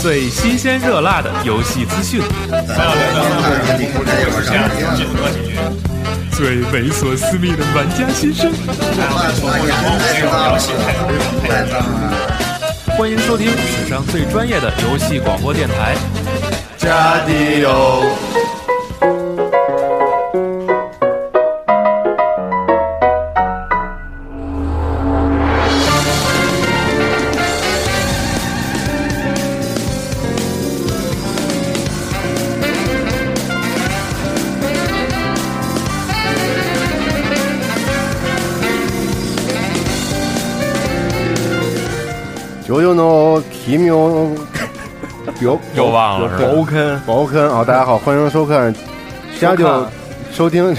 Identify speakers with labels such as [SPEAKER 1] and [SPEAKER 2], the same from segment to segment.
[SPEAKER 1] 最新鲜热辣的游戏资讯，最猥琐私密的玩家心声。欢迎收听史上最专业的游戏广播电台。
[SPEAKER 2] 加迪欧，
[SPEAKER 3] 九九诺奇妙，有
[SPEAKER 1] 又忘了是吧
[SPEAKER 3] 宝坑宝坑啊！大家好，欢迎收看家就收听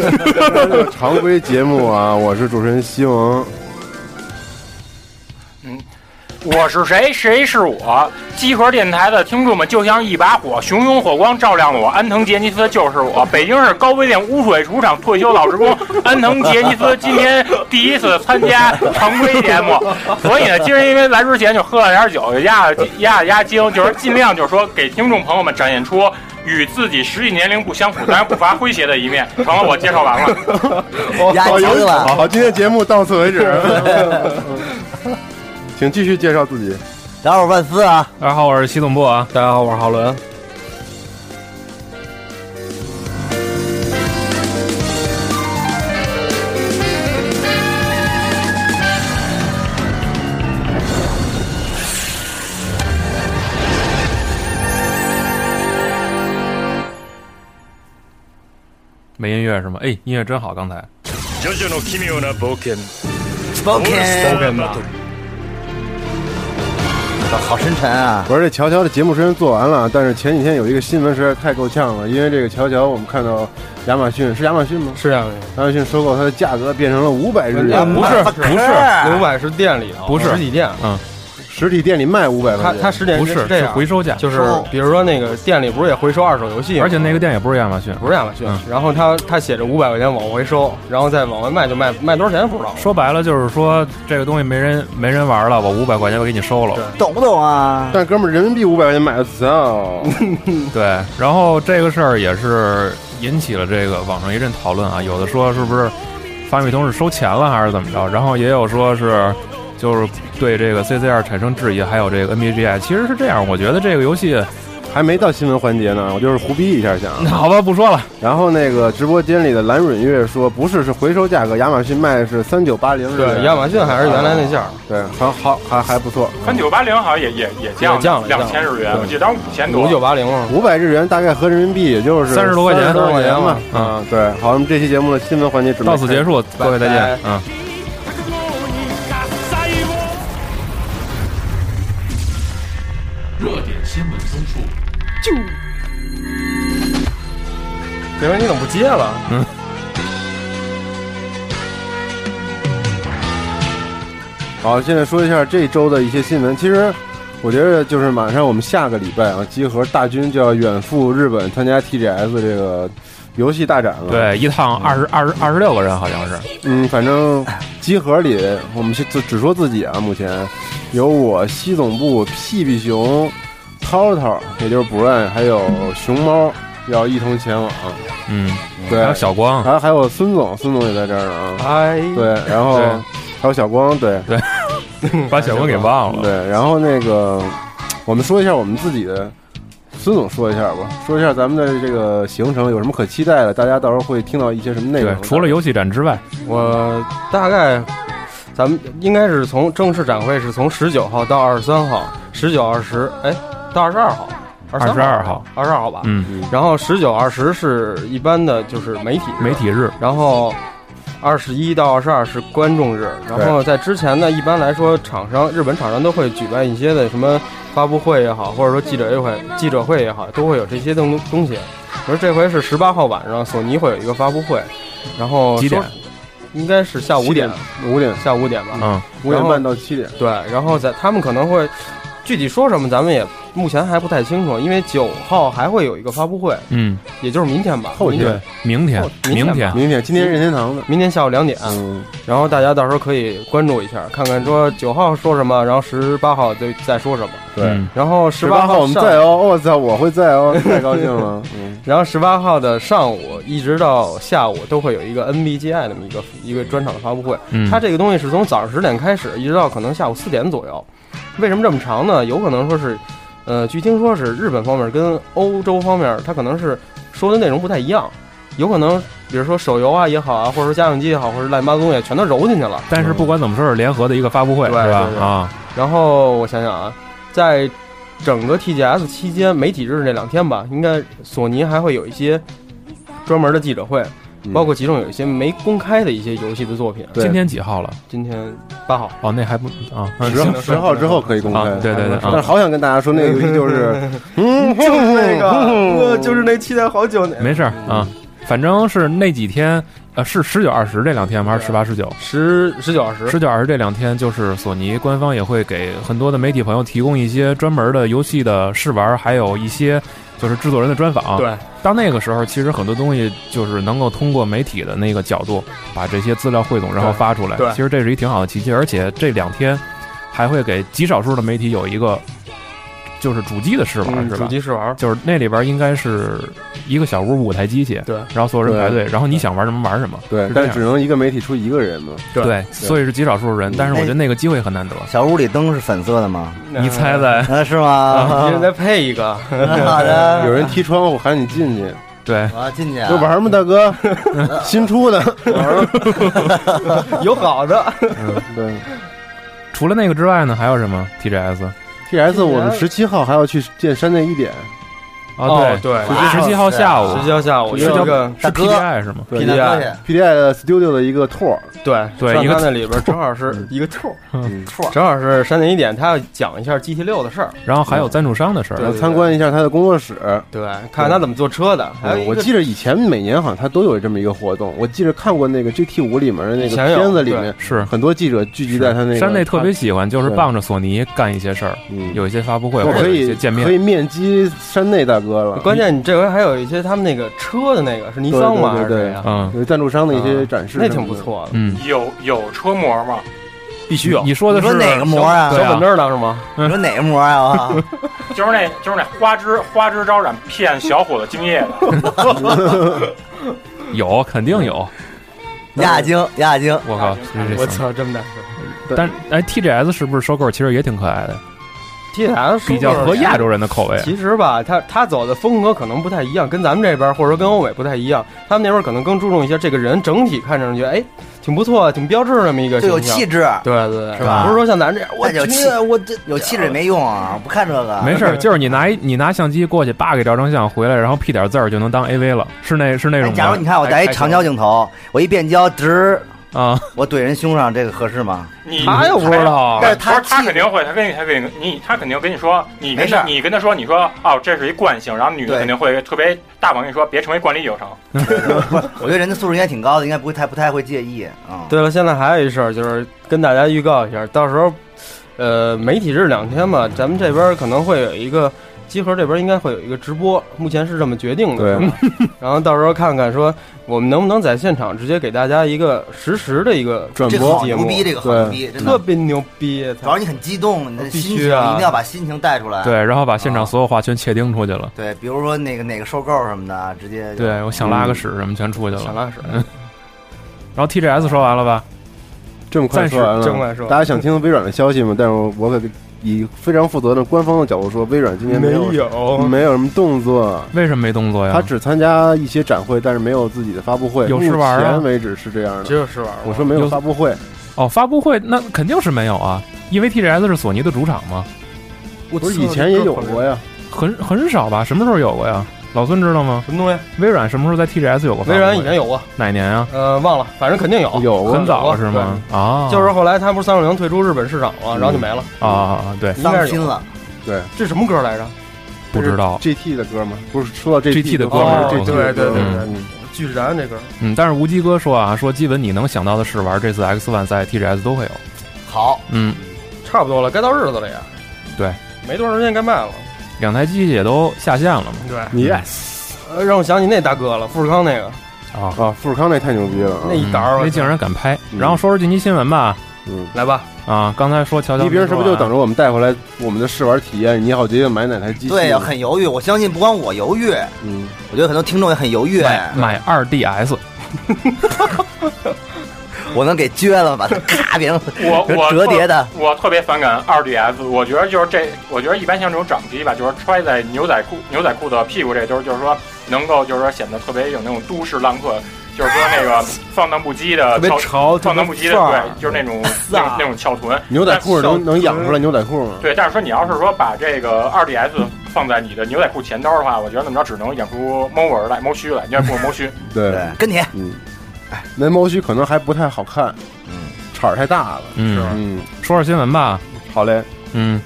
[SPEAKER 3] 常规节目啊！我是主持人西蒙，
[SPEAKER 4] 我是谁，谁是我。集合电台的听众们就像一把火，熊熊火光照亮我。安藤杰尼斯就是我，北京市高碑店污水处厂退休老职工安藤杰尼斯，今天第一次参加常规节目，所以呢，今儿因为来之前就喝了点酒，压压压惊，就是尽量就是说给听众朋友们展现出。与自己实际年龄不相符，但是不乏诙谐的一面。成了，我介绍完了。
[SPEAKER 5] 压
[SPEAKER 3] 好
[SPEAKER 5] 惊
[SPEAKER 3] 有
[SPEAKER 5] 了
[SPEAKER 3] 好，今天节目到此为止，请继续介绍自己。
[SPEAKER 5] 大家好，万斯啊，
[SPEAKER 1] 大家好，我是西总部啊。大家好，我是浩伦。没音乐是吗？哎，音乐真好，刚才。
[SPEAKER 6] ジョジョの奇妙な冒険。
[SPEAKER 5] Spoken，
[SPEAKER 6] バトル。
[SPEAKER 5] 好深沉啊！
[SPEAKER 3] 我说这乔乔的节目虽然做完了，但是前几天有一个新闻实在太够呛了，因为这个乔乔，我们看到亚马逊是亚马逊吗？
[SPEAKER 7] 是啊呀，
[SPEAKER 3] 亚马逊收购它的价格变成了五百日元，
[SPEAKER 7] 不是
[SPEAKER 5] 不是啊
[SPEAKER 7] 五百是店里头，
[SPEAKER 1] 不是
[SPEAKER 7] 实体店。
[SPEAKER 3] 实体店里卖五百块
[SPEAKER 7] 他
[SPEAKER 3] 钱，
[SPEAKER 7] 他实体店
[SPEAKER 1] 不是，
[SPEAKER 7] 这
[SPEAKER 1] 是
[SPEAKER 7] 样，
[SPEAKER 1] 回收价，
[SPEAKER 7] 就是
[SPEAKER 5] 收
[SPEAKER 7] 比如说那个店里不是也回收二手游戏吗，
[SPEAKER 1] 而且那个店也不是亚马逊，
[SPEAKER 7] 不是亚马逊
[SPEAKER 1] 嗯，
[SPEAKER 7] 然后他他写着五百块钱往回收，然后再往外卖就卖卖多少钱不知道。
[SPEAKER 1] 说白了就是说，这个东西没人没人玩了，我五百块钱我给你收了。
[SPEAKER 5] 懂不懂啊？
[SPEAKER 3] 但哥们儿，人民币五百块钱买的词啊，
[SPEAKER 1] 对，然后这个事儿也是引起了这个网上一阵讨论啊，有的说是不是发米通是收钱了还是怎么着，然后也有说是就是对这个 CCR 产生质疑，还有这个 NBGI，其实是这样，我觉得这个游戏
[SPEAKER 3] 还没到新闻环节呢，我就是胡逼一下想。
[SPEAKER 1] 好吧不说了，
[SPEAKER 3] 然后那个直播间里的蓝允月说，不是，是回收价格，亚马逊卖的是三九八零日元，
[SPEAKER 7] 对，亚马逊还是原来那价儿，
[SPEAKER 3] 对，还好还还不错，
[SPEAKER 4] 三九八零好像也也也降
[SPEAKER 7] 也降了
[SPEAKER 4] 两千日元，我记得当时五千多。
[SPEAKER 7] 五九八零嘛。
[SPEAKER 3] 五百日元大概合人民币也就是
[SPEAKER 1] 30多块钱
[SPEAKER 3] 30多块钱吧。
[SPEAKER 1] 嗯
[SPEAKER 3] 啊，对，好，我们这期节目的新闻环节准备
[SPEAKER 1] 到此结
[SPEAKER 3] 束。
[SPEAKER 1] 束，各位再见
[SPEAKER 7] 拜拜，
[SPEAKER 1] 嗯。
[SPEAKER 7] 别说你怎么不接了？
[SPEAKER 3] 好，现在说一下这周的一些新闻。其实，我觉得就是马上我们下个礼拜啊，集合大军就要远赴日本参加 TGS 这个游戏大展了。，
[SPEAKER 1] 对，一趟二十二十二十六个人好像是，
[SPEAKER 3] 嗯，反正集合里，我们是只只说自己啊，目前有我西总部屁屁熊、涛涛，也就是 Brian，还有熊猫要一同前往。啊
[SPEAKER 1] 嗯，
[SPEAKER 3] 对，
[SPEAKER 1] 还有小光，
[SPEAKER 3] 还还有孙总，孙总也在这儿呢啊。
[SPEAKER 7] 哎，
[SPEAKER 3] 对，然后
[SPEAKER 1] 对
[SPEAKER 3] 还有小光，对
[SPEAKER 1] 把小光给忘了，
[SPEAKER 3] 对，然后那个我们说一下我们自己的。孙总说一下吧，说一下咱们的这个行程有什么可期待的，大家到时候会听到一些什么内
[SPEAKER 1] 对
[SPEAKER 3] 容。，
[SPEAKER 1] 除了游戏展之外，
[SPEAKER 7] 我大概，咱们应该是从正式展会是从十九号到二十三号，十九、二十，哎，到二十二号，
[SPEAKER 1] 二十二号，
[SPEAKER 7] 二十二号吧。
[SPEAKER 1] 嗯，
[SPEAKER 7] 然后十九、二十是一般的，就是媒体日
[SPEAKER 1] 媒，体日，
[SPEAKER 7] 然后二十一到二十二是观众日，然后在之前呢，一般来说，厂商日本厂商都会举办一些的什么发布会也好，或者说记者也会记者会也好，都会有这些东东西。而这回是十八号晚上，索尼会有一个发布会，然后
[SPEAKER 1] 几点
[SPEAKER 7] 哦说？应该是下午五点，
[SPEAKER 3] 五点
[SPEAKER 7] 下午五点吧。
[SPEAKER 1] 嗯，
[SPEAKER 3] 五点半到七点，
[SPEAKER 7] 对，然后在他们可能会具体说什么，咱们也目前还不太清楚，因为九号还会有一个发布会，
[SPEAKER 1] 嗯，
[SPEAKER 7] 也就是明天吧，
[SPEAKER 3] 后
[SPEAKER 7] 明
[SPEAKER 3] 天
[SPEAKER 7] 天，
[SPEAKER 1] 明天
[SPEAKER 7] 哦，明
[SPEAKER 1] 明
[SPEAKER 7] 天
[SPEAKER 1] 天，
[SPEAKER 3] 明天今天任天堂的，
[SPEAKER 7] 明天下午两点，
[SPEAKER 3] 嗯，
[SPEAKER 7] 然后大家到时候可以关注一下，看看说九号说什么，然后十八号再再说什么。
[SPEAKER 1] 嗯
[SPEAKER 3] 对，
[SPEAKER 7] 然后十
[SPEAKER 3] 十
[SPEAKER 7] 八
[SPEAKER 3] 八号
[SPEAKER 7] 号
[SPEAKER 3] 我们
[SPEAKER 7] 上
[SPEAKER 3] 在哦，我操，我会在哦， 太高兴了，嗯，
[SPEAKER 7] 然后十八号的上午一直到下午都会有一个 NBGI 那么一个一个专场的发布会。
[SPEAKER 1] 嗯
[SPEAKER 7] 它这个东西是从早上十点开始，一直到可能下午四点左右。为什么这么长呢？有可能说是，呃，据听说是日本方面跟欧洲方面，它可能是说的内容不太一样，有可能比如说手游啊也好啊，或者说家用机也好，或者乱七八糟东西全都揉进去了。
[SPEAKER 1] 但是不管怎么说是联合的一个发布会，
[SPEAKER 7] 对
[SPEAKER 1] 是吧
[SPEAKER 7] 对？对
[SPEAKER 1] 啊，
[SPEAKER 7] 然后我想想啊，在整个 TGS 期间媒体日那两天吧，应该索尼还会有一些专门的记者会，
[SPEAKER 3] 嗯
[SPEAKER 7] 包括其中有一些没公开的一些游戏的作品。
[SPEAKER 3] 对
[SPEAKER 1] 今天几号了？
[SPEAKER 7] 今天八号，
[SPEAKER 1] 哦，那还不啊，嗯
[SPEAKER 3] 十十号之后可以公
[SPEAKER 1] 啊
[SPEAKER 3] 开，，
[SPEAKER 1] 对对对，
[SPEAKER 3] 但是
[SPEAKER 1] 啊，
[SPEAKER 3] 好想跟大家说，那个游戏就是， 嗯，就是那
[SPEAKER 7] 我就是那期待好久呢。
[SPEAKER 1] 没事儿啊，
[SPEAKER 7] 嗯
[SPEAKER 1] 反正是那几天，呃，是十九二十这两天吗？还是十八十九？
[SPEAKER 7] 十十九二十，
[SPEAKER 1] 十九二十这两天，就是索尼官方也会给很多的媒体朋友提供一些专门的游戏的试玩，还有一些就是制作人的专访。，
[SPEAKER 7] 对，
[SPEAKER 1] 到那个时候，其实很多东西就是能够通过媒体的那个角度，把这些资料汇总，然后发出来
[SPEAKER 7] 对。
[SPEAKER 1] 其实这是一挺好的契机，而且这两天还会给极少数的媒体有一个就是主机的试玩，
[SPEAKER 7] 嗯，
[SPEAKER 1] 是
[SPEAKER 7] 主
[SPEAKER 1] 吧？
[SPEAKER 7] 机试玩，
[SPEAKER 1] 就是那里边应该是一个小屋五台机器，
[SPEAKER 7] 对
[SPEAKER 1] 然后所有人排队，然后你想玩什么玩什么，
[SPEAKER 3] 对
[SPEAKER 1] 是，这
[SPEAKER 3] 但
[SPEAKER 1] 样
[SPEAKER 3] 只能一个媒体出一个人嘛，
[SPEAKER 7] 对嗯哎
[SPEAKER 1] 对，所以是极少数人，但是我觉得那个机会很难得。
[SPEAKER 5] 小屋里灯是粉色的吗？
[SPEAKER 7] 嗯
[SPEAKER 1] 你猜
[SPEAKER 7] 的，
[SPEAKER 1] 猜？
[SPEAKER 5] 啊，是
[SPEAKER 7] 一人
[SPEAKER 5] 吗？
[SPEAKER 7] 再配一个，
[SPEAKER 5] 好的，
[SPEAKER 3] 有人踢窗户喊你进去，
[SPEAKER 1] 对，
[SPEAKER 5] 我要进去啊
[SPEAKER 3] 就。玩嘛，大哥，新出的，
[SPEAKER 7] 有好的，
[SPEAKER 3] 嗯对
[SPEAKER 1] 除了那个之外呢，还有什么 TGS？
[SPEAKER 3] ，T S 我们十七号还要去见山内一点，
[SPEAKER 1] 啊，对，
[SPEAKER 7] 对，
[SPEAKER 1] 十七号下午
[SPEAKER 7] 哦十七号下午
[SPEAKER 1] 十
[SPEAKER 7] 有一个
[SPEAKER 1] 是
[SPEAKER 5] 大哥
[SPEAKER 1] PGI 是吗？
[SPEAKER 5] 皮蛋哥去，
[SPEAKER 3] P D I 的 Studio 的一个 tour，
[SPEAKER 7] 对
[SPEAKER 1] 对
[SPEAKER 7] 转
[SPEAKER 1] 一个
[SPEAKER 7] 到那里边正好是一个兔儿，
[SPEAKER 3] 嗯，
[SPEAKER 7] 正好是山点一点，他要讲一下 GT 六的事儿，
[SPEAKER 1] 然后还有赞助商的事
[SPEAKER 7] 对
[SPEAKER 1] 儿
[SPEAKER 3] 然，后参观一下他的工作室。
[SPEAKER 7] 对，看看他怎么做车的，还有
[SPEAKER 3] 嗯
[SPEAKER 7] 一
[SPEAKER 3] 我
[SPEAKER 7] 个
[SPEAKER 3] 记得以前每年好像他都有这么一个活动，我记得看过那个 G T 五里面的那
[SPEAKER 7] 以
[SPEAKER 3] 个
[SPEAKER 7] 前有
[SPEAKER 3] 片子里
[SPEAKER 7] 对
[SPEAKER 3] 面，
[SPEAKER 1] 是
[SPEAKER 3] 很多记者聚集在他那个
[SPEAKER 1] 山内特别喜欢，就是
[SPEAKER 3] 对
[SPEAKER 1] 傍着索尼干一些事儿，
[SPEAKER 3] 嗯
[SPEAKER 1] 有一些发布会
[SPEAKER 3] 我
[SPEAKER 1] 或者
[SPEAKER 3] 可
[SPEAKER 1] 一
[SPEAKER 3] 以
[SPEAKER 1] 些见
[SPEAKER 3] 可
[SPEAKER 1] 面
[SPEAKER 3] 以面基山内大哥了，
[SPEAKER 7] 关键你这回还有一些他们那个车的那个是尼桑吗？还
[SPEAKER 3] 对
[SPEAKER 7] 是
[SPEAKER 3] 对对
[SPEAKER 7] 谁呀？
[SPEAKER 1] 嗯
[SPEAKER 3] 有赞助商的一些展示，
[SPEAKER 7] 那挺不。错的。
[SPEAKER 1] 嗯，
[SPEAKER 4] 有有车模吗？
[SPEAKER 1] 必须有。你说
[SPEAKER 5] 你
[SPEAKER 1] 的
[SPEAKER 5] 说
[SPEAKER 1] 是
[SPEAKER 5] 哪个膜啊
[SPEAKER 1] 对？
[SPEAKER 7] 小本正儿当是吗？
[SPEAKER 5] 你说哪个膜啊？ 我
[SPEAKER 4] 就是那就是那花枝花枝招展骗小伙子精液的，
[SPEAKER 1] 啊有，肯定有。
[SPEAKER 5] 压惊压惊，
[SPEAKER 1] 我靠，
[SPEAKER 7] 我
[SPEAKER 1] 这这。
[SPEAKER 7] 操，这么大事
[SPEAKER 1] 但哎，TGS 是不是收购其实也挺可爱的，
[SPEAKER 7] ！T S
[SPEAKER 1] 比较合亚洲人的口味。
[SPEAKER 7] 其实吧，他他走的风格可能不太一样，跟咱们这边儿或者说跟欧美不太一样。他们那边儿可能更注重一些这个人整体看上去，哎，挺不错，挺标致这么一个
[SPEAKER 5] 就有
[SPEAKER 7] 形象
[SPEAKER 5] 气。质，
[SPEAKER 7] 对对对，
[SPEAKER 5] 是吧
[SPEAKER 7] 不是说像咱这样，我
[SPEAKER 5] 那就
[SPEAKER 7] 去
[SPEAKER 5] 气
[SPEAKER 7] 我这
[SPEAKER 5] 有气质也没用啊！不看这个，
[SPEAKER 1] 没事儿，就是你拿一你拿相机过去，叭给照张相回来，然后 P 点字儿就能当 AV 了，是那是那
[SPEAKER 5] 哎
[SPEAKER 1] 种吗？
[SPEAKER 5] 假如你看我戴一长焦镜头，我一变焦直，
[SPEAKER 1] 啊，
[SPEAKER 5] 我怼人胸上，这个合适吗？
[SPEAKER 4] 你
[SPEAKER 7] 他又不知道
[SPEAKER 8] 哦
[SPEAKER 4] 他
[SPEAKER 5] 但是他
[SPEAKER 4] 他
[SPEAKER 5] 气
[SPEAKER 4] 肯定会，他跟你他跟你你他肯定跟你说，你跟
[SPEAKER 5] 没事儿
[SPEAKER 4] 你跟他说，你说哦，这是一惯性，然后女的
[SPEAKER 5] 对
[SPEAKER 4] 肯定会特别大方跟你说，别成为惯例就成。
[SPEAKER 5] 我觉得人家素质应该挺高的，应该不会太不太会介意啊。
[SPEAKER 7] 对了，现在还有一事儿，就是跟大家预告一下，到时候，呃，媒体日两天吧，咱们这边儿可能会有一个集合，这边儿应该会有一个直播，目前是这么决定的。
[SPEAKER 3] 对
[SPEAKER 1] 嗯
[SPEAKER 7] 然后到时候看看说我们能不能在现场直接给大家一个实时的一个
[SPEAKER 3] 转
[SPEAKER 5] 这个
[SPEAKER 3] 播
[SPEAKER 5] 好牛逼，这个好牛逼，真的。
[SPEAKER 7] 特别牛逼，
[SPEAKER 5] 主要你很激动，你的
[SPEAKER 7] 必
[SPEAKER 5] 心情
[SPEAKER 7] 须
[SPEAKER 5] 一
[SPEAKER 7] 啊
[SPEAKER 5] 定要把心情带出来。
[SPEAKER 1] 对，然后把现场所有话全窃听出去了。
[SPEAKER 5] 对，比如说那个哪个收购什么的，直接就
[SPEAKER 1] 对，我想拉个屎什么全出去
[SPEAKER 7] 想
[SPEAKER 1] 了。
[SPEAKER 7] 拉屎，
[SPEAKER 3] 嗯
[SPEAKER 1] 然后 TGS 说完了吧？
[SPEAKER 3] 这么快
[SPEAKER 1] 暂时
[SPEAKER 3] 说完了，
[SPEAKER 7] 这么快说
[SPEAKER 3] 大家想听微软的消息吗？但是我可以非常负责的官方的角度说，微软今年
[SPEAKER 7] 没
[SPEAKER 3] 有嗯
[SPEAKER 7] 有，
[SPEAKER 3] 没有什么动作，
[SPEAKER 1] 为什么没动作呀？
[SPEAKER 3] 他只参加一些展会，但是没有自己的发布会。
[SPEAKER 1] 啊有试玩
[SPEAKER 3] 目
[SPEAKER 1] 啊
[SPEAKER 3] 前为止是这样
[SPEAKER 7] 只
[SPEAKER 3] 的。
[SPEAKER 7] 有试玩了。
[SPEAKER 3] 我说没有发布会，
[SPEAKER 1] 哦，发布会那肯定是没有啊，因为 TGS 是索尼的主场嘛，
[SPEAKER 7] 我
[SPEAKER 3] 不是以前也有啊过
[SPEAKER 7] 呀？
[SPEAKER 3] 呀？
[SPEAKER 1] 很很少吧？什么时候有过呀？老孙知道吗？
[SPEAKER 7] 什么东西？
[SPEAKER 3] 嗯
[SPEAKER 1] 微软什么时候在 TGS 有过发布会？
[SPEAKER 7] 微软以前有过，
[SPEAKER 1] 哪年啊？
[SPEAKER 7] 呃，忘了，反正肯定有。啊
[SPEAKER 3] 有过
[SPEAKER 1] 很早是吗？啊，
[SPEAKER 7] 就是后来他不是三六零退出日本市场
[SPEAKER 3] 嗯
[SPEAKER 7] 了，然后就没了。
[SPEAKER 1] 啊啊，啊对，
[SPEAKER 7] 应该
[SPEAKER 5] 伤
[SPEAKER 7] 是
[SPEAKER 5] 心
[SPEAKER 7] 有。
[SPEAKER 5] 了。
[SPEAKER 7] 这什么歌来着？
[SPEAKER 1] 不知道。
[SPEAKER 3] GT 的歌吗？不是说到
[SPEAKER 1] GT 的歌
[SPEAKER 3] 吗
[SPEAKER 7] 哦？
[SPEAKER 3] GT
[SPEAKER 7] 对
[SPEAKER 3] 的
[SPEAKER 7] 对
[SPEAKER 3] 歌
[SPEAKER 7] 对
[SPEAKER 3] 嗯嗯
[SPEAKER 7] 巨然这歌。
[SPEAKER 1] 嗯，但是无极哥说啊，说基本你能想到的试玩，这次 X One 在 TGS 都会有。
[SPEAKER 5] 好，
[SPEAKER 1] 嗯，
[SPEAKER 7] 差不多了，该到日子了呀。
[SPEAKER 1] 对，
[SPEAKER 7] 没多长时间该卖了。
[SPEAKER 1] 两台机器也都下线了嘛。
[SPEAKER 7] 对，
[SPEAKER 3] Yes
[SPEAKER 7] 呃，让我想起那大哥了，富士康那个
[SPEAKER 1] 啊，
[SPEAKER 3] 啊，富士康那太牛逼了啊
[SPEAKER 7] 那！一沓儿，
[SPEAKER 1] 嗯那
[SPEAKER 7] 我
[SPEAKER 1] 竟然敢拍。
[SPEAKER 3] 嗯
[SPEAKER 1] 然后说说近期新闻吧，
[SPEAKER 3] 嗯，
[SPEAKER 7] 来吧，
[SPEAKER 1] 啊，刚才说乔乔，
[SPEAKER 3] 一冰是不是就等着我们带回来我们的试玩体验？你好，决定买哪台机器？
[SPEAKER 5] 对呀，很犹豫。我相信不光我犹豫，
[SPEAKER 3] 嗯，
[SPEAKER 5] 我觉得很多听众也很犹豫。
[SPEAKER 1] 买买二 DS？
[SPEAKER 5] 我能给撅了吗？把它咔变成
[SPEAKER 4] 我我
[SPEAKER 5] 折叠的，
[SPEAKER 4] 特我特别反感二 DS。我觉得就是这，我觉得一般像这种掌机吧，就是揣在牛仔裤牛仔裤的屁股这兜儿，就是说能够就是说显得特别有那种都市浪客，就是说那个放荡不羁的
[SPEAKER 8] 啊
[SPEAKER 7] 特别
[SPEAKER 4] 翘
[SPEAKER 7] 潮，
[SPEAKER 4] 放荡
[SPEAKER 7] 特
[SPEAKER 4] 不
[SPEAKER 7] 别
[SPEAKER 4] 羁的，
[SPEAKER 7] 范儿
[SPEAKER 4] 对，就是那种那种那种翘臀。
[SPEAKER 3] 牛仔裤
[SPEAKER 7] 小
[SPEAKER 3] 能能养出来牛仔裤吗？
[SPEAKER 4] 对，但是说你要是说把这个二 DS 放在你的牛仔裤前兜儿的话，我觉得怎么着只能养出猫纹儿来、猫须来，牛仔裤 猫须。
[SPEAKER 3] 对
[SPEAKER 5] 对，跟你
[SPEAKER 3] 嗯，哎，那猫须可能还不太好看，
[SPEAKER 5] 嗯，
[SPEAKER 3] 茬儿太大了。
[SPEAKER 1] 嗯，
[SPEAKER 3] 嗯，
[SPEAKER 1] 说说新闻吧。
[SPEAKER 3] 好嘞，
[SPEAKER 1] 嗯，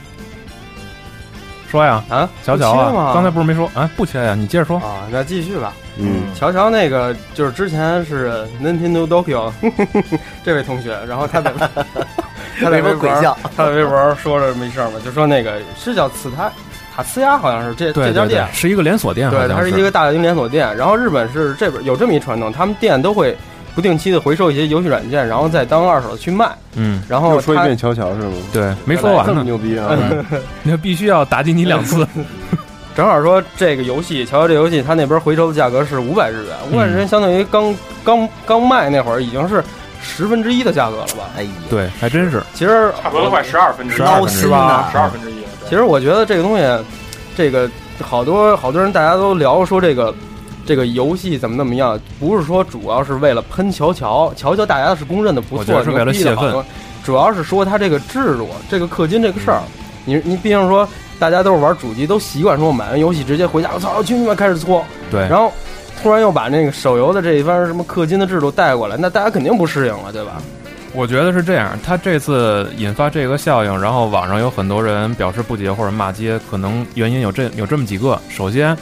[SPEAKER 1] 说呀，
[SPEAKER 7] 啊，
[SPEAKER 1] 乔乔
[SPEAKER 7] 不切吗
[SPEAKER 1] 啊，刚才不是没说啊？不切呀，你接着说。
[SPEAKER 7] 啊，那继续吧。
[SPEAKER 3] 嗯，
[SPEAKER 7] 乔乔那个就是之前是 Nintendo Tokyo 这位同学，然后他 在他在
[SPEAKER 5] 为
[SPEAKER 7] 微
[SPEAKER 5] 什么
[SPEAKER 7] 博
[SPEAKER 5] 鬼笑？
[SPEAKER 7] 他在微博说了这么一事儿嘛，就说那个是叫此泰塔斯亚，好像是这
[SPEAKER 1] 对
[SPEAKER 7] 这家
[SPEAKER 1] 对对
[SPEAKER 7] 店，，
[SPEAKER 1] 是一个连锁店，嗯好
[SPEAKER 7] 对，它
[SPEAKER 1] 像
[SPEAKER 7] 是一个大型连锁店。然后日本是这边有这么一传统，他们店都会不定期的回收一些游戏软件，然后再当二手去卖。
[SPEAKER 1] 嗯，
[SPEAKER 7] 然后
[SPEAKER 3] 又说一
[SPEAKER 7] 他
[SPEAKER 3] 遍乔乔是吗？
[SPEAKER 1] 对，没说完嗯
[SPEAKER 3] 这么
[SPEAKER 1] 呢，
[SPEAKER 3] 牛逼
[SPEAKER 7] 嗯
[SPEAKER 3] 啊！
[SPEAKER 1] 那必须要打击你两次。
[SPEAKER 7] 正好说这个游戏，瞧瞧这游戏，它那边回收的价格是五百日元，五百日元相当于刚刚刚卖那会儿已经是十分之一的价格了吧？
[SPEAKER 5] 哎呀，
[SPEAKER 1] 对，还真是，
[SPEAKER 7] 其实
[SPEAKER 4] 差不多都快十二分之一
[SPEAKER 1] 12
[SPEAKER 4] 了，
[SPEAKER 5] 闹
[SPEAKER 1] 分之一
[SPEAKER 5] 心呐
[SPEAKER 4] 十！二分之一了。对
[SPEAKER 7] 其实我觉得这个东西，这个好多好多人大家都聊说这个这个游戏怎么怎么样，不是说主要是为了喷乔乔，乔乔大家是公认的不
[SPEAKER 1] 我觉得
[SPEAKER 7] 错，
[SPEAKER 1] 是为了
[SPEAKER 7] 牛逼的
[SPEAKER 1] 泄愤
[SPEAKER 7] 好多，主要是说他这个制度，这个氪金这个事儿，
[SPEAKER 1] 嗯
[SPEAKER 7] 你你毕竟说大家都是玩主机，都习惯说买完游戏直接回家，我操，我去你妈开始搓，
[SPEAKER 1] 对，
[SPEAKER 7] 然后突然又把那个手游的这一番什么氪金的制度带过来，那大家肯定不适应了，对吧？
[SPEAKER 1] 我觉得是这样，他这次引发这个效应，然后网上有很多人表示不解或者骂街，可能原因有这有这么几个。首先，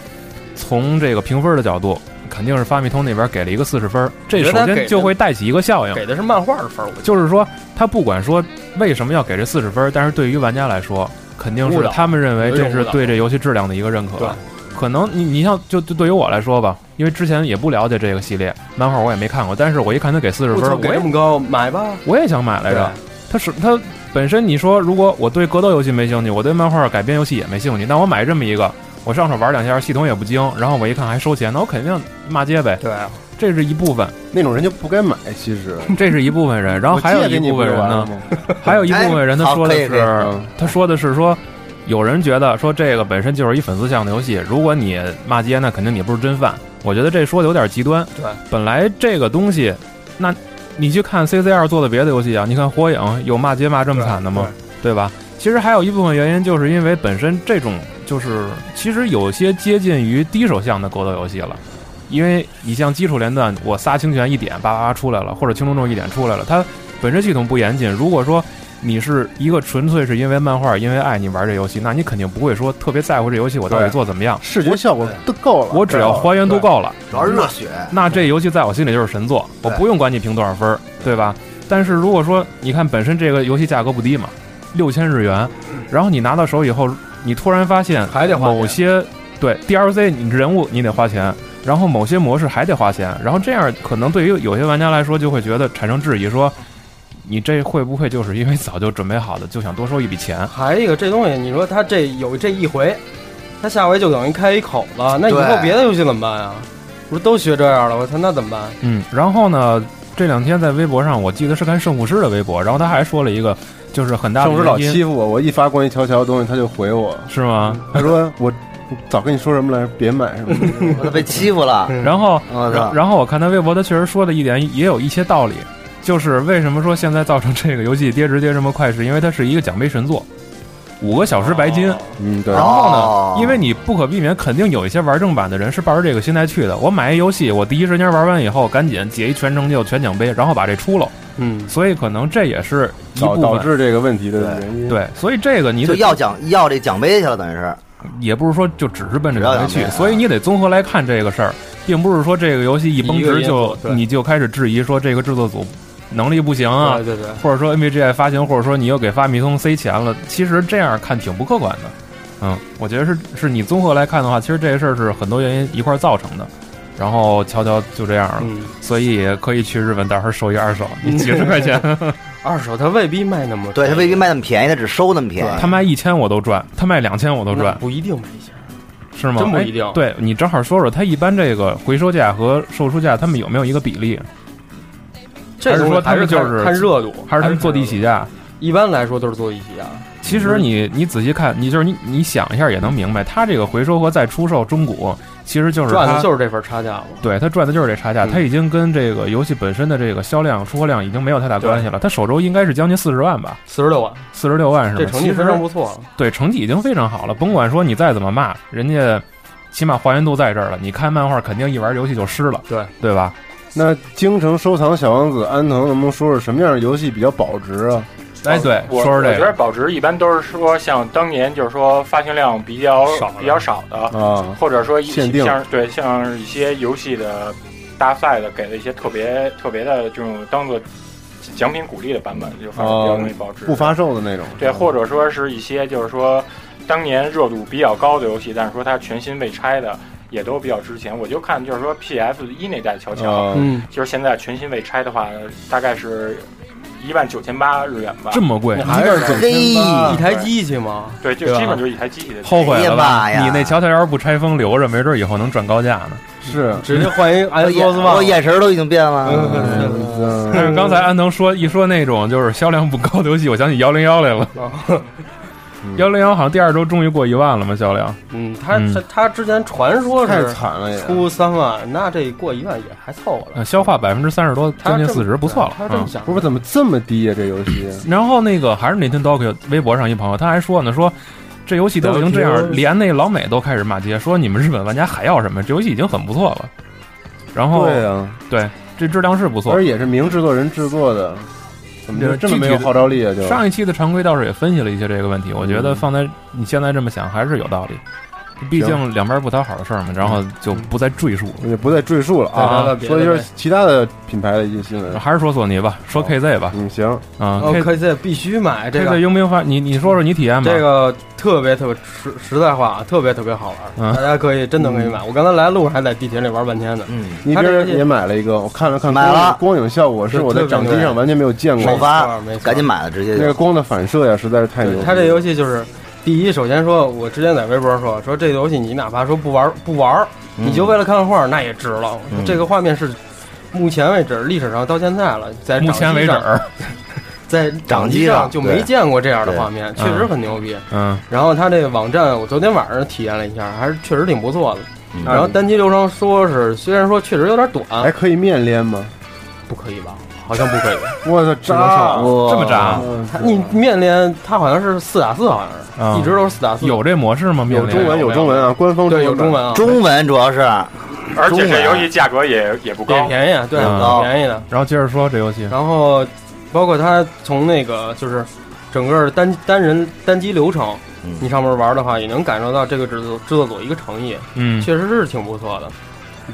[SPEAKER 1] 从这个评分的角度，肯定是发米通那边给了一个四十分儿，这
[SPEAKER 7] 我觉
[SPEAKER 1] 首
[SPEAKER 7] 得他给
[SPEAKER 1] 先
[SPEAKER 7] 的
[SPEAKER 1] 就会带起一个效应，
[SPEAKER 7] 给的是漫画的分儿，我
[SPEAKER 1] 就是说他不管说为什么要给这四十分儿，但是对于玩家来说，肯定
[SPEAKER 7] 误
[SPEAKER 1] 是
[SPEAKER 7] 导
[SPEAKER 1] 他们认为这
[SPEAKER 7] 有一种
[SPEAKER 1] 是
[SPEAKER 7] 误导
[SPEAKER 1] 对这游戏质量的一个认可
[SPEAKER 7] 对。
[SPEAKER 1] 可能你你像就就对于我来说吧，因为之前也不了解这个系列漫画，我也没看过，但是我一看他给四十
[SPEAKER 7] 我
[SPEAKER 1] 分儿，
[SPEAKER 7] 操，
[SPEAKER 1] 我
[SPEAKER 7] 给
[SPEAKER 1] 也
[SPEAKER 7] 这么高，买吧，
[SPEAKER 1] 我也想买来着。它是它本身你说，如果我对格斗游戏没兴趣，我对漫画改编游戏也没兴趣，那我买这么一个，我上手玩两下，系统也不精，然后我一看还收钱，那我肯定骂街呗。
[SPEAKER 7] 对啊。
[SPEAKER 1] 这是一部分，
[SPEAKER 3] 那种人就不该买，其实。
[SPEAKER 1] 这是一部分人，然后还有一部分人呢，
[SPEAKER 3] 呢，
[SPEAKER 1] 还有一部分人他
[SPEAKER 5] 哎
[SPEAKER 1] 说的
[SPEAKER 5] 好可以可以
[SPEAKER 1] 是
[SPEAKER 3] 嗯，
[SPEAKER 1] 他说的是说。有人觉得说这个本身就是一粉丝向的游戏，如果你骂街，那肯定你不是真犯。我觉得这说的有点极端。
[SPEAKER 7] 对，
[SPEAKER 1] 本来这个东西，那你去看 C C R 做的别的游戏啊，你看《火影》有骂街骂这么惨的吗？对吧？其实还有一部分原因，就是因为本身这种就是其实有些接近于低手项的格斗游戏了，因为你像基础连段，我仨轻拳一点叭叭叭出来了，或者轻中重一点出来了，它本身系统不严谨。如果说你是一个纯粹是因为漫画、因为爱你玩这游戏，那你肯定不会说特别在乎这游戏我到底
[SPEAKER 3] 对
[SPEAKER 1] 做怎么样，
[SPEAKER 3] 视觉效果都够了。
[SPEAKER 1] 我只要还原度够了，
[SPEAKER 5] 主要是热血，
[SPEAKER 1] 那这游戏在我心里就是神作，我
[SPEAKER 5] 对
[SPEAKER 1] 不用管你评多少分儿，对吧？但是如果说你看本身这个游戏价格不低嘛，六千日元，然后你拿到手以后，你突然发现
[SPEAKER 7] 还得花钱
[SPEAKER 1] 某些对 DLC 你人物你得花钱，然后某些模式还得花钱，然后这样可能对于有些玩家来说就会觉得产生质疑，说你这会不会就是因为早就准备好的就想多收一笔钱？
[SPEAKER 7] 还有一个这东西，你说他这有这一回，他下回就等于开一口了，那以后
[SPEAKER 5] 对
[SPEAKER 7] 别的游戏怎么办啊？不是都学这样了，我操，那怎么办？
[SPEAKER 1] 嗯，然后呢，这两天在微博上，我记得是看圣武师的微博，然后他还说了一个，就是很大的
[SPEAKER 3] 圣
[SPEAKER 1] 原
[SPEAKER 3] 师
[SPEAKER 1] 因
[SPEAKER 3] 老欺负我，我一发关于乔乔的东西，他就回我，
[SPEAKER 1] 是吗？
[SPEAKER 3] 他说我早跟你说什么来着，别买什么 的。
[SPEAKER 5] 我都被欺负了。
[SPEAKER 1] 然后
[SPEAKER 5] 我
[SPEAKER 1] 然
[SPEAKER 5] 操！
[SPEAKER 1] 然后我看他微博，他确实说的一点也有一些道理，就是为什么说现在造成这个游戏跌值跌这么快，是因为它是一个奖杯神作，五个小时白
[SPEAKER 4] 哦
[SPEAKER 1] 金。
[SPEAKER 3] 嗯，对
[SPEAKER 5] 然
[SPEAKER 1] 然后
[SPEAKER 5] 哦
[SPEAKER 1] 呢，因为你不可避免，肯定有一些玩正版的人是抱着这个心态去的。我买一游戏，我第一时间玩完以后，赶紧解一全成就、全奖杯，然后把这出了。
[SPEAKER 7] 嗯，
[SPEAKER 1] 所以可能这也是一
[SPEAKER 3] 导
[SPEAKER 1] 部
[SPEAKER 3] 导
[SPEAKER 1] 分。
[SPEAKER 3] 致这个问题的原因。，
[SPEAKER 1] 对，所以这个你
[SPEAKER 5] 就
[SPEAKER 1] 得
[SPEAKER 5] 要奖要这奖杯去了，等于是
[SPEAKER 1] 也不是说就只是奔着
[SPEAKER 5] 只要
[SPEAKER 1] 奖杯
[SPEAKER 5] 奖杯
[SPEAKER 1] 去，
[SPEAKER 5] 啊
[SPEAKER 1] 所以你得综合来看这个事儿，并不是说这个游戏一
[SPEAKER 7] 一
[SPEAKER 1] 崩
[SPEAKER 7] 个
[SPEAKER 1] 值
[SPEAKER 7] 因
[SPEAKER 1] 就
[SPEAKER 7] 素对
[SPEAKER 1] 你就开始质疑说这个制作组能力不行啊，
[SPEAKER 7] 对对对，
[SPEAKER 1] 或者说 NVGI 发行，或者说你又给发米通塞钱了，其实这样看挺不客观的。嗯，我觉得是是你综合来看的话，其实这个事儿是很多原因一块儿造成的。然后乔乔就这样了，
[SPEAKER 7] 嗯，
[SPEAKER 1] 所以可以去日本到时候收一二手，你几十块钱。
[SPEAKER 7] 二手它未必卖那么
[SPEAKER 5] 对他
[SPEAKER 7] 它
[SPEAKER 5] 未必卖那么便宜，他只收那么便宜。
[SPEAKER 1] 他卖一千我都赚，他卖两千我都赚，
[SPEAKER 7] 不一定卖一下。
[SPEAKER 1] 是吗？
[SPEAKER 7] 嗯真不
[SPEAKER 1] 哎
[SPEAKER 7] 一定
[SPEAKER 1] 对你正好说说，他一般这个回收价和售出价，他们有没有一个比例？
[SPEAKER 7] 这东西
[SPEAKER 1] 说他
[SPEAKER 7] 还
[SPEAKER 1] 们
[SPEAKER 7] 是
[SPEAKER 1] 就
[SPEAKER 7] 看
[SPEAKER 1] 是
[SPEAKER 7] 看热度，
[SPEAKER 1] 还是他们坐地
[SPEAKER 7] 看热
[SPEAKER 1] 起价？
[SPEAKER 7] 度？一般来说都是坐地啊起价。
[SPEAKER 1] 其实你你仔细看，你就是你你想一下也能明白，他这个回收和再出售中古，其实就是
[SPEAKER 7] 赚的
[SPEAKER 1] 他
[SPEAKER 7] 就是这份差价嘛。
[SPEAKER 1] 对他赚的就是这差价，
[SPEAKER 7] 嗯
[SPEAKER 1] 他已经跟这个游戏本身的这个销量、出货量已经没有太大关系了。他首周应该是将近四十万吧，
[SPEAKER 7] 四十六万，
[SPEAKER 1] 四十六万是
[SPEAKER 7] 这
[SPEAKER 1] 吗？
[SPEAKER 7] 成绩
[SPEAKER 1] 其
[SPEAKER 7] 非
[SPEAKER 1] 实
[SPEAKER 7] 常不错了。
[SPEAKER 1] 对，成绩已经非常好了。甭管说你再怎么骂，人家起码还原度在这儿了。你看漫画肯定一玩游戏就湿了，
[SPEAKER 7] 对
[SPEAKER 1] 对吧？
[SPEAKER 3] 那京城收藏小王子安藤能不能说说什么样的游戏比较保值啊？
[SPEAKER 1] 哎，对，
[SPEAKER 4] 我
[SPEAKER 1] 说说
[SPEAKER 4] 我
[SPEAKER 1] 这
[SPEAKER 4] 觉得
[SPEAKER 1] 个，
[SPEAKER 4] 保值一般都是说像当年就是说发行量比较
[SPEAKER 7] 少的
[SPEAKER 4] 比较少的，
[SPEAKER 3] 啊，
[SPEAKER 4] 或者说一
[SPEAKER 3] 限定
[SPEAKER 4] 像对像一些游戏的大赛的给了一些特别特别的这种当做奖品鼓励的版本，就反而比较容易保值。
[SPEAKER 3] 不发售的那种。
[SPEAKER 4] 对，或者说是一些就是说当年热度比较高的游戏，但是说它全新未拆的也都比较值钱。我就看就是说 PS 一那代乔乔，
[SPEAKER 3] 啊，
[SPEAKER 7] 嗯，
[SPEAKER 4] 就是现在全新未拆的话，大概是一万九千八日元吧
[SPEAKER 1] 这。么贵
[SPEAKER 7] 你，还是
[SPEAKER 5] 嘿，啊
[SPEAKER 7] 一台机器嘛，
[SPEAKER 4] 对，就
[SPEAKER 1] 对吧
[SPEAKER 4] 基本就是一台机器的。
[SPEAKER 1] 后悔了吧？
[SPEAKER 5] 哎呀妈呀
[SPEAKER 1] 你那乔乔要是不拆封留着，没准以后能赚高价呢。
[SPEAKER 3] 是。
[SPEAKER 7] 直接换一
[SPEAKER 5] 我
[SPEAKER 7] S
[SPEAKER 5] 眼
[SPEAKER 7] 罗斯吧
[SPEAKER 5] 我。眼神儿都已经变了。
[SPEAKER 3] 嗯
[SPEAKER 1] 但是刚才安能说一说那种就是销量不高的游戏，我想起幺零幺来了。幺零幺好像第二周终于过一万了嘛，销量。
[SPEAKER 7] 嗯，他
[SPEAKER 1] 嗯
[SPEAKER 7] 他他之前传说
[SPEAKER 3] 太
[SPEAKER 7] 是
[SPEAKER 3] 惨了
[SPEAKER 1] 啊
[SPEAKER 3] 也。
[SPEAKER 7] 出三万，那这过一万也还凑合
[SPEAKER 1] 呃，
[SPEAKER 7] 了。
[SPEAKER 1] 消化百分之三十多，
[SPEAKER 7] 他
[SPEAKER 1] 将近
[SPEAKER 7] 这么啊
[SPEAKER 1] 四十，不错了。
[SPEAKER 7] 他这么
[SPEAKER 1] 嗯
[SPEAKER 7] 想，
[SPEAKER 3] 不是怎么这么低呀？这游戏
[SPEAKER 1] 然后那个还是那天 Doc 微博上一朋友，他还说呢，说这游戏都已经这样，连那老美都开始骂街，说你们日本玩家还要什么？这游戏已经很不错了。然后
[SPEAKER 3] 对啊，
[SPEAKER 1] 这质量是不哦错
[SPEAKER 3] 而。也是名制作人制作的，怎么就这么没有号召力啊？就
[SPEAKER 1] 上一期的常规倒是也分析了一些这个问题，我觉
[SPEAKER 7] 嗯
[SPEAKER 1] 得放在你现在这么想还是有道理。毕竟两边不讨好的事儿嘛，然后
[SPEAKER 7] 嗯
[SPEAKER 1] 就不再赘述了。
[SPEAKER 3] 也不再赘述了
[SPEAKER 1] 啊
[SPEAKER 3] 啊，
[SPEAKER 7] 别的
[SPEAKER 3] 说一说
[SPEAKER 7] 呗
[SPEAKER 3] 其他的品牌的一些新闻。
[SPEAKER 1] 还是说索尼吧，说 KZ 吧，
[SPEAKER 3] 嗯，行，
[SPEAKER 1] 啊
[SPEAKER 7] 嗯哦，
[SPEAKER 1] ，K
[SPEAKER 7] 可以这必须买这
[SPEAKER 1] KZ
[SPEAKER 7] 个。
[SPEAKER 1] 佣兵发，你你说说你体验吧。
[SPEAKER 7] 这个特别特别实实在话，啊特别特别好玩，
[SPEAKER 1] 嗯
[SPEAKER 7] 大家可以真的可以买。我刚才来路上还在地铁里玩半天呢。
[SPEAKER 5] 嗯，
[SPEAKER 3] 你
[SPEAKER 7] 他
[SPEAKER 3] 边
[SPEAKER 7] 这
[SPEAKER 3] 儿
[SPEAKER 7] 游戏
[SPEAKER 3] 也买了一个，我看了看
[SPEAKER 5] 买
[SPEAKER 3] 光
[SPEAKER 5] 了
[SPEAKER 3] 光影效果，是
[SPEAKER 7] 对
[SPEAKER 3] 我在
[SPEAKER 7] 特别
[SPEAKER 3] 掌机
[SPEAKER 7] 牛
[SPEAKER 3] 上完全没有见过
[SPEAKER 5] 首
[SPEAKER 3] 的。
[SPEAKER 5] 发
[SPEAKER 7] 没错没错
[SPEAKER 5] 赶紧买了，直接
[SPEAKER 3] 那个
[SPEAKER 5] 就。
[SPEAKER 3] 光的反射呀，实在是太牛
[SPEAKER 7] 对
[SPEAKER 3] 了。
[SPEAKER 7] 他这游戏就是，第一，首先说，我之前在微博说，说这游戏你哪怕说不玩不玩儿，你
[SPEAKER 1] 嗯
[SPEAKER 7] 就为了看画儿，那也值了。我说这个画面是目前为止历史上到现在了，在
[SPEAKER 1] 目前为止
[SPEAKER 7] 掌机上，在掌机上
[SPEAKER 5] 掌机上
[SPEAKER 7] 就没
[SPEAKER 5] 对
[SPEAKER 7] 见过这样的画面，确
[SPEAKER 1] 嗯
[SPEAKER 7] 实很牛逼。
[SPEAKER 1] 嗯，
[SPEAKER 7] 然后他这个网站，我昨天晚上体验了一下，还是确实挺不错的。
[SPEAKER 5] 嗯
[SPEAKER 7] 然后单机流程说是，虽然说确实有点短，
[SPEAKER 3] 还可以面连吗？
[SPEAKER 7] 哎不可以吧？好像不可以。
[SPEAKER 3] 我操，
[SPEAKER 7] 能
[SPEAKER 3] 渣！
[SPEAKER 7] 上
[SPEAKER 1] 这么渣
[SPEAKER 3] 嗯
[SPEAKER 7] 他 你面连他好像是四打四，好像是、
[SPEAKER 1] 啊
[SPEAKER 7] 一直都是四打四。
[SPEAKER 1] 有这模式吗？
[SPEAKER 3] 有中文，有中文啊，官方
[SPEAKER 7] 对有
[SPEAKER 3] 中
[SPEAKER 7] 中文
[SPEAKER 3] 文版。
[SPEAKER 7] 啊，
[SPEAKER 5] 中文主要是
[SPEAKER 4] 而且
[SPEAKER 5] 中
[SPEAKER 4] 这
[SPEAKER 5] 文
[SPEAKER 4] 游戏价格也也不
[SPEAKER 7] 也
[SPEAKER 4] 高，
[SPEAKER 7] 便宜啊，对，
[SPEAKER 1] 嗯
[SPEAKER 7] 挺便宜的。
[SPEAKER 1] 然后接着说这游戏，
[SPEAKER 7] 然后包括它从那个就是整个单单人单机流程
[SPEAKER 5] 嗯，
[SPEAKER 7] 你上面玩的话，也能感受到这个制作制作组一个诚意，
[SPEAKER 1] 嗯，
[SPEAKER 7] 确实是挺不错的。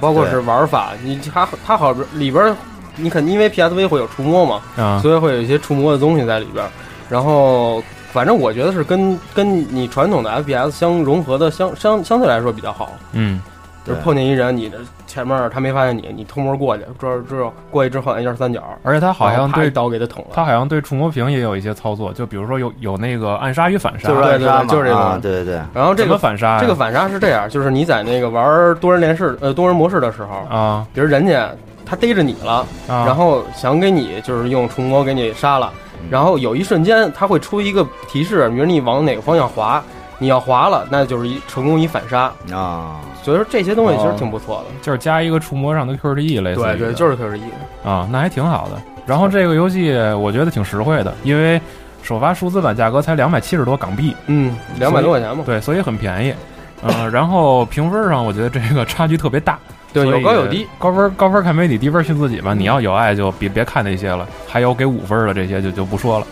[SPEAKER 7] 包括是玩法，你它它好里边儿，你肯因为 PSV 会有触摸嘛，
[SPEAKER 1] 啊，
[SPEAKER 7] 所以会有一些触摸的东西在里边儿。然后反正我觉得是跟跟你传统的 FPS 相融合的相相相对来说比较好。
[SPEAKER 1] 嗯，
[SPEAKER 7] 就是碰见一人，你的前面他没发现你，你偷摸过去，之之后过去之后摁一下三角，
[SPEAKER 1] 而且它好
[SPEAKER 7] 然
[SPEAKER 1] 像
[SPEAKER 7] 后啪
[SPEAKER 1] 对
[SPEAKER 7] 一刀给他捅了。
[SPEAKER 1] 它好像对触摸屏也有一些操作，就比如说有有那个暗杀与反杀，
[SPEAKER 5] 就是
[SPEAKER 7] 对
[SPEAKER 5] 暗
[SPEAKER 7] 对
[SPEAKER 5] 杀嘛，
[SPEAKER 7] 对就是这种
[SPEAKER 5] 啊对对对，
[SPEAKER 7] 然后这
[SPEAKER 1] 怎么
[SPEAKER 7] 个
[SPEAKER 1] 反杀呀？
[SPEAKER 7] 这个反杀是这样，就是你在那个玩多人连式呃多人模式的时候，
[SPEAKER 1] 啊
[SPEAKER 7] 比如人家他逮着你了，
[SPEAKER 1] 啊，
[SPEAKER 7] 然后想给你就是用触摸给你杀了，然后有一瞬间他会出一个提示，比如你往哪个方向滑，你要滑了，那就是一成功一反杀。
[SPEAKER 5] 啊，
[SPEAKER 7] 所以说这些东西其实挺不错的。
[SPEAKER 1] 就是加一个触摸上的 QTE 类似于的，
[SPEAKER 7] 嗯对对，就是就是一个
[SPEAKER 1] 啊，那还挺好的。然后这个游戏我觉得挺实惠的，因为首发数字版价格才两百七十多港币，
[SPEAKER 7] 嗯，两百多块钱嘛，
[SPEAKER 1] 对，所以很便宜。嗯、 然后评分上我觉得这个差距特别大，
[SPEAKER 7] 对，
[SPEAKER 1] 所
[SPEAKER 7] 有
[SPEAKER 1] 以
[SPEAKER 7] 高有低。，
[SPEAKER 1] 高分高分看媒体，低分信自己吧。你要有爱就别别看那些了，还有给五分的这些就就不说了。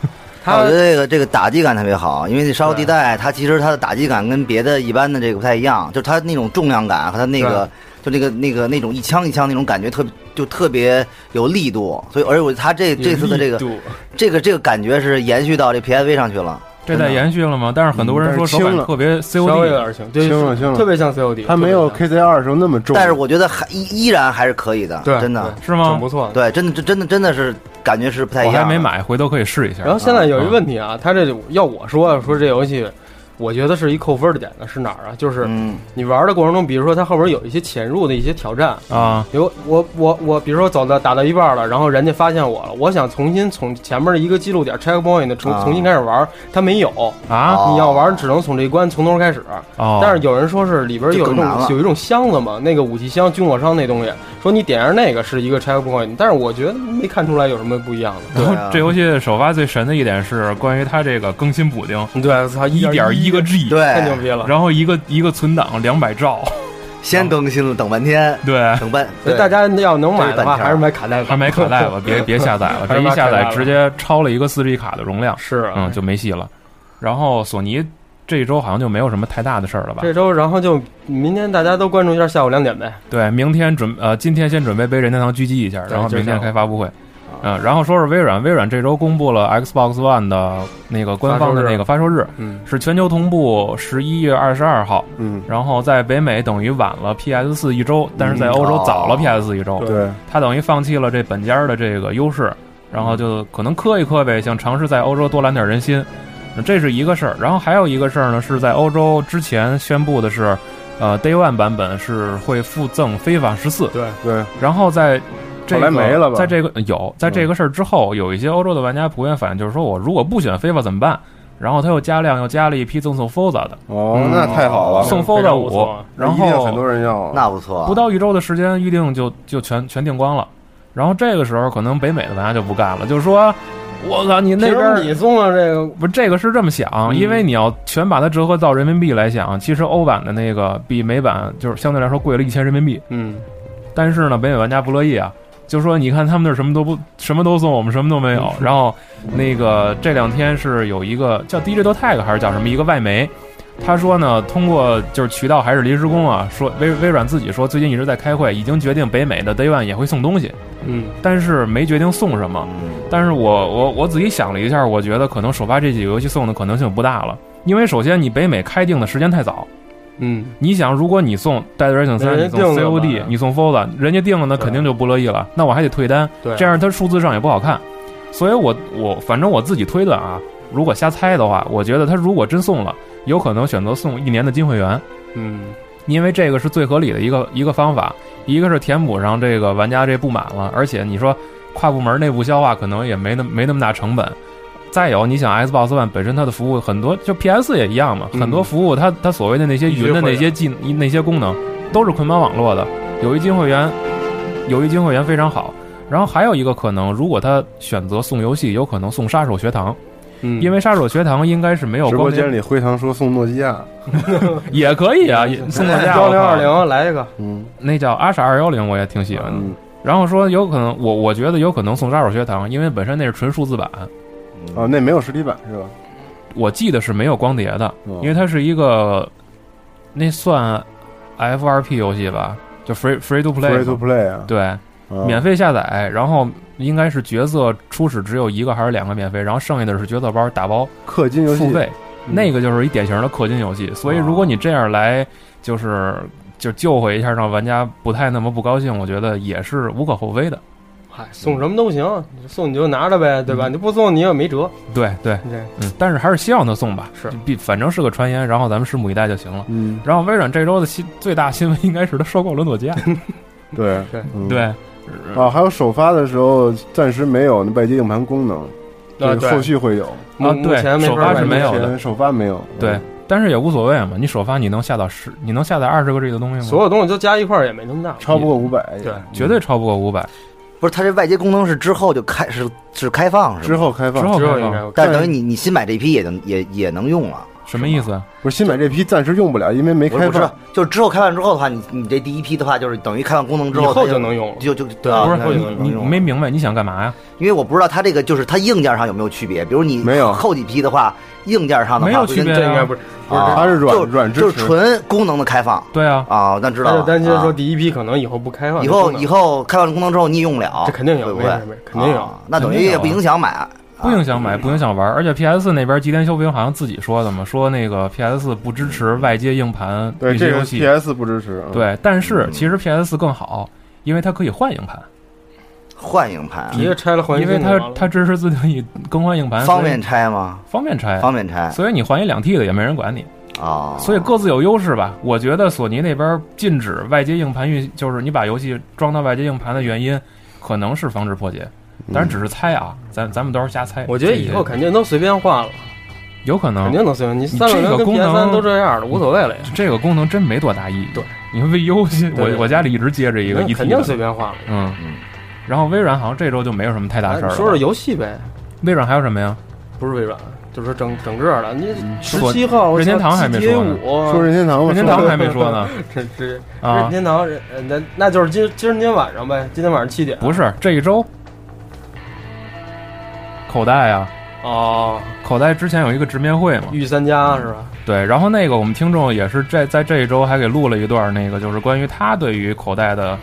[SPEAKER 5] 我
[SPEAKER 7] 他
[SPEAKER 5] 觉得这个这个打击感特别好，因为那沙漠地带它其实它的打击感跟别的一般的这个不太一样，就是它那种重量感和它那个就那个那个那种一枪一枪那种感觉特别就特别有力度，所以而且我它这这次的这个
[SPEAKER 7] 有力度
[SPEAKER 5] 这个这个感觉是延续到这 PSV 上去了，
[SPEAKER 1] 这代延续了吗？但是很多人说手
[SPEAKER 3] 嗯但是
[SPEAKER 1] 感
[SPEAKER 3] 轻了
[SPEAKER 1] 特别
[SPEAKER 7] 稍微有
[SPEAKER 1] COD，
[SPEAKER 7] 点轻，对，
[SPEAKER 3] 轻了轻了
[SPEAKER 7] 特别像 COD，
[SPEAKER 3] 它没有
[SPEAKER 7] 特别像
[SPEAKER 3] KZ 二时候那么重，
[SPEAKER 5] 但是我觉得还依依然还是可以的，
[SPEAKER 7] 对，
[SPEAKER 5] 真的，
[SPEAKER 7] 对
[SPEAKER 1] 是吗
[SPEAKER 7] 挺不错的。
[SPEAKER 5] 对，真的，这真的真的是感觉是不太一
[SPEAKER 1] 我
[SPEAKER 5] 样。啊
[SPEAKER 1] 还没，买，回头可以试一下
[SPEAKER 7] 然。后现在有一个问题啊，他这要我说说这游戏，我觉得是一扣分的点呢，是哪儿啊？就是
[SPEAKER 5] 嗯，
[SPEAKER 7] 你玩的过程中，比如说它后边有一些潜入的一些挑战，
[SPEAKER 1] 啊，
[SPEAKER 7] 有我我我，比如说走到打到一半了，然后人家发现我了，我想重新从前面的一个记录点 checkpoint 重
[SPEAKER 5] 啊
[SPEAKER 7] 重新开始玩，它没有。
[SPEAKER 1] 啊
[SPEAKER 5] 哦
[SPEAKER 7] 你要玩，只能从这一关从头开始。
[SPEAKER 1] 哦，
[SPEAKER 7] 但是有人说是里边
[SPEAKER 5] 就
[SPEAKER 7] 有
[SPEAKER 5] 更
[SPEAKER 7] 一
[SPEAKER 5] 难了
[SPEAKER 7] 种有一种箱子嘛，那个武器箱、军火商那东西，说你点上那个是一个 checkpoint，但是我觉得没看出来有什么不一样的。
[SPEAKER 1] 然
[SPEAKER 5] 对啊
[SPEAKER 1] 后这游戏首发最神的一点是关于它这个更新补丁，
[SPEAKER 7] 对，操，
[SPEAKER 1] 啊一点一个 G，，
[SPEAKER 7] 太牛
[SPEAKER 5] 对，
[SPEAKER 7] 逼了！
[SPEAKER 1] 然后一个一个存档两百兆，
[SPEAKER 5] 先更新了，等半天，
[SPEAKER 1] 对，
[SPEAKER 5] 等半，
[SPEAKER 7] 所以大家要能买的
[SPEAKER 5] 这是半
[SPEAKER 7] 话，
[SPEAKER 5] 条
[SPEAKER 7] 还是买卡带吧。
[SPEAKER 1] 还买卡带吧， 别别下载了，这
[SPEAKER 7] 还是
[SPEAKER 1] 一
[SPEAKER 7] 买
[SPEAKER 1] 下
[SPEAKER 7] 卡带
[SPEAKER 1] 载
[SPEAKER 7] 吧
[SPEAKER 1] 直接超了一个四 G 卡的容量，
[SPEAKER 7] 是啊，
[SPEAKER 1] 嗯，就没戏了。然后索尼这一周好像就没有什么太大的事儿了吧？
[SPEAKER 7] 这周然后就明天大家都关注一下下午两点呗。
[SPEAKER 1] 对，明天准呃，今天先准备被任天堂狙击一下，
[SPEAKER 7] 对
[SPEAKER 1] 然后
[SPEAKER 7] 就
[SPEAKER 1] 明
[SPEAKER 7] 这
[SPEAKER 1] 天
[SPEAKER 7] 样
[SPEAKER 1] 开发布会。嗯，然后说是微软，微软这周公布了 Xbox One 的那个官方的那个发售日，
[SPEAKER 7] 嗯，
[SPEAKER 1] 是全球同步十一月二十二号，
[SPEAKER 3] 嗯，
[SPEAKER 1] 然后在北美等于晚了 PS 四一周，但是在
[SPEAKER 3] 嗯
[SPEAKER 1] 欧洲早了
[SPEAKER 5] 哦
[SPEAKER 1] PS 四一周，
[SPEAKER 3] 对，
[SPEAKER 1] 它等于放弃了这本家的这个优势，然后就可能磕一磕呗，想尝试在欧洲多揽点人心，嗯这是一个事儿。然后还有一个事儿呢，是在欧洲之前宣布的是，呃，Day One 版本是会附赠《非法十四》，
[SPEAKER 7] 对，
[SPEAKER 3] 对，
[SPEAKER 1] 然后在这个
[SPEAKER 3] 后来没了吧嗯
[SPEAKER 1] 在这个呃有在这个事儿之后，有一些欧洲的玩家普遍反映，就是说我如果不选 FIFA 怎么办？然后他又加量，又加了一批赠送 FOZA 的，
[SPEAKER 3] 哦，那太好了，
[SPEAKER 1] 送
[SPEAKER 7] 非常
[SPEAKER 1] FOZA
[SPEAKER 7] 不错
[SPEAKER 1] 五
[SPEAKER 7] 啊，
[SPEAKER 1] 然
[SPEAKER 3] 一定很
[SPEAKER 1] 后
[SPEAKER 3] 多人要，啊
[SPEAKER 5] 那不错，
[SPEAKER 1] 不到一周的时间预定就就全全订光了。然后这个时候可能北美的玩家就不干了，就是说，我靠，你那
[SPEAKER 7] 那
[SPEAKER 1] 边
[SPEAKER 7] 边
[SPEAKER 1] 儿
[SPEAKER 7] 你送了这个，
[SPEAKER 1] 不是这个是这么想，因为你要全把它折合到人民币来想，其实欧版的那个比美版就是相对来说贵了一千人民币，
[SPEAKER 7] 嗯，
[SPEAKER 1] 但是呢，北美玩家不乐意啊，就说你看他们那儿什么都不什么都送，我们什么都没有。然后那个这两天是有一个叫 DJ Tag 还是叫什么一个外媒，他说呢，通过就是渠道还是临时工啊，说微微软自己说最近一直在开会，已经决定北美的 Day One 也会送东西，
[SPEAKER 7] 嗯，
[SPEAKER 1] 但是没决定送什么。
[SPEAKER 5] 嗯
[SPEAKER 1] 但是我我我仔细想了一下，我觉得可能首发这几个游戏送的可能性不大了，因为首先你北美开定的时间太早，
[SPEAKER 7] 嗯，
[SPEAKER 1] 你想，如果你送《Dead Rising 三》，你
[SPEAKER 7] 人家
[SPEAKER 1] 送
[SPEAKER 7] 定了吧
[SPEAKER 1] COD，你送 FOLA，人家定了，那
[SPEAKER 7] 对
[SPEAKER 1] 肯定就不乐意了。那我还得退单，
[SPEAKER 7] 对，
[SPEAKER 1] 这样它数字上也不好看。所以我我反正我自己推断啊，如果瞎猜的话，我觉得他如果真送了，有可能选择送一年的金会员，
[SPEAKER 7] 嗯，
[SPEAKER 1] 因为这个是最合理的一个一个方法。一个是填补上这个玩家这不满了，而且你说跨部门内部消化可能也没那没那么大成本。再有，你想 Xbox One 本身它的服务很多，就 PS 也一样嘛，
[SPEAKER 7] 嗯
[SPEAKER 1] 很多服务它它所谓的那些云的那些技那些功能都是捆绑网络的。有一金会员，有一金会员非常好。然后还有一个可能，如果他选择送游戏，有可能送《杀手学堂》，
[SPEAKER 7] 嗯，
[SPEAKER 1] 因为《杀手学堂》应该是没有
[SPEAKER 3] 直播
[SPEAKER 1] 光碟
[SPEAKER 3] 间，里辉堂说送诺基亚，
[SPEAKER 1] 也可以 啊，也送大家
[SPEAKER 7] 幺零二零来一个，
[SPEAKER 3] 嗯，
[SPEAKER 1] 那叫阿傻二幺零，我也挺喜欢的。
[SPEAKER 3] 嗯
[SPEAKER 1] 然后说有可能，我我觉得有可能送《杀手学堂》，因为本身那是纯数字版，
[SPEAKER 5] 嗯
[SPEAKER 3] 啊，那没有实体版是吧？
[SPEAKER 1] 我记得是没有光碟的，
[SPEAKER 3] 嗯
[SPEAKER 1] 因为它是一个那算 FRP 游戏吧，就 free free to play，
[SPEAKER 3] Free to
[SPEAKER 1] 嘛
[SPEAKER 3] play 啊，
[SPEAKER 1] 对，
[SPEAKER 3] 啊
[SPEAKER 1] 免费下载，然后应该是角色初始只有一个还是两个免费，然后剩下的是角色包打包
[SPEAKER 3] 氪金游戏
[SPEAKER 1] 付费，
[SPEAKER 3] 嗯哦
[SPEAKER 1] 那个就是一典型的氪金游戏。所以如果你这样来，就是就救回一下，让玩家不太那么不高兴，我觉得也是无可厚非的。
[SPEAKER 7] 嗨，送什么都行，你送你就拿着呗，对
[SPEAKER 1] 嗯
[SPEAKER 7] 吧？你不送你也没辙，
[SPEAKER 1] 对对，
[SPEAKER 7] 你这
[SPEAKER 1] 嗯，但是还是希望他送吧，
[SPEAKER 7] 是
[SPEAKER 1] 毕反正是个传言，然后咱们拭目以待就行了。
[SPEAKER 3] 嗯，
[SPEAKER 1] 然后微软这周的新最大新闻应该是他收购了诺基亚，
[SPEAKER 3] 对
[SPEAKER 7] 对
[SPEAKER 3] 嗯
[SPEAKER 1] 对，
[SPEAKER 3] 啊，还有首发的时候暂时没有那外接硬盘功能，
[SPEAKER 7] 啊
[SPEAKER 3] 这个
[SPEAKER 7] 对
[SPEAKER 3] 后续会有，
[SPEAKER 7] 目
[SPEAKER 1] 对
[SPEAKER 7] 目前没
[SPEAKER 1] 首
[SPEAKER 7] 法
[SPEAKER 1] 发
[SPEAKER 7] 买
[SPEAKER 1] 是没有的
[SPEAKER 3] 目前首发没有，
[SPEAKER 1] 对，但是也无所谓嘛，你首发你能下到十，你能下载二十个 G 的东西
[SPEAKER 7] 所
[SPEAKER 1] 吗？
[SPEAKER 7] 有东西都加一块儿也没那么大，
[SPEAKER 3] 超不过五百，嗯
[SPEAKER 7] 对
[SPEAKER 1] 绝对超不过五百，
[SPEAKER 5] 不是它这外接功能是之后就开是是开放是
[SPEAKER 3] 之
[SPEAKER 5] 吗？
[SPEAKER 3] 后开放
[SPEAKER 1] 之后
[SPEAKER 7] 之后
[SPEAKER 1] 开放
[SPEAKER 7] 应该有
[SPEAKER 5] 但是等于你你新买这批也能也也能用了，
[SPEAKER 1] 什么意思？
[SPEAKER 3] 不是新买这批暂时用不了，因为没
[SPEAKER 5] 不是
[SPEAKER 3] 开
[SPEAKER 5] 不是
[SPEAKER 3] 放，，
[SPEAKER 5] 就是之后开放之后的话，你你这第一批的话就是等于开放功能之
[SPEAKER 7] 以
[SPEAKER 5] 后它
[SPEAKER 7] 后就能用了。
[SPEAKER 5] 就就对
[SPEAKER 1] 不
[SPEAKER 5] 啊，
[SPEAKER 1] 是
[SPEAKER 5] 就
[SPEAKER 1] 你你
[SPEAKER 5] 用了
[SPEAKER 1] 没明白你想干嘛呀？
[SPEAKER 5] 因为我不知道它这个就是它硬件上有没有区别，比如你
[SPEAKER 3] 没有
[SPEAKER 5] 后几批的话，硬件上的话
[SPEAKER 1] 没有
[SPEAKER 5] 就跟
[SPEAKER 1] 区别
[SPEAKER 7] 这
[SPEAKER 1] 呀
[SPEAKER 7] 应该不是，
[SPEAKER 5] 啊
[SPEAKER 3] 它是软
[SPEAKER 5] 就
[SPEAKER 3] 软支
[SPEAKER 5] 就
[SPEAKER 3] 持
[SPEAKER 5] 是纯功能的开放
[SPEAKER 1] 对啊，
[SPEAKER 5] 啊，那知
[SPEAKER 7] 他
[SPEAKER 5] 道
[SPEAKER 7] 就
[SPEAKER 5] 了。
[SPEAKER 7] 担心说
[SPEAKER 5] 啊
[SPEAKER 7] 第一批可能以后不开放，
[SPEAKER 5] 以后
[SPEAKER 7] 就不能
[SPEAKER 5] 以后开放功能之后你也用不了，
[SPEAKER 7] 这肯定有
[SPEAKER 5] 会不会啊
[SPEAKER 7] 没事没事肯定有
[SPEAKER 5] 啊那等于也不影响买
[SPEAKER 1] 不影响买，不影响玩，而且 PS 那边吉田修平好像自己说的嘛，说那个 PS 不支持外接硬盘
[SPEAKER 3] 对
[SPEAKER 1] 那些
[SPEAKER 3] 这
[SPEAKER 1] 游
[SPEAKER 3] 个
[SPEAKER 1] 戏，
[SPEAKER 3] PS 不支持，啊，
[SPEAKER 1] 对，但
[SPEAKER 7] 嗯
[SPEAKER 1] 是其实 PS 更好，因为它可以换硬盘，
[SPEAKER 5] 换硬盘
[SPEAKER 7] 直接拆了换一
[SPEAKER 1] 因为
[SPEAKER 7] 新的
[SPEAKER 1] 它
[SPEAKER 7] 完了
[SPEAKER 1] 它支持自定义更换硬盘，
[SPEAKER 5] 方
[SPEAKER 1] 所以
[SPEAKER 5] 便拆吗？
[SPEAKER 1] 方便拆，
[SPEAKER 5] 方便拆
[SPEAKER 1] 所以你换一两 T 的也没人管你，
[SPEAKER 5] 啊，
[SPEAKER 1] 所以各自有优势吧。我觉得索尼那边禁止外接硬盘运，就是你把游戏装到外接硬盘的原因，可能是防止破解，当然只是猜啊，咱咱们都是瞎猜。
[SPEAKER 7] 我觉得以后肯定都随便换了，
[SPEAKER 1] 有可能，
[SPEAKER 7] 肯定能随便。你三六
[SPEAKER 1] 啊这
[SPEAKER 7] 零
[SPEAKER 1] 个
[SPEAKER 7] 跟
[SPEAKER 1] 功
[SPEAKER 7] PS
[SPEAKER 1] 能
[SPEAKER 7] 三都这样了，无所谓了呀。
[SPEAKER 1] 这个功能真没多大意义。
[SPEAKER 7] 对，
[SPEAKER 1] 你看 VU，现
[SPEAKER 7] 对
[SPEAKER 1] 我我家里一直接着一个
[SPEAKER 7] 那
[SPEAKER 1] 一 T
[SPEAKER 7] 肯定
[SPEAKER 1] 的
[SPEAKER 7] 随便换了。
[SPEAKER 1] 嗯。然后微软好像这周就没有什么太大
[SPEAKER 7] 哎
[SPEAKER 1] 事儿
[SPEAKER 7] 你
[SPEAKER 1] 了。
[SPEAKER 7] 说说游戏呗，
[SPEAKER 1] 微软还有什么呀？
[SPEAKER 7] 不是微软，就说整整个的。你十
[SPEAKER 1] 嗯我
[SPEAKER 7] 七号
[SPEAKER 1] 任天堂还没说呢
[SPEAKER 8] 嗯
[SPEAKER 7] 五，
[SPEAKER 3] 说任天堂吧，
[SPEAKER 1] 任天
[SPEAKER 3] 哦说
[SPEAKER 1] 堂还没说呢
[SPEAKER 7] 这这任
[SPEAKER 1] 啊！
[SPEAKER 7] 天堂，任呃那那就是今今天晚上呗，今天晚上七点。
[SPEAKER 1] 不是这一周，口袋啊，
[SPEAKER 7] 哦，
[SPEAKER 1] 口袋之前有一个直面会嘛，
[SPEAKER 7] 御三家是吧？
[SPEAKER 1] 对，然后那个我们听众也是在在这一周还给录了一段那个就是关于他对于口袋的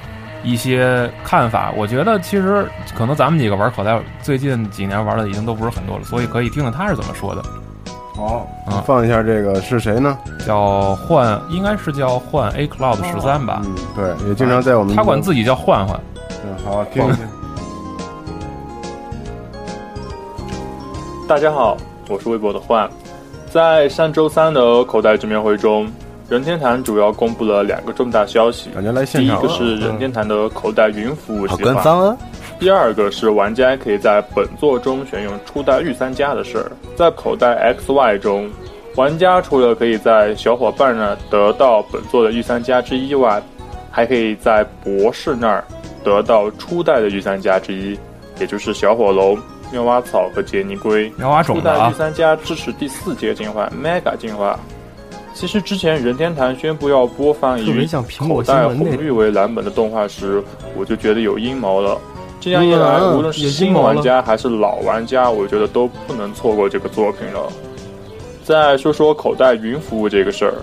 [SPEAKER 1] 一些看法。我觉得其实可能咱们几个玩口袋最近几年玩的已经都不是很多了，所以可以听听他是怎么说的。
[SPEAKER 3] 好
[SPEAKER 1] 啊，
[SPEAKER 3] 嗯放一下这个是谁呢？
[SPEAKER 1] 叫换，应该是叫换 A Cloud 十三吧。
[SPEAKER 3] 嗯，对，也经常在我们
[SPEAKER 1] 啊他管
[SPEAKER 3] 己，
[SPEAKER 1] 自己叫焕焕，
[SPEAKER 3] 嗯好听一听。
[SPEAKER 8] 大家好，我是微博的焕。在上周三的口袋直面会中，任天堂主要公布了两个重大消息。
[SPEAKER 3] 感觉来
[SPEAKER 8] 第
[SPEAKER 3] 现
[SPEAKER 8] 一
[SPEAKER 3] 场啊
[SPEAKER 8] 个
[SPEAKER 3] 了，嗯
[SPEAKER 8] 是任天堂的口袋云服务
[SPEAKER 5] 好
[SPEAKER 8] 计
[SPEAKER 5] 官
[SPEAKER 8] 划，
[SPEAKER 5] 方啊，
[SPEAKER 8] 第二个是玩家可以在本作中选用初代御三家的事儿。在口袋 XY 中，玩家除了可以在小伙伴那儿得到本作的御三家之一外，还可以在博士那儿得到初代的御三家之一，也就是小火龙、妙蛙草和杰尼龟。
[SPEAKER 1] 苗娃种
[SPEAKER 8] 初
[SPEAKER 1] 子
[SPEAKER 8] 代
[SPEAKER 1] 啊
[SPEAKER 8] 御，三家支持第四阶进化 Mega 进化。其实之前任天堂宣布要播放
[SPEAKER 7] 特别
[SPEAKER 8] 以
[SPEAKER 7] 像苹
[SPEAKER 8] 口
[SPEAKER 7] 果新
[SPEAKER 8] 袋
[SPEAKER 7] 闻
[SPEAKER 8] 红
[SPEAKER 7] 那
[SPEAKER 8] 玉为蓝本的动画时，我就觉得有阴谋了。这样一来，
[SPEAKER 7] 嗯
[SPEAKER 8] 无论是
[SPEAKER 7] 有阴
[SPEAKER 8] 新
[SPEAKER 7] 谋了
[SPEAKER 8] 玩家还是老玩家，我觉得都不能错过这个作品了。再说说口袋云服务这个事儿，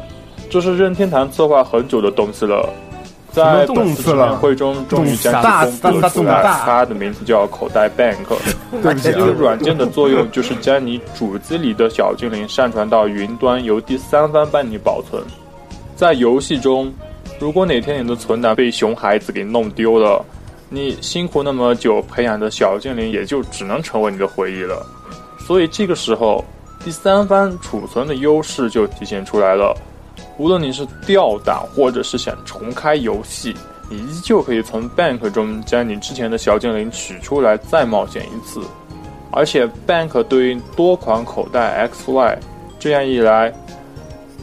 [SPEAKER 8] 这是任天堂策划很久的东西了。在
[SPEAKER 3] 什么动
[SPEAKER 8] 本次
[SPEAKER 3] 词
[SPEAKER 8] 直
[SPEAKER 3] 了
[SPEAKER 8] 面会中，终于将
[SPEAKER 3] 大
[SPEAKER 8] 其公布了出来
[SPEAKER 3] 大大，
[SPEAKER 8] 它的名字叫口袋 Bank。
[SPEAKER 3] 对不起
[SPEAKER 8] 这个
[SPEAKER 3] 啊，
[SPEAKER 8] 软件的作用就是将你主机里的小精灵上传到云端，由第三方帮你保存。在游戏中，如果哪天你的存档被熊孩子给弄丢了，你辛苦那么久培养的小精灵也就只能成为你的回忆了。所以这个时候，第三方储存的优势就体现出来了。无论你是调档或者是想重开游戏，你依旧可以从 Bank 中将你之前的小精灵取出来再冒险一次。而且 Bank 对应多款口袋 XY，这样一来，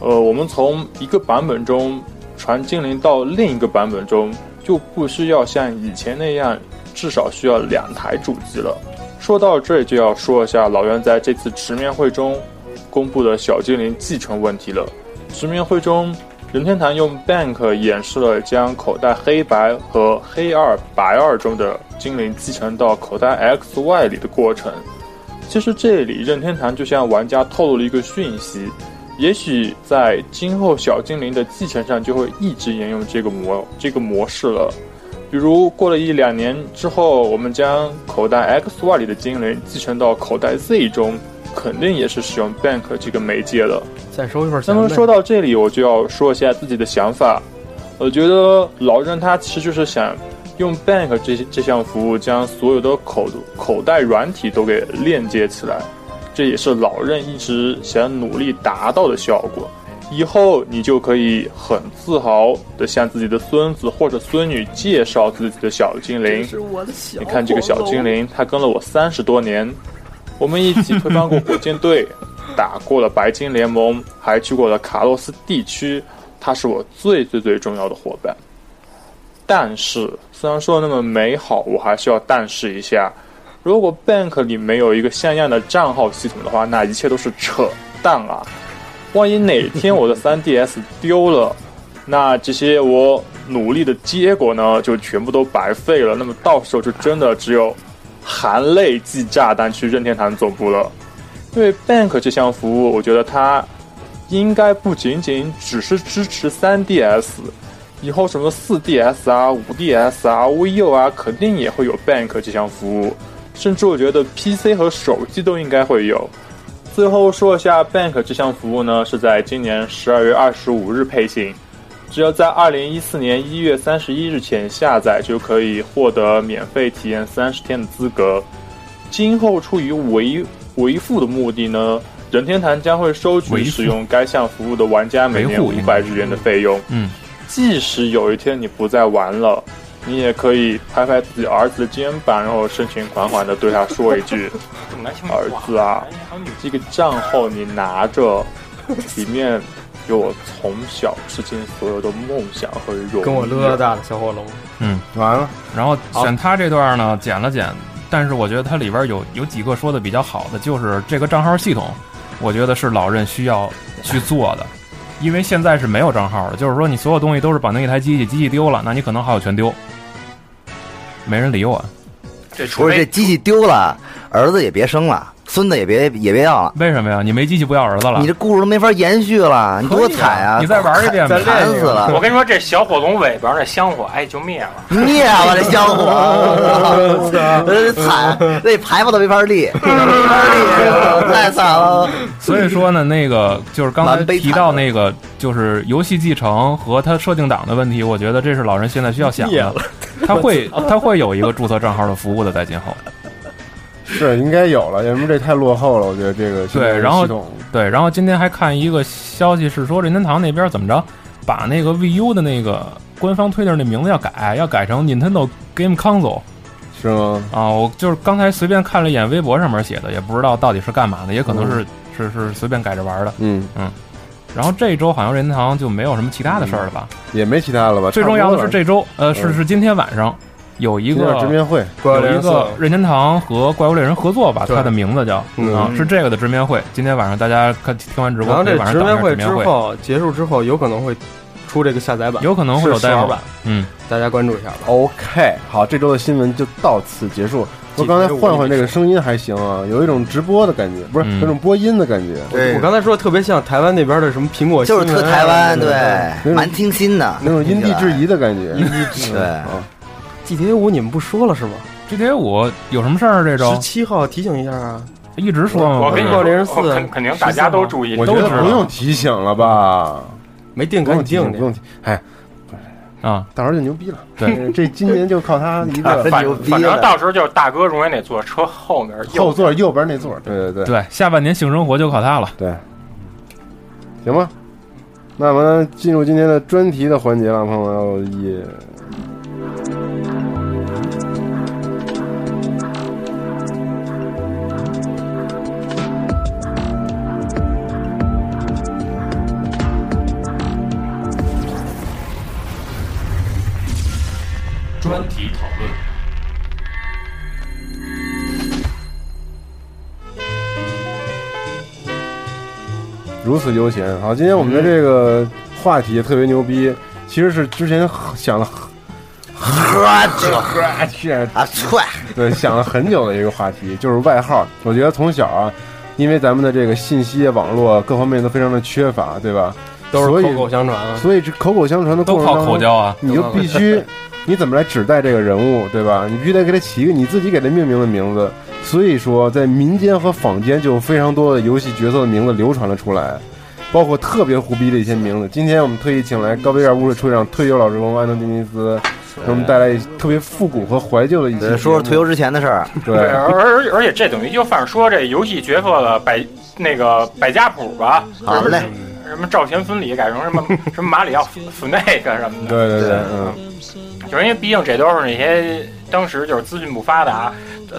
[SPEAKER 8] 呃，我们从一个版本中传精灵到另一个版本中，就不需要像以前那样至少需要两台主机了。说到这，就要说一下老袁在这次直面会中公布的小精灵继承问题了。直面会中，任天堂用 Bank 演示了将口袋黑白和黑二白二中的精灵继承到口袋 XY 里的过程。其实这里任天堂就向玩家透露了一个讯息，也许在今后小精灵的继承上就会一直沿用这个模这个模式了。比如过了一两年之后，我们将口袋 XY 里的精灵继承到口袋 Z 中，肯定也是使用 Bank 这个媒介了。
[SPEAKER 7] 再收一份钱
[SPEAKER 8] 那
[SPEAKER 7] 呗。
[SPEAKER 8] 么说到这里，我就要说一下自己的想法。我觉得老任他其实就是想用 Bank 这这项服务将所有的口口袋软体都给链接起来，这也是老任一直想努力达到的效果。以后你就可以很自豪地向自己的孙子或者孙女介绍自己的小精灵。你看这个小精灵，它跟了我三十多年，我们一起推翻过火箭队，打过了白金联盟，还去过了卡洛斯地区，他是我最最最重要的伙伴。但是，虽然说那么美好，我还是要但是一下，如果 Bank 里没有一个像样的账号系统的话，那一切都是扯淡啊！万一哪天我的 3DS 丢了，那这些我努力的结果呢，就全部都白费了。那么到时候就真的只有含泪寄炸弹去任天堂总部了。因为 Bank 这项服务，我觉得它应该不仅仅只是支持 3DS，以后什么 4DS 啊、5DS 啊、VU 啊，肯定也会有 Bank 这项服务。甚至我觉得 PC 和手机都应该会有。最后说一下 Bank 这项服务呢，是在今年十二月二十五日配信，只要在二零一四年一月三十一日前下载，就可以获得免费体验三十天的资格。今后出于维维护的目的呢，任天堂将会收
[SPEAKER 1] 维
[SPEAKER 8] 取
[SPEAKER 1] 护
[SPEAKER 8] 使用该项服务的玩家每年
[SPEAKER 1] 维护
[SPEAKER 8] 五
[SPEAKER 1] 应该
[SPEAKER 8] 百日元的费用。
[SPEAKER 1] 嗯，
[SPEAKER 8] 即使有一天你不再玩了，你也可以拍拍自己儿子的肩膀，然后深情款款的对他说一 句
[SPEAKER 4] 怎么来：“听
[SPEAKER 8] 儿子啊，这个账号你拿着，里面有我从小至今所有的梦想和荣耀。”
[SPEAKER 7] 跟我乐大的小火龙，
[SPEAKER 3] 完了，
[SPEAKER 1] 然后选他这段呢，剪了剪，但是我觉得它里边有有几个说的比较好的，就是这个账号系统，我觉得是老任需要去做的，因为现在是没有账号的，就是说你所有东西都是绑定一台机器，机器丢了，那你可能好友全丢，没人理我，
[SPEAKER 4] 这除
[SPEAKER 5] 不是这
[SPEAKER 4] 非
[SPEAKER 5] 机器丢了，儿子也别生了，孙子也别也别要了，
[SPEAKER 1] 为什么呀？你没机器不要儿子了
[SPEAKER 5] 你，这故事都没法延续了，你多惨啊！
[SPEAKER 1] 你再玩一遍呗
[SPEAKER 5] 惨惨死
[SPEAKER 4] 我
[SPEAKER 5] 了，
[SPEAKER 4] 跟你说，这小火龙尾巴那香火，哎，就灭了。
[SPEAKER 5] 灭了这香 火，我操这 惨，这牌坊都没法立，没法立，太惨了。
[SPEAKER 1] 所以说呢，那个就是刚才提到那个，就是游戏继承和它设定档的问题，我觉得这是老人现在需要想
[SPEAKER 7] 灭
[SPEAKER 1] 的
[SPEAKER 7] 了。
[SPEAKER 1] 他会他会有一个注册账号的服务的，在今后。
[SPEAKER 3] 是应该有了，要不然这太落后了，我觉得这个现在的
[SPEAKER 1] 对然后
[SPEAKER 3] 系统
[SPEAKER 1] 对，然后今天还看一个消息是说，任天堂那边怎么着，把那个 VU 的那个官方推特那名字要改，要改成 Nintendo Game Console
[SPEAKER 3] 是吗？
[SPEAKER 1] 啊。我就是刚才随便看了一眼微博上面写的，也不知道到底是干嘛的，也可能是、是是随便改着玩的。
[SPEAKER 3] 嗯，
[SPEAKER 1] 然后这周好像任天堂就没有什么其他的事儿了吧？
[SPEAKER 3] 也没其他了吧？
[SPEAKER 1] 最重要的是
[SPEAKER 3] 差
[SPEAKER 1] 这周，呃，是
[SPEAKER 3] 嗯
[SPEAKER 1] 是今天晚上有一
[SPEAKER 3] 不多了
[SPEAKER 1] 个
[SPEAKER 3] 直面会，
[SPEAKER 7] 怪物猎
[SPEAKER 1] 有一
[SPEAKER 7] 人四
[SPEAKER 1] 个任天堂和怪物猎人合作吧，
[SPEAKER 7] 对
[SPEAKER 1] 它的名字叫
[SPEAKER 3] 嗯
[SPEAKER 1] 啊，是这个的直面会。今天晚上大家看听完直
[SPEAKER 7] 然
[SPEAKER 1] 播，
[SPEAKER 7] 后
[SPEAKER 1] 可以
[SPEAKER 7] 这
[SPEAKER 1] 晚上
[SPEAKER 7] 直
[SPEAKER 1] 等一下
[SPEAKER 7] 面会
[SPEAKER 1] 直
[SPEAKER 7] 之
[SPEAKER 1] 面会，
[SPEAKER 7] 后结束之后，有可能会出这个下载版，
[SPEAKER 1] 有可能会有
[SPEAKER 7] 是
[SPEAKER 1] 代
[SPEAKER 7] 12
[SPEAKER 1] 码
[SPEAKER 7] 版，
[SPEAKER 1] 嗯，
[SPEAKER 7] 大家关注一下吧。
[SPEAKER 3] OK，好，这周的新闻就到此结束。我
[SPEAKER 7] 紧接着
[SPEAKER 3] 刚才换换这个声音还行啊，有一种直播的感觉，不是、
[SPEAKER 1] 嗯
[SPEAKER 3] 有种播音的感觉。
[SPEAKER 5] 对
[SPEAKER 7] 我，刚才说的特别像台湾那边的什么苹果新
[SPEAKER 5] 就
[SPEAKER 7] 闻
[SPEAKER 5] 是
[SPEAKER 7] 啊，
[SPEAKER 5] 特台湾，对
[SPEAKER 3] 对，
[SPEAKER 5] 蛮清新的，
[SPEAKER 3] 那种因地制宜的感觉，嗯啊
[SPEAKER 5] 听起来。对，
[SPEAKER 7] GTA 五你们不说了是吗？
[SPEAKER 1] GTA 五有什么事儿？啊这
[SPEAKER 7] 十
[SPEAKER 1] 周
[SPEAKER 7] 七号提醒一下啊，
[SPEAKER 1] 一直说嘛，
[SPEAKER 4] 我跟你说，
[SPEAKER 7] 怪物猎人四
[SPEAKER 4] 我肯肯定大家都注意，
[SPEAKER 3] 我
[SPEAKER 4] 都
[SPEAKER 3] 觉
[SPEAKER 1] 知
[SPEAKER 3] 得
[SPEAKER 1] 道
[SPEAKER 3] 不用提醒了吧？
[SPEAKER 7] 没定
[SPEAKER 3] 不
[SPEAKER 7] 赶
[SPEAKER 3] 用
[SPEAKER 7] 紧
[SPEAKER 3] 提醒，
[SPEAKER 7] 定定。
[SPEAKER 3] 不用提。哎，
[SPEAKER 1] 啊，
[SPEAKER 3] 到时候就牛逼了。
[SPEAKER 1] 对
[SPEAKER 3] 这，这今年就靠他 一个
[SPEAKER 5] 太
[SPEAKER 4] 反
[SPEAKER 5] 啊牛逼
[SPEAKER 4] 反
[SPEAKER 5] 了
[SPEAKER 4] 正到时候就是大哥永远得坐车后面
[SPEAKER 3] 后
[SPEAKER 4] 右。
[SPEAKER 3] 座右边那座。对对对
[SPEAKER 1] 对，下半年性生活就靠它了。
[SPEAKER 3] 对，行吧。那我们进入今天的专题的环节了，朋友也。
[SPEAKER 6] 专题讨论。
[SPEAKER 3] 如此悠闲。好，今天我们的这个话题也特别牛逼，其实是之前想了很。呵，是，
[SPEAKER 5] 啊，踹，
[SPEAKER 3] 对，想了很久的一个话题，就是外号。我觉得从小啊，因为咱们的这个信息、啊网络各方面都非常的缺乏，对吧？
[SPEAKER 7] 都是
[SPEAKER 3] 所以
[SPEAKER 7] 口口相传啊。
[SPEAKER 3] 所以这口口相传的
[SPEAKER 1] 都
[SPEAKER 3] 过程
[SPEAKER 1] 靠
[SPEAKER 3] 当
[SPEAKER 1] 口
[SPEAKER 3] 中，
[SPEAKER 1] 交啊！
[SPEAKER 3] 你就必须， 你怎么来指代这个人物，对吧？你必须得给他起一个你自己给他命名的名字。所以说，在民间和坊间就有非常多的游戏角色的名字流传了出来，包括特别胡逼的一些名字。今天我们特意请来高碑店乌里处长退休老职工安东尼尼斯，给我们带来一特别复古和怀旧的一些。
[SPEAKER 5] 对，说说退休之前的事儿，
[SPEAKER 4] 对，
[SPEAKER 3] 对，
[SPEAKER 4] 而而而且这等于就反正说这游戏角色的百那个百家谱吧，
[SPEAKER 5] 好嘞，
[SPEAKER 4] 什么赵钱分离改成什么 什么马里奥福那个什么的，
[SPEAKER 3] 对对对，嗯，
[SPEAKER 4] 就是因为毕竟这都是那些当时就是资讯不发达，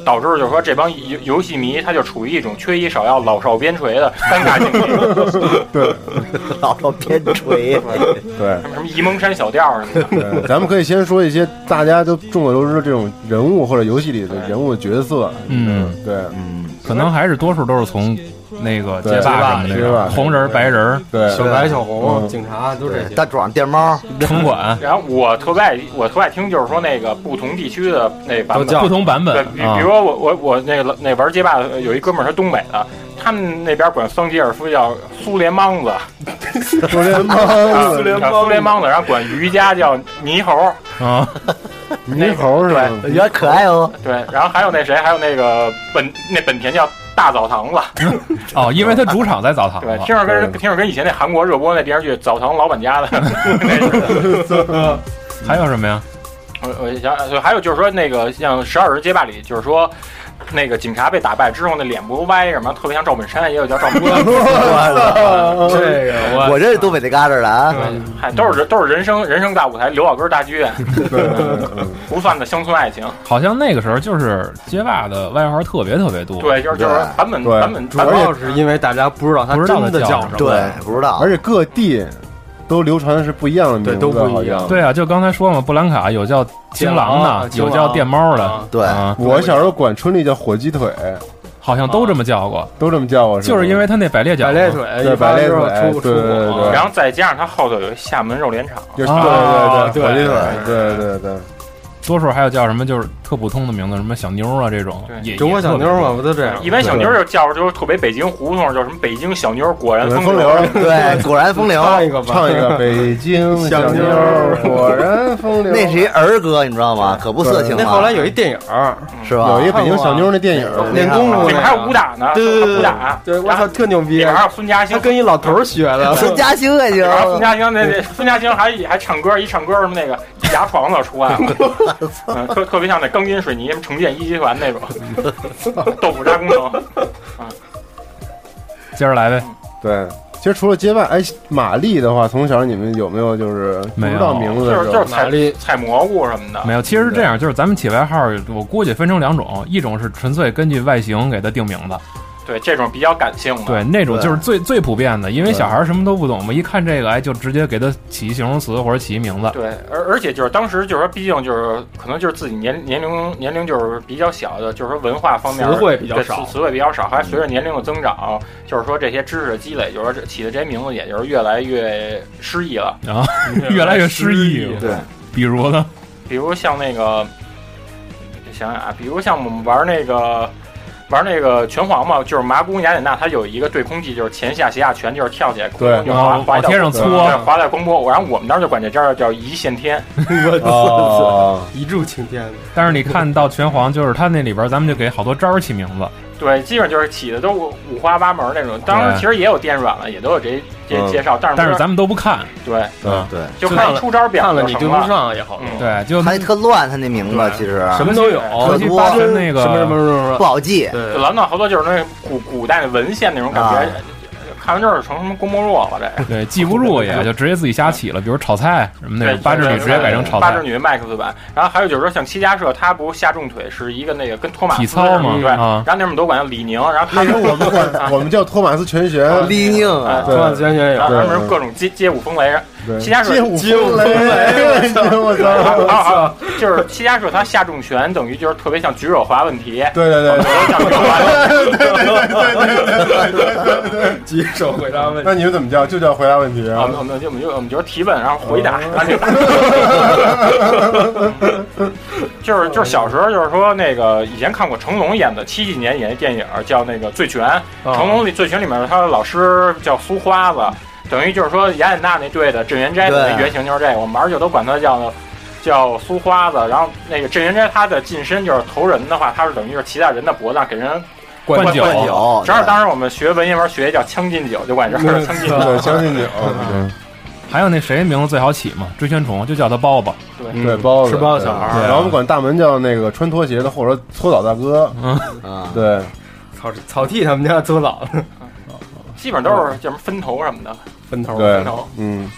[SPEAKER 4] 导致就是说这帮游游戏迷他就处于一种缺医少药、老少边陲的尴尬境地，
[SPEAKER 5] 老少边陲，
[SPEAKER 3] 对。
[SPEAKER 4] 什么什么沂蒙山小调什么的。
[SPEAKER 3] 对咱们可以先说一些大家都众所周知的这种人物或者游戏里的人物角色。
[SPEAKER 1] 嗯，
[SPEAKER 3] 对
[SPEAKER 1] 可能还是多数都是从那个街霸什么
[SPEAKER 3] 对街霸
[SPEAKER 1] 的，红人、白 人、
[SPEAKER 3] 对，
[SPEAKER 7] 小白、小红、啊
[SPEAKER 3] 嗯
[SPEAKER 7] 警察都这些。
[SPEAKER 5] 大壮电猫，
[SPEAKER 1] 城管
[SPEAKER 4] 然后我特别爱我特爱听就是说那个不同地区的那版
[SPEAKER 7] 都
[SPEAKER 4] 本，
[SPEAKER 7] 叫
[SPEAKER 1] 不同版本
[SPEAKER 4] 对，比
[SPEAKER 1] 啊
[SPEAKER 4] 比如，说我我我那个那玩街霸的有一哥们儿，他东北的，他们那边管桑吉尔夫叫苏联莽子，
[SPEAKER 3] 苏联帮
[SPEAKER 4] 苏联帮苏联帮的，然后管瑜伽叫猕猴，
[SPEAKER 1] 啊，
[SPEAKER 3] 猕猴是吧？
[SPEAKER 5] 有点可爱哦。
[SPEAKER 4] 对，然后还有那谁，还有那个本那本田叫大澡堂子，
[SPEAKER 1] 哦，因为它主场在澡堂
[SPEAKER 4] 对，
[SPEAKER 1] 嘛
[SPEAKER 4] 听着跟
[SPEAKER 3] 对
[SPEAKER 4] 听着跟以前那韩国热播那电视剧《澡堂老板家》的那个，
[SPEAKER 1] 还有什么呀？
[SPEAKER 4] 我我想想，呃还有就是说那个像《十二人街霸》里，就是说。那个警察被打败之后，那脸不歪着吗？特别像赵本山，也有叫赵本山，
[SPEAKER 1] 这个我
[SPEAKER 5] 我认识东北那旮瘩了啊，
[SPEAKER 4] 嗨，哎都是人都是人生人生大舞台，刘老根儿大剧院，
[SPEAKER 3] 对
[SPEAKER 4] 不算的乡村爱情。
[SPEAKER 1] 好像那个时候就是街霸的外号特别特别多，，
[SPEAKER 4] 对，就是就是
[SPEAKER 5] 对
[SPEAKER 4] 版本
[SPEAKER 3] 对
[SPEAKER 4] 版本
[SPEAKER 7] 主
[SPEAKER 4] 版本
[SPEAKER 7] 要是因为大家不知道它
[SPEAKER 1] 不知道
[SPEAKER 7] 真的
[SPEAKER 1] 它
[SPEAKER 7] 叫
[SPEAKER 1] 叫
[SPEAKER 7] 啊什么，
[SPEAKER 1] 什么
[SPEAKER 5] 对，不知道
[SPEAKER 3] 而。且各地都流传的是不一样的名字，
[SPEAKER 7] 对都不一样
[SPEAKER 3] 好像。
[SPEAKER 1] 对啊，就刚才说嘛，布兰卡有叫金狼的，
[SPEAKER 7] 金
[SPEAKER 1] 有
[SPEAKER 7] 狼
[SPEAKER 1] 叫电猫的
[SPEAKER 7] 啊，
[SPEAKER 5] 对
[SPEAKER 1] 啊
[SPEAKER 3] 我小时候管春丽叫火鸡腿，
[SPEAKER 1] 好像都这么叫过，
[SPEAKER 3] 都这么叫我，
[SPEAKER 1] 就是因为他那百裂脚
[SPEAKER 7] 啊百
[SPEAKER 1] 嘛，
[SPEAKER 7] 裂腿，
[SPEAKER 3] 对
[SPEAKER 7] 一般都是
[SPEAKER 3] 百裂腿
[SPEAKER 7] 出出
[SPEAKER 3] 对对
[SPEAKER 7] 火
[SPEAKER 3] 对
[SPEAKER 4] 然后再加上它后头有一厦门肉联厂，
[SPEAKER 3] 就是
[SPEAKER 1] 啊
[SPEAKER 7] 对
[SPEAKER 3] 对对对，火鸡腿，对对对，
[SPEAKER 1] 多数还有叫什么就是特普通的名字，什么小妞啊这种
[SPEAKER 4] 对，
[SPEAKER 1] 也
[SPEAKER 7] 中国小妞嘛，，不都这样？
[SPEAKER 4] 一般小妞儿就叫着就是特别北京胡同，叫什么北京小妞儿果然
[SPEAKER 3] 对
[SPEAKER 4] 风
[SPEAKER 3] 风流。
[SPEAKER 5] 对，果然风流。
[SPEAKER 7] 唱一个吧，
[SPEAKER 3] 唱一个《北京小妞儿》，果然风流。
[SPEAKER 5] 那是一儿歌，你知道吗？可不色情
[SPEAKER 7] 那
[SPEAKER 5] 了。
[SPEAKER 7] 后来有一电影儿，
[SPEAKER 5] 是吧？
[SPEAKER 3] 有一《北京小妞》那电
[SPEAKER 5] 对
[SPEAKER 3] 影，
[SPEAKER 7] 练功夫
[SPEAKER 4] 里
[SPEAKER 7] 那
[SPEAKER 4] 面
[SPEAKER 7] 个
[SPEAKER 4] 还有武打呢，
[SPEAKER 7] 对对对
[SPEAKER 4] 武
[SPEAKER 7] 对
[SPEAKER 4] 打，啊
[SPEAKER 7] 对，我
[SPEAKER 4] 然
[SPEAKER 7] 操，
[SPEAKER 4] 后
[SPEAKER 7] 特牛逼
[SPEAKER 4] 里！
[SPEAKER 7] 啊
[SPEAKER 4] 面还有孙嘉
[SPEAKER 7] 他
[SPEAKER 4] 欣。
[SPEAKER 7] 跟一老头儿学的，
[SPEAKER 5] 孙嘉啊欣还行，
[SPEAKER 4] 然后孙嘉欣那那孙嘉欣还还唱歌，一唱歌什么那个一牙床子出来了，嗯特特别像那钢筋水泥什么城建一集团那种 豆腐渣工程。
[SPEAKER 1] 接着来呗，
[SPEAKER 3] 对。其实除了街霸，哎，玛丽的话，从小你们有没有就是不知道名字
[SPEAKER 4] 就
[SPEAKER 3] 的
[SPEAKER 4] 是
[SPEAKER 3] 时
[SPEAKER 4] 就是
[SPEAKER 3] 候？
[SPEAKER 7] 玛
[SPEAKER 4] 采
[SPEAKER 7] 丽
[SPEAKER 4] 采蘑菇什么的，
[SPEAKER 1] 没有，其实是这样，就是咱们起外号，我估计分成两种，一种是纯粹根据外形给它定名字，
[SPEAKER 4] 啊对这种比较感性的。
[SPEAKER 1] 对，那种
[SPEAKER 5] 对
[SPEAKER 1] 就是最最普遍的，因为小孩儿什么都不懂嘛，一看这个，哎，就直接给他起一形容词或者起一名字，
[SPEAKER 4] 对，而而且就是当时就是说，毕竟就是可能就是自己年年龄年龄就是比较小的，就是说文化方面
[SPEAKER 7] 词汇比较
[SPEAKER 4] 对
[SPEAKER 7] 少
[SPEAKER 4] 词词汇比较少，还随着年龄的增长，就是说这些知识的积累，就是说这起的这些名字也就是越来越诗意了。
[SPEAKER 1] 啊，越来越诗意。
[SPEAKER 3] 对，
[SPEAKER 1] 比如呢，
[SPEAKER 4] 比如像那个，想想啊，比如像我们玩那个。玩那个拳皇嘛，就是麻姑雅典娜，她有一个对空技，就是前下斜下拳，就是跳起来，
[SPEAKER 3] 对
[SPEAKER 4] 就滑
[SPEAKER 1] 哦往
[SPEAKER 4] 滑一道
[SPEAKER 1] 天上
[SPEAKER 4] 对
[SPEAKER 1] 搓
[SPEAKER 4] 滑在空波。然后我们当时就管这招儿叫一线天，
[SPEAKER 7] 我操，
[SPEAKER 3] 哦，
[SPEAKER 7] 一柱擎天的。
[SPEAKER 1] 但是你看到拳皇，就是他那里边，咱们就给好多招儿起名字，
[SPEAKER 4] 对，基本就是起的都五五花八门那种。当时
[SPEAKER 1] 对
[SPEAKER 4] 其实也有电软了，也都有这这
[SPEAKER 3] 嗯
[SPEAKER 4] 些介绍，但是
[SPEAKER 1] 但是
[SPEAKER 4] 不
[SPEAKER 1] 咱们都不看，
[SPEAKER 4] 对，
[SPEAKER 3] 嗯
[SPEAKER 5] 对，
[SPEAKER 4] 就
[SPEAKER 7] 就
[SPEAKER 4] 看
[SPEAKER 7] 看了
[SPEAKER 4] 出招变
[SPEAKER 7] 看
[SPEAKER 4] 就
[SPEAKER 7] 了你
[SPEAKER 4] 成
[SPEAKER 7] 对不上也好，
[SPEAKER 4] 嗯
[SPEAKER 1] 对，就
[SPEAKER 5] 他那特乱，他那名字
[SPEAKER 7] 对
[SPEAKER 5] 其实
[SPEAKER 7] 什么都有，
[SPEAKER 1] 尤其八神那个
[SPEAKER 7] 什么什么什么什
[SPEAKER 5] 不
[SPEAKER 7] 么，
[SPEAKER 5] 好记。
[SPEAKER 4] 就
[SPEAKER 7] 对，
[SPEAKER 4] 蓝到好多就是那古古代的文献那种感
[SPEAKER 5] 啊
[SPEAKER 4] 觉，看完之后成什么郭沫若了这。
[SPEAKER 1] 对记不住也，就直接自己瞎起了，比如炒菜什么那
[SPEAKER 4] 对，
[SPEAKER 1] 种，八智女直接改成炒
[SPEAKER 4] 八智
[SPEAKER 1] 菜，
[SPEAKER 4] 女 MAX 版，然后还有就是说像七家社，他不是下重腿是一个那个跟托马斯
[SPEAKER 1] 体操嘛
[SPEAKER 4] 似的对，
[SPEAKER 1] 啊
[SPEAKER 4] 然后那们都管叫李宁，然后他
[SPEAKER 3] 那时候
[SPEAKER 4] 们
[SPEAKER 3] 我们管我们叫托马斯全旋，
[SPEAKER 5] 立宁啊，
[SPEAKER 7] 中央全也
[SPEAKER 4] 然后
[SPEAKER 7] 有，
[SPEAKER 4] 呃他们各种街街舞风雷，
[SPEAKER 3] 对
[SPEAKER 4] 七家社
[SPEAKER 3] 街舞风雷，我 操！
[SPEAKER 4] 啊，就是七家社他下重拳等于就是特别像举手滑问题，
[SPEAKER 3] 对对对，
[SPEAKER 4] 我想说完了。
[SPEAKER 7] 举手回答问题。
[SPEAKER 3] 那你们怎么叫？就叫回答问题
[SPEAKER 4] 啊，我
[SPEAKER 3] 啊
[SPEAKER 4] 们？我们就我们就我们就是提问，然后回答，然后就 就是就是小时候就是说那个以前看过成龙演的七几年演的电影叫那个《醉拳》，成龙里《醉拳》里面他的老师叫苏花子，等于就是说雅典娜那队的郑元斋的那
[SPEAKER 5] 对
[SPEAKER 4] 原型就是这个，我们玩儿就都管他叫叫苏花子，然后那个郑元斋他的近身就是投人的话，他是等于就是骑在人的脖子上给人
[SPEAKER 1] 灌
[SPEAKER 4] 灌
[SPEAKER 1] 酒
[SPEAKER 4] 灌
[SPEAKER 5] 酒
[SPEAKER 4] 正好当时我们学文言文学叫将进酒，就管这儿将进酒。
[SPEAKER 3] 对，相信你。嗯
[SPEAKER 1] 还有那谁名字最好起嘛？追圈虫就叫他包包，
[SPEAKER 4] 嗯
[SPEAKER 3] 对，包子
[SPEAKER 7] 吃包子小孩儿
[SPEAKER 3] 对然后我们管大门叫那个穿拖鞋的，或者说搓澡大哥。
[SPEAKER 5] 啊，
[SPEAKER 3] 对，
[SPEAKER 7] 草草剃他们家搓澡了，
[SPEAKER 4] 基本都是叫什么分头什么的，
[SPEAKER 7] 分头
[SPEAKER 3] 对
[SPEAKER 4] 分头，
[SPEAKER 3] 嗯，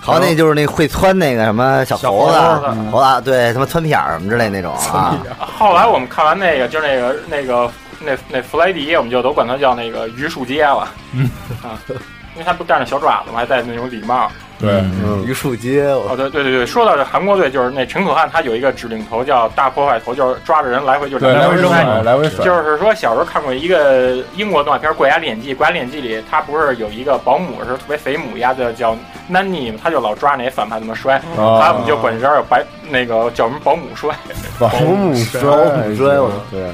[SPEAKER 5] 还有那就是那会窜那个什么小猴
[SPEAKER 4] 小
[SPEAKER 5] 子啊
[SPEAKER 4] 猴子、
[SPEAKER 5] 猴子，对，什么窜屁眼儿什么之类那种啊，
[SPEAKER 4] 后来我们看完那个，就是那个那个那那弗莱迪，我们就都管他叫那个榆树街了。
[SPEAKER 1] 嗯
[SPEAKER 4] 啊，因为他不戴着小爪子嘛，还戴那种礼帽。
[SPEAKER 3] 对，嗯，
[SPEAKER 5] 榆树街，我
[SPEAKER 4] 哦，对对对对，说到这韩国队，就是那陈可汗，他有一个指令头叫大破坏头，就是抓着人来回就
[SPEAKER 3] 对，
[SPEAKER 4] 是
[SPEAKER 3] 来回
[SPEAKER 1] 扔
[SPEAKER 3] 甩，
[SPEAKER 1] 啊
[SPEAKER 3] 来回甩，
[SPEAKER 4] 就是说，小时候看过一个英国动画片《怪鸭脸记》，《怪鸭脸记》里他不是有一个保姆是特别肥母鸭子叫 Nanny 吗？他就老抓那些反派怎么摔，
[SPEAKER 3] 哦
[SPEAKER 4] 他们就管这儿有白那个叫什么保姆摔。
[SPEAKER 3] 保姆摔，保姆
[SPEAKER 5] 摔我操
[SPEAKER 3] 对，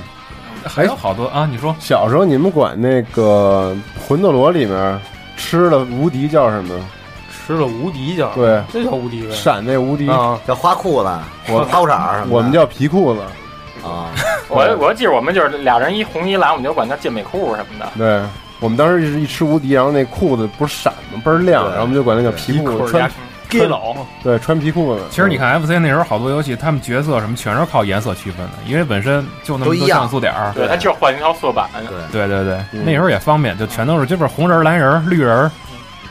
[SPEAKER 1] 还有好多啊，你说
[SPEAKER 3] 小时候你们管那个《魂斗罗》里面吃了无敌叫什么？
[SPEAKER 7] 吃了无敌叫，
[SPEAKER 3] 对，
[SPEAKER 7] 这叫无敌呗。
[SPEAKER 3] 闪那无敌，
[SPEAKER 7] 啊，
[SPEAKER 5] 叫花裤子、
[SPEAKER 3] 我
[SPEAKER 5] 抛衩什么的。
[SPEAKER 3] 我们叫皮裤子。
[SPEAKER 5] 啊，
[SPEAKER 4] 我我记得我们就是俩人一红一蓝，我们就管它健美裤什么的。
[SPEAKER 3] 对，我们当时是一吃无敌，然后那裤子不是闪吗？倍儿亮，
[SPEAKER 5] 对
[SPEAKER 3] 然后我们就管那叫皮裤，穿
[SPEAKER 1] 给老。
[SPEAKER 3] 对穿皮裤子。
[SPEAKER 1] 其实你看 FC 那时候好多游戏，他们角色什么全是靠颜色区分的，因为本身就那
[SPEAKER 5] 都
[SPEAKER 1] 么
[SPEAKER 5] 一
[SPEAKER 1] 多
[SPEAKER 5] 样
[SPEAKER 1] 像素点儿。
[SPEAKER 4] 对，它就是换一条色板，
[SPEAKER 1] 对对对，
[SPEAKER 3] 嗯
[SPEAKER 1] 那时候也方便，就全都是就是红人儿、蓝人儿、绿人儿。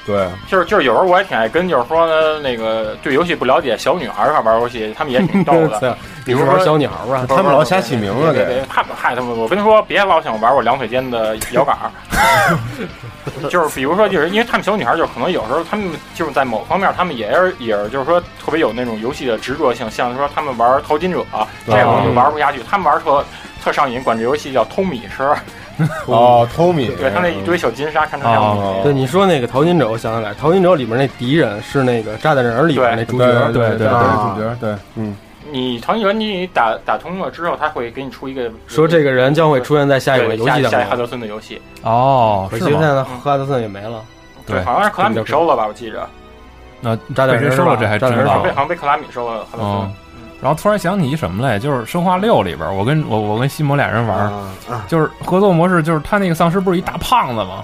[SPEAKER 3] 对，
[SPEAKER 4] 就是就是有时候我也挺爱跟，就是说呢那个对游戏不了解小女孩儿一块玩游戏，他们也挺逗的。
[SPEAKER 7] 对你是玩小鸟啊吧？
[SPEAKER 3] 他们老瞎起名字
[SPEAKER 4] 对对
[SPEAKER 3] 给
[SPEAKER 4] 对，怕不害他们？我跟你说，别老想玩我两腿间的摇杆儿。就是比如说，就是因为他们小女孩，就可能有时候他们就是在某方面，他们也是也是就是说特别有那种游戏的执着性，像说他们玩淘金者、这样我就玩不下去，他们玩特特上瘾，管这游戏叫偷米吃，
[SPEAKER 3] 哦，Tommy，
[SPEAKER 4] 对他那一堆小金沙看成像米。
[SPEAKER 1] 哦，
[SPEAKER 7] 对你说那个淘金者，我想起来，淘金者里面那敌人是那个炸弹人儿里面那主角，
[SPEAKER 3] 对
[SPEAKER 1] 对
[SPEAKER 3] 对，
[SPEAKER 7] 啊
[SPEAKER 3] 主角对， 嗯，
[SPEAKER 4] 你淘金者你打打通了之后，他会给你出一个
[SPEAKER 7] 说这个人将会出现在下一
[SPEAKER 4] 对
[SPEAKER 7] 款游
[SPEAKER 4] 下
[SPEAKER 7] 戏
[SPEAKER 4] 下一
[SPEAKER 7] 当
[SPEAKER 4] 哈
[SPEAKER 7] 中。
[SPEAKER 4] 德森的游戏，
[SPEAKER 1] 哦，
[SPEAKER 7] 可惜
[SPEAKER 1] 是
[SPEAKER 7] 现
[SPEAKER 3] 啊
[SPEAKER 1] 吗？
[SPEAKER 7] 在哈德森也没了，
[SPEAKER 1] 对
[SPEAKER 4] 好像是克拉米收了吧，我记着，
[SPEAKER 3] 嗯
[SPEAKER 1] 那
[SPEAKER 7] 炸弹
[SPEAKER 1] 被
[SPEAKER 7] 人
[SPEAKER 1] 谁
[SPEAKER 7] 嗯是
[SPEAKER 1] 收了
[SPEAKER 7] 吧
[SPEAKER 1] 这还
[SPEAKER 7] 炸
[SPEAKER 1] 真
[SPEAKER 7] 弹人
[SPEAKER 1] 忘
[SPEAKER 4] 被好
[SPEAKER 1] 了。
[SPEAKER 4] 像被克拉米收了哈德森。
[SPEAKER 1] 嗯，然后突然想起一什么来，就是《生化六》里边儿，我跟我我跟西摩俩人玩儿，
[SPEAKER 5] 啊，
[SPEAKER 1] 就是合作模式，就是他那个丧尸不是一大胖子吗？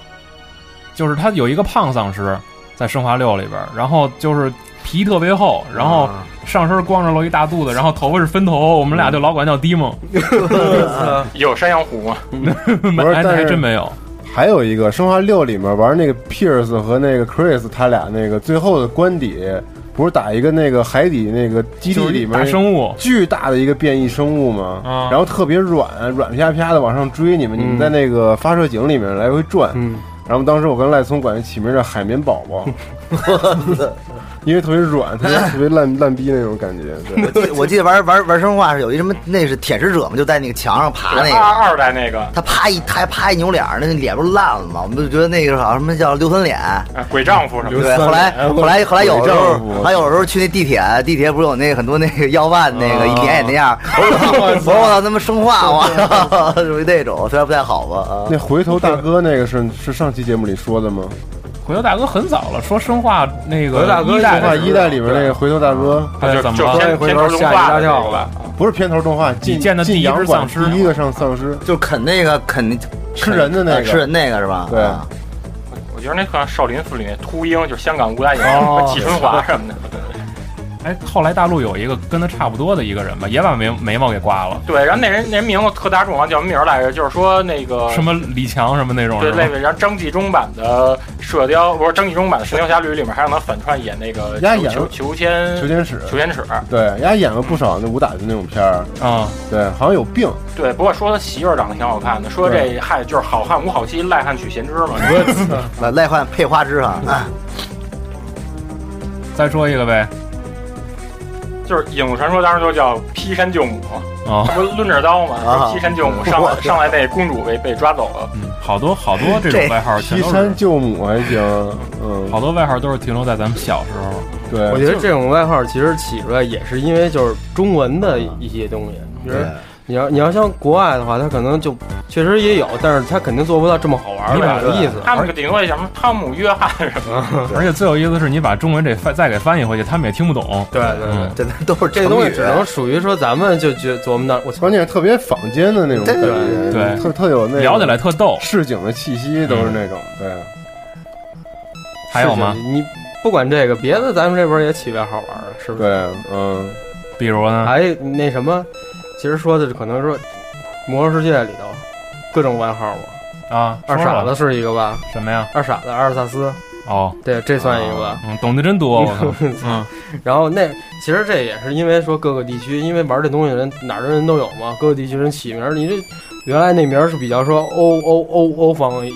[SPEAKER 1] 就是他有一个胖丧尸在《生化六》里边儿，然后就是皮特别厚，然后
[SPEAKER 3] 啊
[SPEAKER 1] 上身光着露一大肚子，然后头发是分头，我们俩就老管叫迪蒙。
[SPEAKER 4] 有山羊湖吗？
[SPEAKER 1] 没哎那
[SPEAKER 3] 是但
[SPEAKER 1] 还
[SPEAKER 3] 是
[SPEAKER 1] 真没有。
[SPEAKER 3] 还有一个《生化六》里面玩那个 Pierce 和那个 Chris，他俩那个最后的关底，不是打一个那个海底那个基地
[SPEAKER 1] 就是
[SPEAKER 3] 里
[SPEAKER 1] 一
[SPEAKER 3] 面
[SPEAKER 1] 大
[SPEAKER 3] 那个
[SPEAKER 1] 生物，
[SPEAKER 3] 巨大的一个变异生物嘛，
[SPEAKER 1] 嗯
[SPEAKER 3] 然后特别软，软啪啪的往上追你们，你们在那个发射井里面来回转。
[SPEAKER 7] 嗯，
[SPEAKER 3] 然后当时我跟赖聪管它起名叫海绵宝宝，因为特别软，特别特别烂烂逼那种感觉。 对，
[SPEAKER 5] 记我记得玩玩玩生化是有一什么，那是舔食者嘛，就在那个墙上爬 那
[SPEAKER 4] 二
[SPEAKER 5] 个，
[SPEAKER 4] 二代那个
[SPEAKER 5] 他啪一他啪一扭脸儿，那脸不是烂了吗？我们就觉得那个好像什么叫硫酸脸。
[SPEAKER 4] 啊鬼丈夫什么的。
[SPEAKER 5] 对，后
[SPEAKER 1] 哎
[SPEAKER 5] 来后来后来有时
[SPEAKER 3] 哎鬼
[SPEAKER 5] 候
[SPEAKER 3] 丈夫，
[SPEAKER 5] 后来有时候去那地铁，地铁不是有那个很多那个要饭那个，一脸也那样，我说我说我操他妈生化我， 属于那种，虽然不太好吧啊。
[SPEAKER 3] 那回头大哥那个是是上期节目里说的吗？
[SPEAKER 1] 回头大哥很早了，说生化那
[SPEAKER 7] 回
[SPEAKER 1] 个
[SPEAKER 7] 头大哥
[SPEAKER 1] 一
[SPEAKER 3] 动
[SPEAKER 1] 代
[SPEAKER 3] 画
[SPEAKER 1] 的时候
[SPEAKER 3] 一代里面那个回头大哥，
[SPEAKER 1] 哎
[SPEAKER 4] 就
[SPEAKER 1] 怎么
[SPEAKER 4] 就
[SPEAKER 1] 了？
[SPEAKER 4] 先
[SPEAKER 7] 回
[SPEAKER 4] 先
[SPEAKER 7] 头
[SPEAKER 4] 头吓
[SPEAKER 7] 吓一大跳
[SPEAKER 4] 吧。
[SPEAKER 3] 不是片头动画，进
[SPEAKER 1] 见的第
[SPEAKER 3] 进
[SPEAKER 1] 一只
[SPEAKER 3] 洋馆
[SPEAKER 1] 丧尸
[SPEAKER 3] 第一个上丧尸
[SPEAKER 5] 就啃那个啃
[SPEAKER 3] 吃人的那
[SPEAKER 5] 呃
[SPEAKER 3] 个，
[SPEAKER 5] 吃人那个是吧？
[SPEAKER 3] 对
[SPEAKER 5] 啊
[SPEAKER 4] 我觉得那像少林寺里那秃鹰，就是香港武打演
[SPEAKER 1] 哦
[SPEAKER 4] 员 季春华什么的。
[SPEAKER 1] 哎，后来大陆有一个跟他差不多的一个人吧，也把眉眉毛给刮了，
[SPEAKER 4] 对，然后那人那人名字特大众，好像叫什么名儿来着？就是说那个
[SPEAKER 1] 什么李强什么那种
[SPEAKER 4] 啊对
[SPEAKER 1] 是
[SPEAKER 4] 类
[SPEAKER 1] 吧？
[SPEAKER 4] 似，然后张纪中版的《射雕》，不是张纪中版的《神雕侠侣》里面还让他反串演那个
[SPEAKER 3] 呀
[SPEAKER 4] 裘
[SPEAKER 3] 演
[SPEAKER 4] 裘
[SPEAKER 3] 了
[SPEAKER 4] 裘千
[SPEAKER 3] 求天使。
[SPEAKER 4] 裘千尺。
[SPEAKER 3] 对，人家演了不少那武打的那种片儿，
[SPEAKER 1] 啊，
[SPEAKER 3] 对，好像有病，
[SPEAKER 4] 对，不过说他媳妇儿长得挺好看的，说这嗨就是好汉无好妻，赖汉娶贤妻嘛。
[SPEAKER 5] 那赖换配花枝
[SPEAKER 3] 嗯
[SPEAKER 5] 哈，啊
[SPEAKER 1] 再说一个呗。
[SPEAKER 4] 就是《影子传说》当时就叫劈山救母，
[SPEAKER 7] 哦
[SPEAKER 1] 啊
[SPEAKER 4] 他，不抡着刀嘛，
[SPEAKER 5] 啊
[SPEAKER 4] 说劈山救母上来上来被公主被被抓走了。
[SPEAKER 1] 嗯，好多好多这种
[SPEAKER 5] 这
[SPEAKER 1] 外号
[SPEAKER 3] 劈
[SPEAKER 1] 全都
[SPEAKER 3] 山
[SPEAKER 1] 是，
[SPEAKER 3] 救母还 行，嗯，
[SPEAKER 1] 好多外号都是停留在咱们小时候。
[SPEAKER 3] 对，
[SPEAKER 7] 我觉得这种外号其实起出来也是因为就是中文的一些东西，比如
[SPEAKER 5] 对
[SPEAKER 7] 你要你要像国外的话，他可能就确实也有，但是他肯定做不到这么好玩儿
[SPEAKER 1] 你把
[SPEAKER 7] 的有意思。
[SPEAKER 4] 他们顶多什么汤姆约翰什么
[SPEAKER 1] 而且最有意思的是，你把中文这翻再给翻译回去，他们也听不懂。
[SPEAKER 7] 对对对
[SPEAKER 1] 嗯，
[SPEAKER 5] 这都是
[SPEAKER 7] 这东
[SPEAKER 5] 成
[SPEAKER 7] 西
[SPEAKER 5] 语啊
[SPEAKER 7] 只能属于说咱们就觉琢磨到我操
[SPEAKER 3] 关键是特别坊间的那种感觉，
[SPEAKER 5] 对
[SPEAKER 1] 对
[SPEAKER 3] 特特有那种
[SPEAKER 1] 聊起来特逗。
[SPEAKER 3] 市井的气息，都是那种，
[SPEAKER 1] 嗯
[SPEAKER 3] 对，
[SPEAKER 1] 还有吗
[SPEAKER 7] 是？你不管这个，别的咱们这边儿也起外好玩儿的，是不是？
[SPEAKER 3] 对，嗯，
[SPEAKER 1] 比如呢？
[SPEAKER 7] 还那什么，其实说的可能说《魔兽世界》里头各种外号嘛，
[SPEAKER 1] 啊，
[SPEAKER 7] 二
[SPEAKER 1] 说
[SPEAKER 7] 傻
[SPEAKER 1] 说
[SPEAKER 7] 子是一个吧，
[SPEAKER 1] 什么呀？
[SPEAKER 7] 二傻子、阿尔萨斯，
[SPEAKER 1] 哦，
[SPEAKER 7] 对，这算一个吧。
[SPEAKER 1] 嗯，懂得真多。我靠嗯，
[SPEAKER 7] 然后那其实这也是因为说各个地区，因为玩这东西的人哪儿的人都有嘛，各个地区人起名儿，你这原来那名儿是比较说欧欧欧欧方一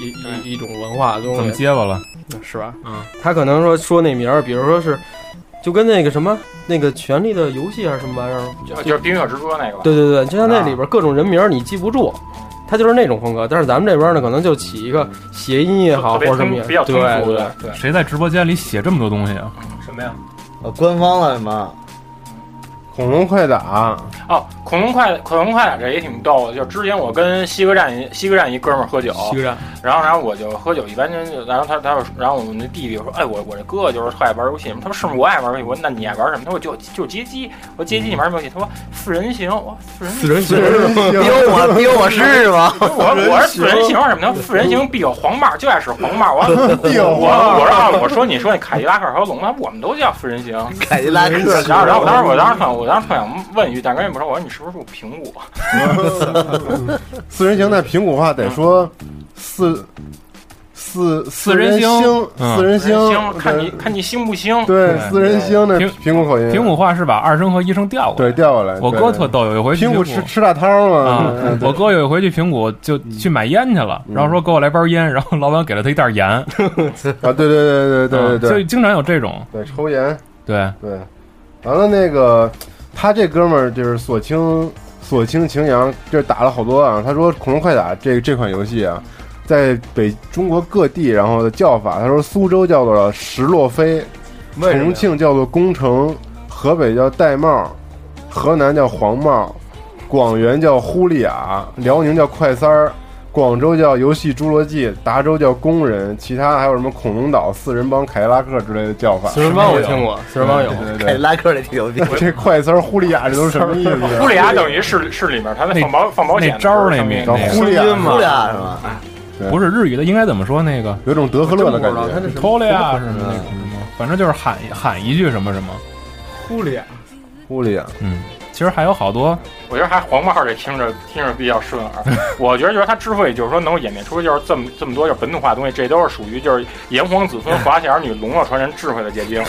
[SPEAKER 7] 一一种文化的东西，
[SPEAKER 1] 怎么结巴了？
[SPEAKER 7] 是吧？
[SPEAKER 1] 嗯，
[SPEAKER 7] 他可能说说那名儿，比如说是，就跟那个什么那个《权力的游戏》还是啊什么玩意儿，
[SPEAKER 4] 的，就是冰雪之歌那个吧。
[SPEAKER 7] 对对对，就像那里边各种人名儿你记不住，他就是那种风格。但是咱们这边呢，可能就起一个谐音也好，
[SPEAKER 4] 特
[SPEAKER 7] 或
[SPEAKER 4] 别
[SPEAKER 7] 者什么
[SPEAKER 4] 通
[SPEAKER 7] 也
[SPEAKER 4] 比较通
[SPEAKER 7] 对
[SPEAKER 4] 俗
[SPEAKER 7] 对
[SPEAKER 4] 的，，对
[SPEAKER 1] 谁在直播间里写这么多东西啊？
[SPEAKER 4] 什么呀？
[SPEAKER 5] 呃官方了什么？
[SPEAKER 3] 恐龙快打，
[SPEAKER 4] 哦，恐龙快恐龙快打这也挺逗的，就之前我跟西客站一西客站一哥们儿喝酒，
[SPEAKER 7] 西站
[SPEAKER 4] 然后然后我就喝酒，一般就然后他他就然后我们那弟弟就说，哎我我这哥哥就是特爱玩游戏，他说是不是我爱玩游戏？我说那你爱玩什么？他说就就街机，我说街机你玩什么游戏？他说四人行，我说四人行。
[SPEAKER 7] 人形
[SPEAKER 5] 逼 我逼我试试 吗？
[SPEAKER 4] 我我是四人形什么的，四人形必有黄帽，就爱使黄帽。我我我说啊，我说你说那凯迪拉克和龙猫，我们都叫四人 形。
[SPEAKER 5] 凯迪拉克
[SPEAKER 4] 然后然后我当时我当时特我当时特想问一句，大哥也不说，我说你是不是不评我？
[SPEAKER 3] 四人行那平谷话得说四四四人星，
[SPEAKER 1] 嗯
[SPEAKER 3] 四人星
[SPEAKER 4] 行，，看
[SPEAKER 3] 对
[SPEAKER 4] 你看你兴不兴？
[SPEAKER 3] 对
[SPEAKER 1] 对
[SPEAKER 3] 四人星那
[SPEAKER 1] 平
[SPEAKER 3] 平谷口音，
[SPEAKER 1] 平谷话是把二声和一声调过来。
[SPEAKER 3] 啊对调过来。
[SPEAKER 1] 我
[SPEAKER 3] 对
[SPEAKER 1] 哥特逗，有一回去
[SPEAKER 3] 平谷
[SPEAKER 1] 平
[SPEAKER 3] 吃
[SPEAKER 1] 谷
[SPEAKER 3] 吃大汤嘛
[SPEAKER 1] 啊，
[SPEAKER 3] 嗯，对嗯
[SPEAKER 1] 我哥有一回去平谷就去买烟去了，然后说给我来包烟，然后老板给了他一袋盐，啊
[SPEAKER 3] 啊，对对对对对对
[SPEAKER 1] 嗯所以
[SPEAKER 3] 对
[SPEAKER 1] 经常有这种，
[SPEAKER 3] 对，抽烟，
[SPEAKER 1] 对，
[SPEAKER 3] 对，完了那个他这哥们儿就是索清索清晴阳，就是打了好多啊。他说《恐龙快打》这这款游戏啊，在北中国各地然后的叫法，他说苏州叫做石洛飞，重庆叫做工程，河北叫玳瑁，河南叫黄帽，广元叫呼利雅，辽宁叫快三儿。广州叫游戏侏罗纪，达州叫工人，其他还有什么恐龙岛、四人帮、凯迪拉克之类的叫法。
[SPEAKER 7] 四人帮我听过，四人帮有
[SPEAKER 3] 对对对
[SPEAKER 5] 凯迪拉克这挺牛逼。
[SPEAKER 3] 这快词儿呼利亚这都是什么意思？啊
[SPEAKER 4] 布里亚等于是是里面他在放保放保险的时候
[SPEAKER 1] 那招儿那
[SPEAKER 4] 上面
[SPEAKER 1] 那
[SPEAKER 3] 呼利
[SPEAKER 7] 声音
[SPEAKER 3] 亚
[SPEAKER 7] 嘛
[SPEAKER 5] 对啊，是吧？
[SPEAKER 1] 不是日语的应该怎么说那个
[SPEAKER 3] 有种德克勒的感
[SPEAKER 7] 他
[SPEAKER 3] 觉。
[SPEAKER 7] 这是
[SPEAKER 1] 偷了
[SPEAKER 3] 啊
[SPEAKER 1] 呀什么那个什么，反正就是喊喊一句什么什么，
[SPEAKER 7] 秃脸，
[SPEAKER 3] 呼利亚，
[SPEAKER 1] 嗯，其实还有好多，
[SPEAKER 4] 我觉得还黄帽这听着听着比较顺 耳。我觉得就是他之所以就是说能够演变出就是这么这么多就是本土化的东西，这都是属于就是炎黄子孙、华夏儿女、龙耀传人智慧的结晶。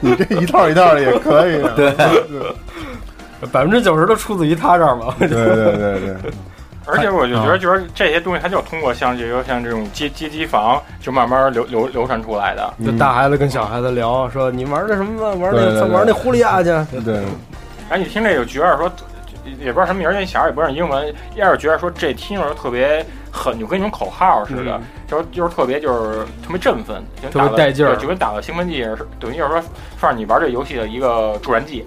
[SPEAKER 3] 你这一套一套的也可以啊。对
[SPEAKER 7] 百分之九十都出自于他这儿嘛。
[SPEAKER 3] 对对对对，
[SPEAKER 4] 而且我就觉
[SPEAKER 1] 啊
[SPEAKER 4] 得，就是这些东西，它就通过像这个像这种街街机房，就慢慢流流流传出来的。
[SPEAKER 7] 就大孩子跟小孩子聊，说你玩那什么吧，玩
[SPEAKER 3] 对对
[SPEAKER 7] 那
[SPEAKER 3] 对
[SPEAKER 7] 玩那狐狸啊亚去。
[SPEAKER 3] 对，
[SPEAKER 4] 哎，你听这个觉得说，也不知道什么名儿，因为小孩也不认识英文，要是觉得说这听着特别狠，就跟一种口号似的，就是就是特别就是特别振奋，就
[SPEAKER 7] 嗯特别
[SPEAKER 4] 打了
[SPEAKER 7] 带劲儿
[SPEAKER 4] 对就跟打了兴奋剂似的，等于就是说，算是你玩这游戏的一个助燃剂。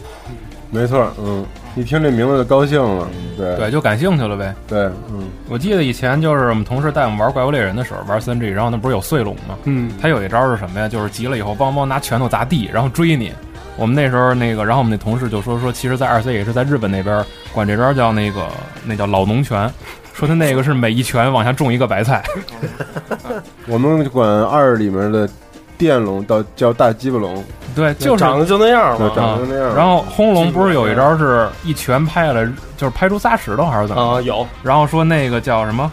[SPEAKER 3] 没错，嗯，一听这名字就高兴了。对
[SPEAKER 1] 对，就感兴趣了呗。
[SPEAKER 3] 对，嗯，
[SPEAKER 1] 我记得以前就是我们同事带我们玩怪物猎人的时候，玩三 G，然后那不是有碎龙吗？
[SPEAKER 7] 嗯，
[SPEAKER 1] 他有一招是什么呀？就是急了以后，梆梆拿拳头砸地，然后追你。我们那时候那个，然后我们那同事就说说，其实，在二 C 也是在日本那边管这招叫那个那叫老农拳，说他那个是每一拳往下种一个白菜。
[SPEAKER 3] 我们管二里面的电龙到叫大鸡巴龙，
[SPEAKER 1] 对，就是。
[SPEAKER 7] 长得就那样
[SPEAKER 3] 对，
[SPEAKER 7] 嘛。
[SPEAKER 3] 长成那样。
[SPEAKER 1] 啊然后轰龙不是有一招是一拳拍了，就是拍出仨石头还是怎么着？
[SPEAKER 7] 啊，有
[SPEAKER 1] 然后说那个叫什么，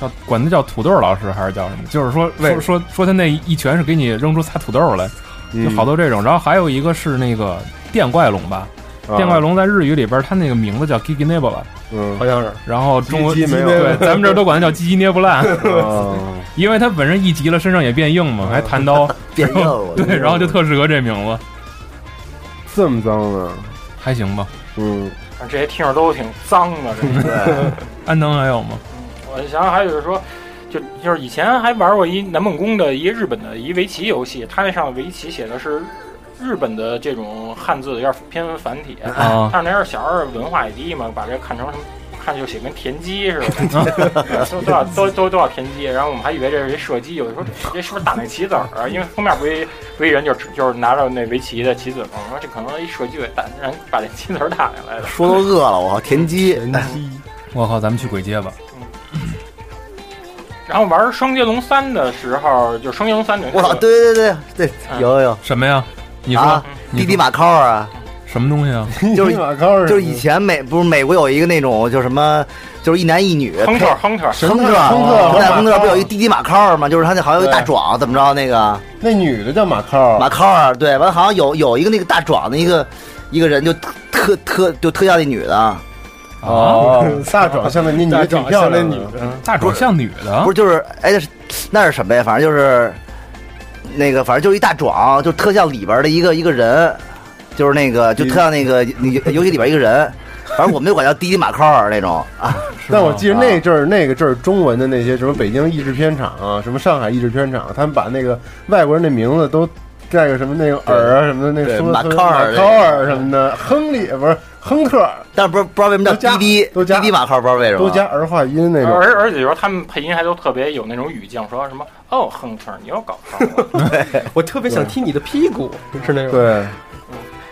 [SPEAKER 1] 叫管他叫土豆老师还是叫什么？就是说
[SPEAKER 7] 为
[SPEAKER 1] 说说说他那一拳是给你扔出仨土豆来，
[SPEAKER 3] 嗯
[SPEAKER 1] 就好多这种。然后还有一个是那个电怪龙吧，
[SPEAKER 3] 多
[SPEAKER 1] 电怪，龙在日语里边它那个名字叫 Gigi n e b l a
[SPEAKER 3] 嗯
[SPEAKER 7] 好，像是。
[SPEAKER 1] 然后中文
[SPEAKER 3] 鸡鸡没有
[SPEAKER 1] 对，咱们这儿都管它叫鸡鸡捏不烂，
[SPEAKER 3] 啊
[SPEAKER 1] 因为它本身一急了身上也变硬嘛，还弹 刀，
[SPEAKER 5] 变硬了，
[SPEAKER 1] 对，然后就特适合这名字，
[SPEAKER 3] 这么脏呢？
[SPEAKER 1] 还行吧。
[SPEAKER 3] 嗯，
[SPEAKER 4] 这些听着都挺脏的， 这个。
[SPEAKER 1] 安能还有吗？
[SPEAKER 4] 我想想还有就是说，就就是以前还玩过一南梦宫的一日本的一围棋游戏，它那上围棋写的是日本的这种汉字，有点偏繁体。
[SPEAKER 1] 啊，
[SPEAKER 4] 但是那是小孩儿文化也低嘛，把这看成什么？看就写跟田鸡似的，都都要都都都要田鸡，然后我们还以为这是一射击，有的时候这是不是打那棋子儿啊？因为封面不一不一人就是就是拿着那围棋的棋子嘛，我说这可能一射击给打，然后把这棋子儿打下来的。
[SPEAKER 5] 说都饿了，我靠，田 鸡，嗯
[SPEAKER 1] 我靠，咱们去鬼街吧。
[SPEAKER 4] 然后玩双截龙三的时候，就双截龙三等于
[SPEAKER 5] 我操，对对对
[SPEAKER 3] 嗯
[SPEAKER 5] 对，有有
[SPEAKER 1] 什么呀？你说、
[SPEAKER 5] 啊，
[SPEAKER 1] 你
[SPEAKER 5] 滴
[SPEAKER 1] 说
[SPEAKER 5] 滴马靠啊，
[SPEAKER 1] 什么东西 啊？
[SPEAKER 5] 就是
[SPEAKER 3] 马高
[SPEAKER 5] 就是以前美不是美国有一个那种就什么，就是一男一女
[SPEAKER 4] 亨特亨特，
[SPEAKER 5] 亨特，
[SPEAKER 3] 亨特哦
[SPEAKER 5] 在亨特不有一滴滴马靠儿吗？就是他那好像有一大壮，怎么着那个
[SPEAKER 3] 那女的叫马靠，
[SPEAKER 5] 马靠儿，对，完了好像有有一个那个大壮的一个一个人就特特特就特像那女的，
[SPEAKER 1] 啊，
[SPEAKER 3] 哦，大壮像那那女的挺漂亮的，
[SPEAKER 1] 大壮像女
[SPEAKER 3] 啊
[SPEAKER 1] 的，
[SPEAKER 5] 不是就是哎那是那是什么呀？反正就是那个反正就是一大壮，就特像里边的一个一个人，就是那个就特像那个
[SPEAKER 3] 嗯
[SPEAKER 5] 你游戏里边一个 人，反正我们就管叫滴滴马靠儿那种啊，
[SPEAKER 1] 是吗
[SPEAKER 3] 但我记得那阵儿，那个阵儿中文的那些什么北京译制片厂啊、什么上海译制片厂，他们把那个外国人的名字都盖个什么那个耳啊什么的，那
[SPEAKER 5] 对
[SPEAKER 3] 个说
[SPEAKER 5] 马
[SPEAKER 3] 说
[SPEAKER 5] 卡尔
[SPEAKER 3] 马卡尔什么的，亨利不是亨特尔
[SPEAKER 5] 但是不知不知道为什么
[SPEAKER 3] 都加
[SPEAKER 5] 叫滴滴
[SPEAKER 3] 都加
[SPEAKER 5] 滴滴马号，不知道为什么
[SPEAKER 3] 都加儿化音那种。
[SPEAKER 4] 而而且有时候他们配音还都特别有那种语境，说什么哦，亨特，你又搞错了，
[SPEAKER 7] 我特别想踢你的屁股，是那种。
[SPEAKER 3] 对，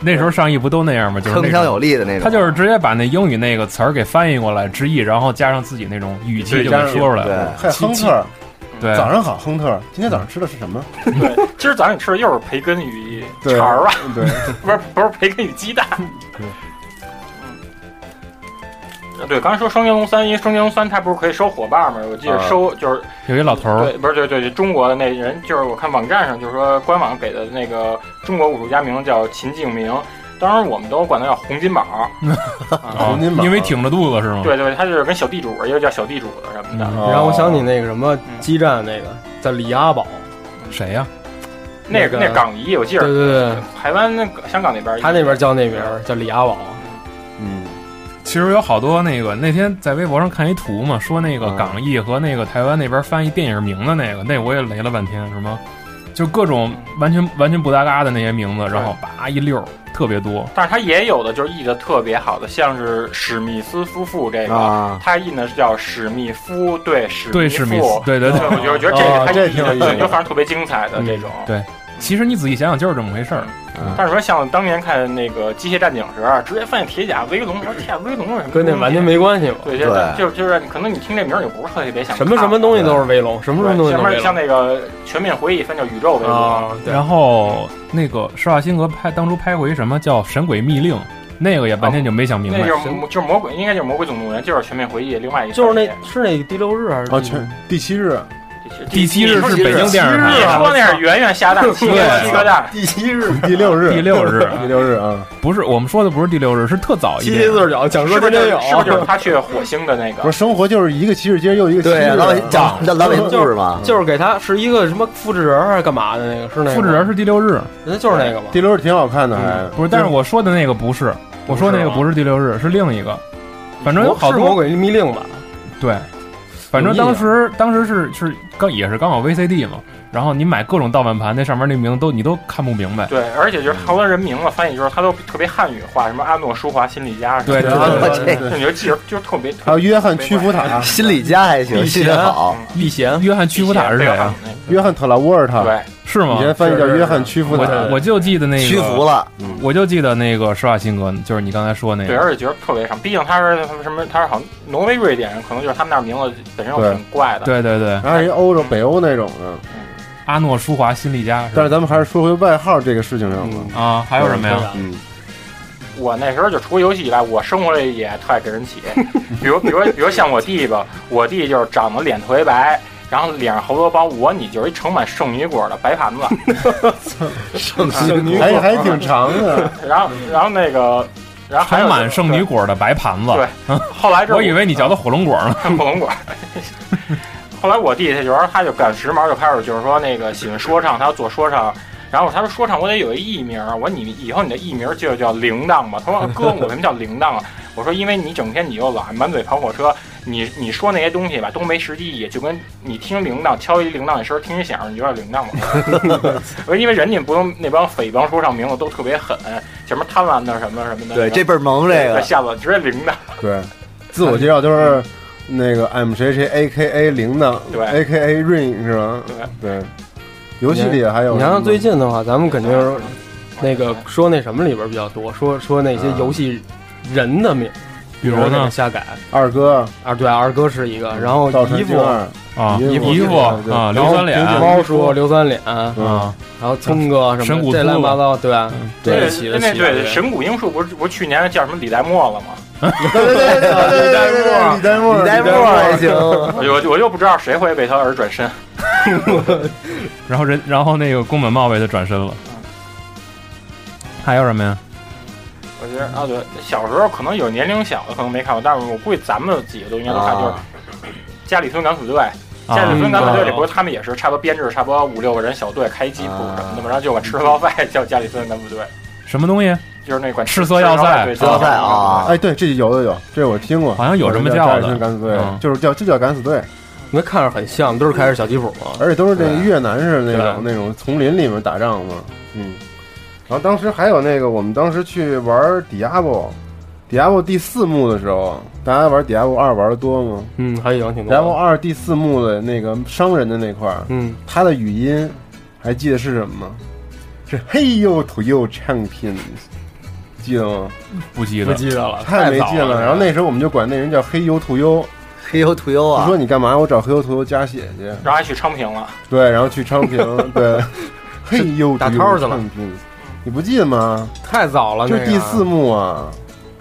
[SPEAKER 1] 那时候上译不都那样吗？就是
[SPEAKER 5] 铿
[SPEAKER 1] 那
[SPEAKER 5] 锵
[SPEAKER 1] 种。
[SPEAKER 5] 有力的那种。
[SPEAKER 1] 他就是直接把那英语那个词儿给翻译过来，直译，然后加上自己那种语气
[SPEAKER 3] 对
[SPEAKER 1] 就给
[SPEAKER 3] 加上
[SPEAKER 1] 说出来
[SPEAKER 5] 对
[SPEAKER 1] 了。
[SPEAKER 3] 嗨，亨特尔，
[SPEAKER 1] 对，
[SPEAKER 3] 早上好，亨特尔，今天早上吃的是什么？
[SPEAKER 4] 对，今儿早上你吃的又是培根与
[SPEAKER 3] 对
[SPEAKER 4] 肠儿啊，
[SPEAKER 3] 对，
[SPEAKER 4] 不是不是培根与鸡蛋。
[SPEAKER 3] 对
[SPEAKER 4] 嗯，对，刚才说双截龙三，因为双截龙三它不是可以收伙伴吗？我记得
[SPEAKER 3] 啊
[SPEAKER 4] 收就是
[SPEAKER 1] 有一老头儿
[SPEAKER 4] 对，不是对对对，中国的那人就是我看网站上就是说官网给的那个中国武术家名叫秦敬明，当然我们都管他叫洪金宝。
[SPEAKER 1] 啊
[SPEAKER 3] 红金，宝
[SPEAKER 1] 因为挺着肚子是吗？
[SPEAKER 4] 对对，他就是跟小地主一个叫小地主的什么的。
[SPEAKER 3] 哦
[SPEAKER 7] 然后我想起那个什么基站那个叫李阿宝，
[SPEAKER 1] 谁呀？
[SPEAKER 4] 那个
[SPEAKER 7] 那
[SPEAKER 4] 那
[SPEAKER 7] 个
[SPEAKER 4] 港姨，我记
[SPEAKER 7] 对
[SPEAKER 4] 得
[SPEAKER 7] 对对，
[SPEAKER 4] 呃台湾那个香港那边，
[SPEAKER 7] 他那边叫那名儿叫李阿宝，
[SPEAKER 3] 嗯，
[SPEAKER 1] 其实有好多那个，那天在微博上看一图嘛，说那个
[SPEAKER 3] 嗯
[SPEAKER 1] 港译和那个台湾那边翻译电影名的那个，那我也雷了半天，什么就各种完全完全不搭嘎的那些名字，然后叭一溜儿特别多。
[SPEAKER 4] 但是他也有的就是译的特别好的，像是史密斯夫妇这个，
[SPEAKER 3] 啊
[SPEAKER 4] 他译呢是叫史密夫对史
[SPEAKER 1] 对，
[SPEAKER 4] 夫
[SPEAKER 1] 史密斯，对对对。
[SPEAKER 4] 对，我觉得这个
[SPEAKER 3] 哦
[SPEAKER 4] 他
[SPEAKER 3] 这
[SPEAKER 4] 译
[SPEAKER 3] 挺有
[SPEAKER 4] 的
[SPEAKER 3] 意思的
[SPEAKER 4] 就反正特别精彩的
[SPEAKER 1] 嗯
[SPEAKER 4] 这种。
[SPEAKER 1] 对其实你仔细想想，就是这么回事儿。
[SPEAKER 4] 但是说像当年看那个《机械战警》时候，啊直接翻译铁甲威龙，我说天，威龙是什么？啊
[SPEAKER 7] 跟那完全。没关系嘛。
[SPEAKER 4] 对，就
[SPEAKER 5] 对
[SPEAKER 4] 就就是可能你听这名儿，你不是特别想
[SPEAKER 7] 什么什么东西都是威龙，什么什么东
[SPEAKER 4] 西，前
[SPEAKER 7] 西都
[SPEAKER 4] 面
[SPEAKER 7] 是威
[SPEAKER 4] 像
[SPEAKER 7] 龙
[SPEAKER 4] 那个《全面回忆》翻叫宇宙威龙，
[SPEAKER 7] 啊。对，
[SPEAKER 1] 然后那个施瓦辛格拍当初拍过一什么叫《神鬼密令》，那哦个也半天就没想明白。
[SPEAKER 4] 那就是就是魔鬼，应该就是魔鬼总动员，就是《全面回忆》另外一
[SPEAKER 7] 就
[SPEAKER 4] 番
[SPEAKER 7] 是那是那第六日还是
[SPEAKER 3] 哦，全第七日，
[SPEAKER 4] 页
[SPEAKER 1] 第七日是北京电
[SPEAKER 4] 你
[SPEAKER 1] 视台啊
[SPEAKER 4] 说那是圆圆 下蛋，七个七个蛋，
[SPEAKER 7] 第七日
[SPEAKER 3] 第六日，
[SPEAKER 1] 第六日，
[SPEAKER 3] 第六日啊，
[SPEAKER 1] 不是我们说的不是第六日，是特早一
[SPEAKER 7] 七
[SPEAKER 1] 点
[SPEAKER 7] 七四十九，讲
[SPEAKER 4] 是
[SPEAKER 7] 说
[SPEAKER 4] 不
[SPEAKER 7] 真
[SPEAKER 4] 是就
[SPEAKER 7] 真有
[SPEAKER 4] 是，是不是就是他去火星的那
[SPEAKER 3] 不
[SPEAKER 4] 个？
[SPEAKER 3] 是生活就是一个七日接着又一个七
[SPEAKER 5] 对
[SPEAKER 3] 日，啊
[SPEAKER 5] 老百姓讲叫老百姓故事嘛，
[SPEAKER 7] 就是给他是一个什么复制人儿还是干嘛的那个？是那个
[SPEAKER 1] 复制人是第六日，
[SPEAKER 7] 人家就是那个嘛。
[SPEAKER 3] 第六日挺好看的，还
[SPEAKER 1] 嗯不是，但是我说的那个不是，我说那个不是第六日，是另一个。反正有好
[SPEAKER 7] 是魔
[SPEAKER 1] 多
[SPEAKER 7] 鬼密令吧？
[SPEAKER 1] 对，反正
[SPEAKER 7] 有印
[SPEAKER 1] 当时当时是是刚也是刚好 VCD 嘛，然后你买各种盗版盘，那上面那名字都你都看不明白。
[SPEAKER 4] 对，而且就是好多人名字翻译就是他都特别汉语化，什么阿诺舒华心理家什么
[SPEAKER 1] 对
[SPEAKER 4] 的，
[SPEAKER 1] 对对，
[SPEAKER 3] 对对对对
[SPEAKER 4] 就你就记着就是特别。
[SPEAKER 3] 还有约翰屈服塔，
[SPEAKER 5] 心理家还行，
[SPEAKER 7] 以
[SPEAKER 5] 心
[SPEAKER 7] 前
[SPEAKER 5] 理好。
[SPEAKER 7] 避嫌
[SPEAKER 1] 约翰屈服塔是谁啊？？
[SPEAKER 3] 约翰特拉沃尔塔，
[SPEAKER 4] 对，
[SPEAKER 1] 是
[SPEAKER 3] 以
[SPEAKER 1] 吗？
[SPEAKER 3] 前翻译叫约翰屈服塔，
[SPEAKER 1] 我我就记得那个
[SPEAKER 5] 屈服，了，
[SPEAKER 1] 我就记得那个施瓦辛格，就是你刚才说那
[SPEAKER 4] 对，
[SPEAKER 1] 个。
[SPEAKER 4] 而且觉得特别上，毕竟他是他们什么，他是好像挪威、瑞典人，可能就是他们那儿名字本身就挺怪的。
[SPEAKER 1] 对对对，
[SPEAKER 3] 还是一欧洲北欧那种的。
[SPEAKER 1] 阿诺舒华心理家。
[SPEAKER 3] 但是咱们还是说回外号这个事情上 吧。
[SPEAKER 1] 啊，还有什么呀？
[SPEAKER 3] 嗯，
[SPEAKER 4] 我那时候就除了游戏以外，我生活里也特爱给 人起，比如比如比如像我弟吧，我弟就是长得脸特别白。然后脸上好多包，我你就是一盛满圣女果的白盘子，
[SPEAKER 3] 还还挺长的。
[SPEAKER 4] 然后然后那个，然后还有
[SPEAKER 1] 盛满
[SPEAKER 4] 就是
[SPEAKER 1] 圣女果的白盘子。
[SPEAKER 4] 对后来这
[SPEAKER 1] 我以为你嚼的火龙果呢。
[SPEAKER 4] 看火龙果。后来我弟他觉得他就赶时髦，就开始就是说那个喜欢说唱，他要做说唱。然后他说说唱我得有一艺名，我说你以后你的艺名就叫铃铛吧。他说哥，我为什么叫铃铛啊？我说因为你整天你又懒，满嘴跑火车，你你说那些东西吧都没实际意义，就跟你听铃铛敲一铃铛一声听一响，你就叫铃铛吧。 我说因为人家不用那帮匪帮说唱名字都特别狠，什么贪婪的什么什么的。
[SPEAKER 5] 对，这倍儿萌这个，
[SPEAKER 4] 下子直接铃铛。
[SPEAKER 3] 对，自我介绍都是那个 M 谁谁 A K A 铃铛，
[SPEAKER 4] 对
[SPEAKER 3] ，A K A Rain 是吧？对，游戏里还有
[SPEAKER 7] 你
[SPEAKER 3] 什
[SPEAKER 7] 想
[SPEAKER 3] 么
[SPEAKER 7] 想最近的话，咱们肯定是那个说那什么里边比较多，说说那些游戏人的名，
[SPEAKER 1] 比如
[SPEAKER 7] 那
[SPEAKER 1] 呢
[SPEAKER 7] 个？瞎改。
[SPEAKER 3] 二哥
[SPEAKER 7] 二对二哥是一个，然后
[SPEAKER 3] 道
[SPEAKER 7] 衣
[SPEAKER 3] 川
[SPEAKER 7] 服
[SPEAKER 3] 京二，
[SPEAKER 1] 啊，
[SPEAKER 3] 衣服
[SPEAKER 1] 衣服
[SPEAKER 3] 对
[SPEAKER 1] 啊，硫酸脸
[SPEAKER 3] 然后
[SPEAKER 7] 猫叔刘三脸，然
[SPEAKER 3] 嗯，
[SPEAKER 1] 啊，
[SPEAKER 7] 后聪哥什
[SPEAKER 1] 神
[SPEAKER 7] 么
[SPEAKER 1] 谷啊
[SPEAKER 7] 这
[SPEAKER 1] 兔
[SPEAKER 7] 乱七八糟，对啊
[SPEAKER 4] 对
[SPEAKER 7] 对，起
[SPEAKER 4] 那
[SPEAKER 7] 的
[SPEAKER 4] 那
[SPEAKER 7] 起
[SPEAKER 4] 对
[SPEAKER 7] 的。
[SPEAKER 4] 神谷英树不是不是去年叫什么李代沫了吗？
[SPEAKER 3] 对对对对对对对，李代沫，
[SPEAKER 5] 李代沫还行，
[SPEAKER 7] 嗯
[SPEAKER 4] 我就我就我就不知道谁会为他而转身。
[SPEAKER 1] 然后人，然后那个宫本茂为他转身了。还有什么呀？
[SPEAKER 4] 我觉得啊，对，小时候可能有年龄小的可能没看过，但是我估计咱们几个都应该都看，就是《
[SPEAKER 3] 啊
[SPEAKER 4] 家里村敢死队》。
[SPEAKER 1] 啊
[SPEAKER 4] 家里村敢死队里
[SPEAKER 7] 嗯
[SPEAKER 4] 不是他们也是差不多编制差不多五六个人小队开吉普什么的嘛，然后就管吃喝要塞叫家里村敢死队，
[SPEAKER 1] 什么东西？
[SPEAKER 4] 就是那管
[SPEAKER 1] 吃喝要塞
[SPEAKER 4] 对
[SPEAKER 5] 吃喝要塞啊
[SPEAKER 3] 哎，对，这有有有，这我听过，
[SPEAKER 1] 好像有这么叫的
[SPEAKER 3] 战士敢死队
[SPEAKER 1] 嗯，
[SPEAKER 3] 就是叫就叫敢死队，
[SPEAKER 7] 你们看着很像，都是开着小吉普嘛。
[SPEAKER 3] 而且都是那个越南式那
[SPEAKER 7] 对
[SPEAKER 3] 种那种丛林里面打仗嘛，嗯。然后当时还有那个，我们当时去玩《Diablo》，《Diablo》第四幕的时候，大家玩《Diablo 二》玩的多吗？
[SPEAKER 7] 嗯，还有挺
[SPEAKER 3] 《
[SPEAKER 7] 多。
[SPEAKER 3] Diablo 二》第四幕的那个商人的那块儿，
[SPEAKER 7] 嗯，
[SPEAKER 3] 他的语音还记得是什么吗？是嘿呦土呦唱片，记得吗？
[SPEAKER 1] 不记
[SPEAKER 7] 不
[SPEAKER 1] 得，
[SPEAKER 7] 记得了，
[SPEAKER 3] 啊太没
[SPEAKER 1] 早
[SPEAKER 3] 劲了。
[SPEAKER 1] 了
[SPEAKER 3] 然后那时候我们就管那人叫黑呦土呦，
[SPEAKER 5] 黑油土油
[SPEAKER 3] 就
[SPEAKER 5] 啊
[SPEAKER 3] 说，你干嘛？我找黑呦土呦加血去。
[SPEAKER 4] 然后还去昌平了。
[SPEAKER 3] 对，然后去昌平， 对，嘿呦，
[SPEAKER 7] 打
[SPEAKER 3] 这
[SPEAKER 7] 套儿去
[SPEAKER 3] 又
[SPEAKER 7] 了
[SPEAKER 3] 唱片，你不记得吗？
[SPEAKER 7] 太早了，
[SPEAKER 3] 就
[SPEAKER 7] 那
[SPEAKER 3] 是
[SPEAKER 7] 个啊
[SPEAKER 3] 第四幕啊，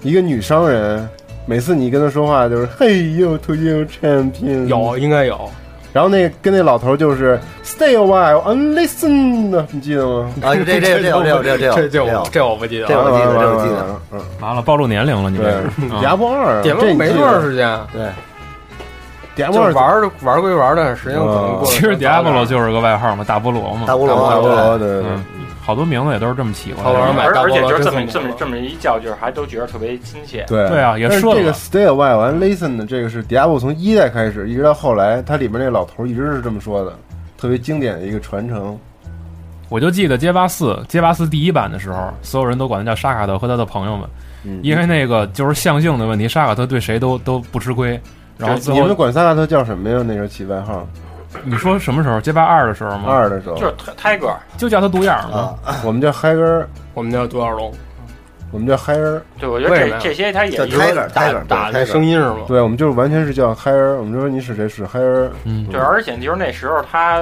[SPEAKER 3] 一个女商人，每次你跟她说话就是嘿呦，to you champion。
[SPEAKER 7] 有，，应该有。
[SPEAKER 3] 然后那跟那老头就是 stay a while and listen，你记得吗？
[SPEAKER 5] 啊，这这这这有这有这有这有
[SPEAKER 7] 这这
[SPEAKER 5] 有
[SPEAKER 7] 我这我不记得
[SPEAKER 5] 这
[SPEAKER 7] 了。
[SPEAKER 5] 我
[SPEAKER 3] 啊
[SPEAKER 5] 记得这我记得
[SPEAKER 3] 完了，完了
[SPEAKER 1] 完了暴露年龄了，你这是
[SPEAKER 3] 完了对，
[SPEAKER 1] 啊
[SPEAKER 3] 牙不二，
[SPEAKER 7] 点
[SPEAKER 3] 这
[SPEAKER 7] 了
[SPEAKER 3] 你
[SPEAKER 7] 没
[SPEAKER 3] 记
[SPEAKER 7] 多
[SPEAKER 3] 得
[SPEAKER 7] 长时间，
[SPEAKER 3] 对，点
[SPEAKER 7] 就
[SPEAKER 3] 不二
[SPEAKER 7] 玩儿玩儿归玩儿，但是时间可
[SPEAKER 3] 嗯
[SPEAKER 7] 能过得
[SPEAKER 1] 其实
[SPEAKER 7] 很早点
[SPEAKER 1] Diablo 就是个外号嘛，大菠萝嘛，
[SPEAKER 5] 大啊菠
[SPEAKER 3] 大
[SPEAKER 5] 萝，
[SPEAKER 3] 菠萝，对对对
[SPEAKER 1] 嗯，好多名字也都是这么起过
[SPEAKER 7] 好玩
[SPEAKER 1] 来
[SPEAKER 7] 儿买
[SPEAKER 1] 的。
[SPEAKER 4] 而
[SPEAKER 7] 大菠
[SPEAKER 4] 而
[SPEAKER 7] 萝
[SPEAKER 4] 且就是这么
[SPEAKER 7] 真
[SPEAKER 4] 这
[SPEAKER 7] 送
[SPEAKER 4] 么
[SPEAKER 7] 我
[SPEAKER 4] 这么一叫，就是还都觉得特别亲切。
[SPEAKER 3] 对
[SPEAKER 1] 对啊也
[SPEAKER 3] 但是
[SPEAKER 1] 顺
[SPEAKER 3] 这个
[SPEAKER 1] 了
[SPEAKER 3] Stay a while 完 Listen 的这个是 Diablo 从一代开始一直到后来，它里面那老头一直是这么说的，特别经典的一个传承。
[SPEAKER 1] 我就记得街霸四，街霸四第一版的时候，所有人都管他叫沙卡特和他的朋友们，
[SPEAKER 3] 嗯
[SPEAKER 4] 嗯
[SPEAKER 1] 因为那个就是象性的问题，沙卡特对谁都都不吃亏。然后最
[SPEAKER 3] 你们
[SPEAKER 1] 后
[SPEAKER 3] 管萨拉特叫什么呀？那时候起外号
[SPEAKER 1] 你说什么时候？街霸二的时候吗？
[SPEAKER 3] 二的啊时候
[SPEAKER 4] 就，是 Tiger，
[SPEAKER 1] 就叫他独眼儿嘛。
[SPEAKER 3] 我们叫嗨根儿，
[SPEAKER 7] 我们叫独角龙，
[SPEAKER 3] 我们叫嗨根儿，
[SPEAKER 4] 对我觉得
[SPEAKER 7] 为什么
[SPEAKER 4] 这
[SPEAKER 7] 呀
[SPEAKER 4] 这些他也
[SPEAKER 5] 叫
[SPEAKER 4] 就
[SPEAKER 5] Tiger Tiger
[SPEAKER 7] 打那
[SPEAKER 5] 对 Tiger，
[SPEAKER 7] 声音是
[SPEAKER 4] 哦
[SPEAKER 7] 吗？
[SPEAKER 3] 对，我们就是完全是叫嗨根儿。我们就说你使谁使嗨根儿，
[SPEAKER 1] 嗯，
[SPEAKER 4] 对，而且就是那时候他，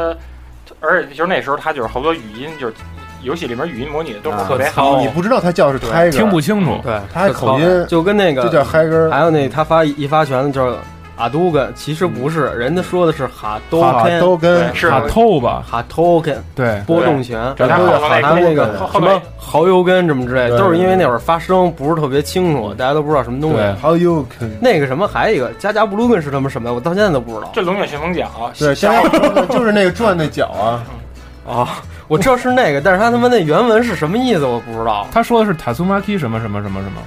[SPEAKER 4] 而且就是那时候他就是好多语音，就是游戏里面语音模拟都不啊特别好。
[SPEAKER 3] 啊你不知道他叫是
[SPEAKER 7] 对
[SPEAKER 3] 嗨根
[SPEAKER 1] 听
[SPEAKER 3] 儿，
[SPEAKER 1] 不清楚。
[SPEAKER 7] 对，
[SPEAKER 3] 他
[SPEAKER 7] 就
[SPEAKER 3] 口音
[SPEAKER 7] 就跟那个
[SPEAKER 3] 就叫嗨根
[SPEAKER 7] 还
[SPEAKER 3] 儿。
[SPEAKER 7] 有那他发一发拳就是阿都根，其实不是，人家说的是哈都
[SPEAKER 3] 嗯哈
[SPEAKER 7] 根，
[SPEAKER 3] 啊都跟
[SPEAKER 4] 对，是啊
[SPEAKER 1] 卡透吧？
[SPEAKER 7] 哈都根
[SPEAKER 1] 对，
[SPEAKER 7] 波动拳，
[SPEAKER 3] 咱
[SPEAKER 4] 他
[SPEAKER 3] 都
[SPEAKER 4] 后
[SPEAKER 3] 叫
[SPEAKER 4] 头那
[SPEAKER 3] 哈
[SPEAKER 7] 还有
[SPEAKER 3] 都
[SPEAKER 7] 那
[SPEAKER 3] 根
[SPEAKER 7] 个
[SPEAKER 4] 后
[SPEAKER 3] 儿。
[SPEAKER 4] 后
[SPEAKER 7] 什
[SPEAKER 4] 面
[SPEAKER 7] 么蚝油根什么之类的，
[SPEAKER 3] 对
[SPEAKER 7] 都是因为那会儿发声不是特别清楚，大家都不知道什么东西。
[SPEAKER 1] 对
[SPEAKER 3] 哎呦，可
[SPEAKER 7] 那个什么，还有一个加加布鲁根是他们什么的，我
[SPEAKER 3] 嗯
[SPEAKER 7] 到现在都不知道
[SPEAKER 4] 这龙卷旋风脚，
[SPEAKER 3] 对，现在就是那个转那脚啊，
[SPEAKER 7] 啊！ 我知道是那个，但是他他妈那原文是什么意思，我不知道，
[SPEAKER 1] 他说的是塔苏马基什么什么什么什么，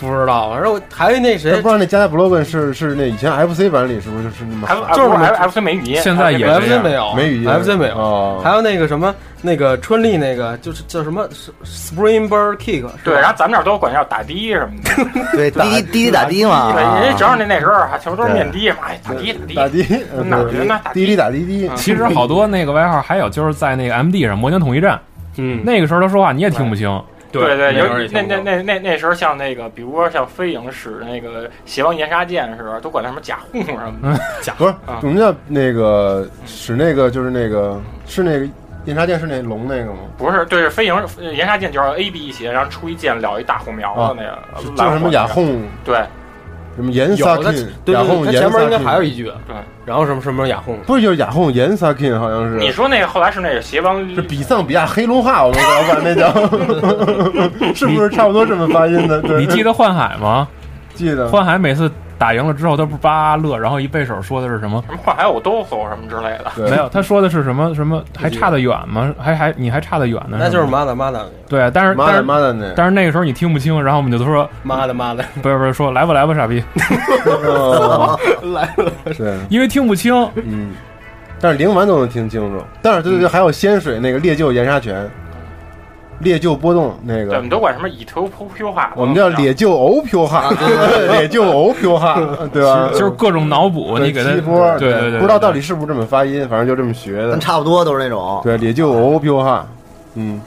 [SPEAKER 7] 不知道。反正我还有那
[SPEAKER 3] 但
[SPEAKER 7] 谁
[SPEAKER 3] 不知，道那加加布罗根是是那以前 FC 版里是不是就是那么
[SPEAKER 4] 还啊
[SPEAKER 7] 就是
[SPEAKER 4] 还 F C 啊没语音，
[SPEAKER 1] 现在也这
[SPEAKER 7] FC
[SPEAKER 1] 样
[SPEAKER 7] 没有，
[SPEAKER 3] 没语音
[SPEAKER 7] ，FC 没有，
[SPEAKER 3] 哦
[SPEAKER 7] 还有那个什么，那个春丽那个就是叫什么是 Springboard Kick，是
[SPEAKER 4] 对，
[SPEAKER 7] 吧
[SPEAKER 4] 然后咱们这儿都管叫打的什么的，
[SPEAKER 5] 对，滴滴滴滴打的嘛，
[SPEAKER 4] 对，人家正好那那时候还全部都是面的嘛，哎，打的
[SPEAKER 3] 打
[SPEAKER 4] 打的，
[SPEAKER 3] 的，
[SPEAKER 4] 哪儿去呢打的啊
[SPEAKER 3] 滴滴打滴
[SPEAKER 4] 嗯
[SPEAKER 3] 滴，
[SPEAKER 1] 其实好多那个外号还有就是在那个 MD 上摩拳统一战，
[SPEAKER 7] 嗯，
[SPEAKER 1] 那个时候他说话你也听不清，
[SPEAKER 4] 对对，
[SPEAKER 7] 那时候
[SPEAKER 4] 有
[SPEAKER 7] 也
[SPEAKER 4] 那
[SPEAKER 7] 听不
[SPEAKER 4] 那
[SPEAKER 7] 懂
[SPEAKER 4] 那那那时候像那个，比如说像飞影使那个邪王岩沙剑似的，都管他什么假护什么的，
[SPEAKER 3] 不是，
[SPEAKER 4] 啊
[SPEAKER 3] 我们叫那个使那个就是那个是那个印杀剑是那龙那个吗？
[SPEAKER 4] 不是，对，是飞影呃岩沙剑就是 A B 一斜，然后出一剑燎一大火苗
[SPEAKER 3] 啊
[SPEAKER 4] 子那个，
[SPEAKER 3] 是
[SPEAKER 4] 蓝
[SPEAKER 3] 叫什么
[SPEAKER 4] 火
[SPEAKER 3] 雅
[SPEAKER 4] 苗
[SPEAKER 3] 轰，
[SPEAKER 4] 对，
[SPEAKER 3] 什么岩
[SPEAKER 7] 有
[SPEAKER 3] 萨
[SPEAKER 7] 他
[SPEAKER 3] king，
[SPEAKER 7] 对
[SPEAKER 3] 雅
[SPEAKER 7] 对，
[SPEAKER 3] 轰
[SPEAKER 7] 他
[SPEAKER 3] 岩
[SPEAKER 7] 前面
[SPEAKER 3] 萨
[SPEAKER 7] 应该还有
[SPEAKER 3] king，
[SPEAKER 7] 一句，
[SPEAKER 4] 对
[SPEAKER 7] 然后什么什么雅红，
[SPEAKER 3] 不是就是雅轰岩萨 king 好像
[SPEAKER 4] 你
[SPEAKER 3] 是。
[SPEAKER 4] 说那个后来是那个邪王
[SPEAKER 3] 是比桑比亚黑龙哈，我们老板那叫，是不是差不多这么发音的？对，
[SPEAKER 1] 你记得幻海吗？
[SPEAKER 3] 嗯记得
[SPEAKER 1] 幻海每次打赢了之后，他不是叭乐，然后一背手说的是什么？
[SPEAKER 4] 什么幻海有兜搜什么之类的，
[SPEAKER 3] 对
[SPEAKER 1] 没有，他说的是什么什么？还差得远吗？还还你还差得远呢？
[SPEAKER 7] 那就是
[SPEAKER 1] 吗
[SPEAKER 7] 妈的妈的
[SPEAKER 1] 对，但是
[SPEAKER 3] 妈
[SPEAKER 1] 但
[SPEAKER 3] 的
[SPEAKER 1] 是
[SPEAKER 3] 妈的那，
[SPEAKER 1] 但是那个时候你听不清，然后我们就说
[SPEAKER 7] 妈的妈的，
[SPEAKER 1] 不是不是说来吧来吧傻逼，
[SPEAKER 3] 哦
[SPEAKER 7] 来了，
[SPEAKER 3] 对，
[SPEAKER 1] 因为听不清。
[SPEAKER 3] 嗯，但是灵丸都能听清楚。但是对对对，还有仙水那个烈鹫岩沙拳，烈鹫波动那
[SPEAKER 4] 对，我
[SPEAKER 3] 个
[SPEAKER 4] 们，都管什么以头扑飘化，
[SPEAKER 3] 我们叫
[SPEAKER 4] 脸，
[SPEAKER 3] 烈鹫欧 飘哈，烈鹫欧飘哈，对吧？
[SPEAKER 1] 就是各种脑补，
[SPEAKER 3] 呃对
[SPEAKER 1] 你给他
[SPEAKER 3] 七波，
[SPEAKER 1] 对对对，
[SPEAKER 3] 不知道到底是不是这么发音，反正就这么学的
[SPEAKER 5] 咱。差不多都是那种，
[SPEAKER 3] 对，烈鹫欧飘哈，嗯，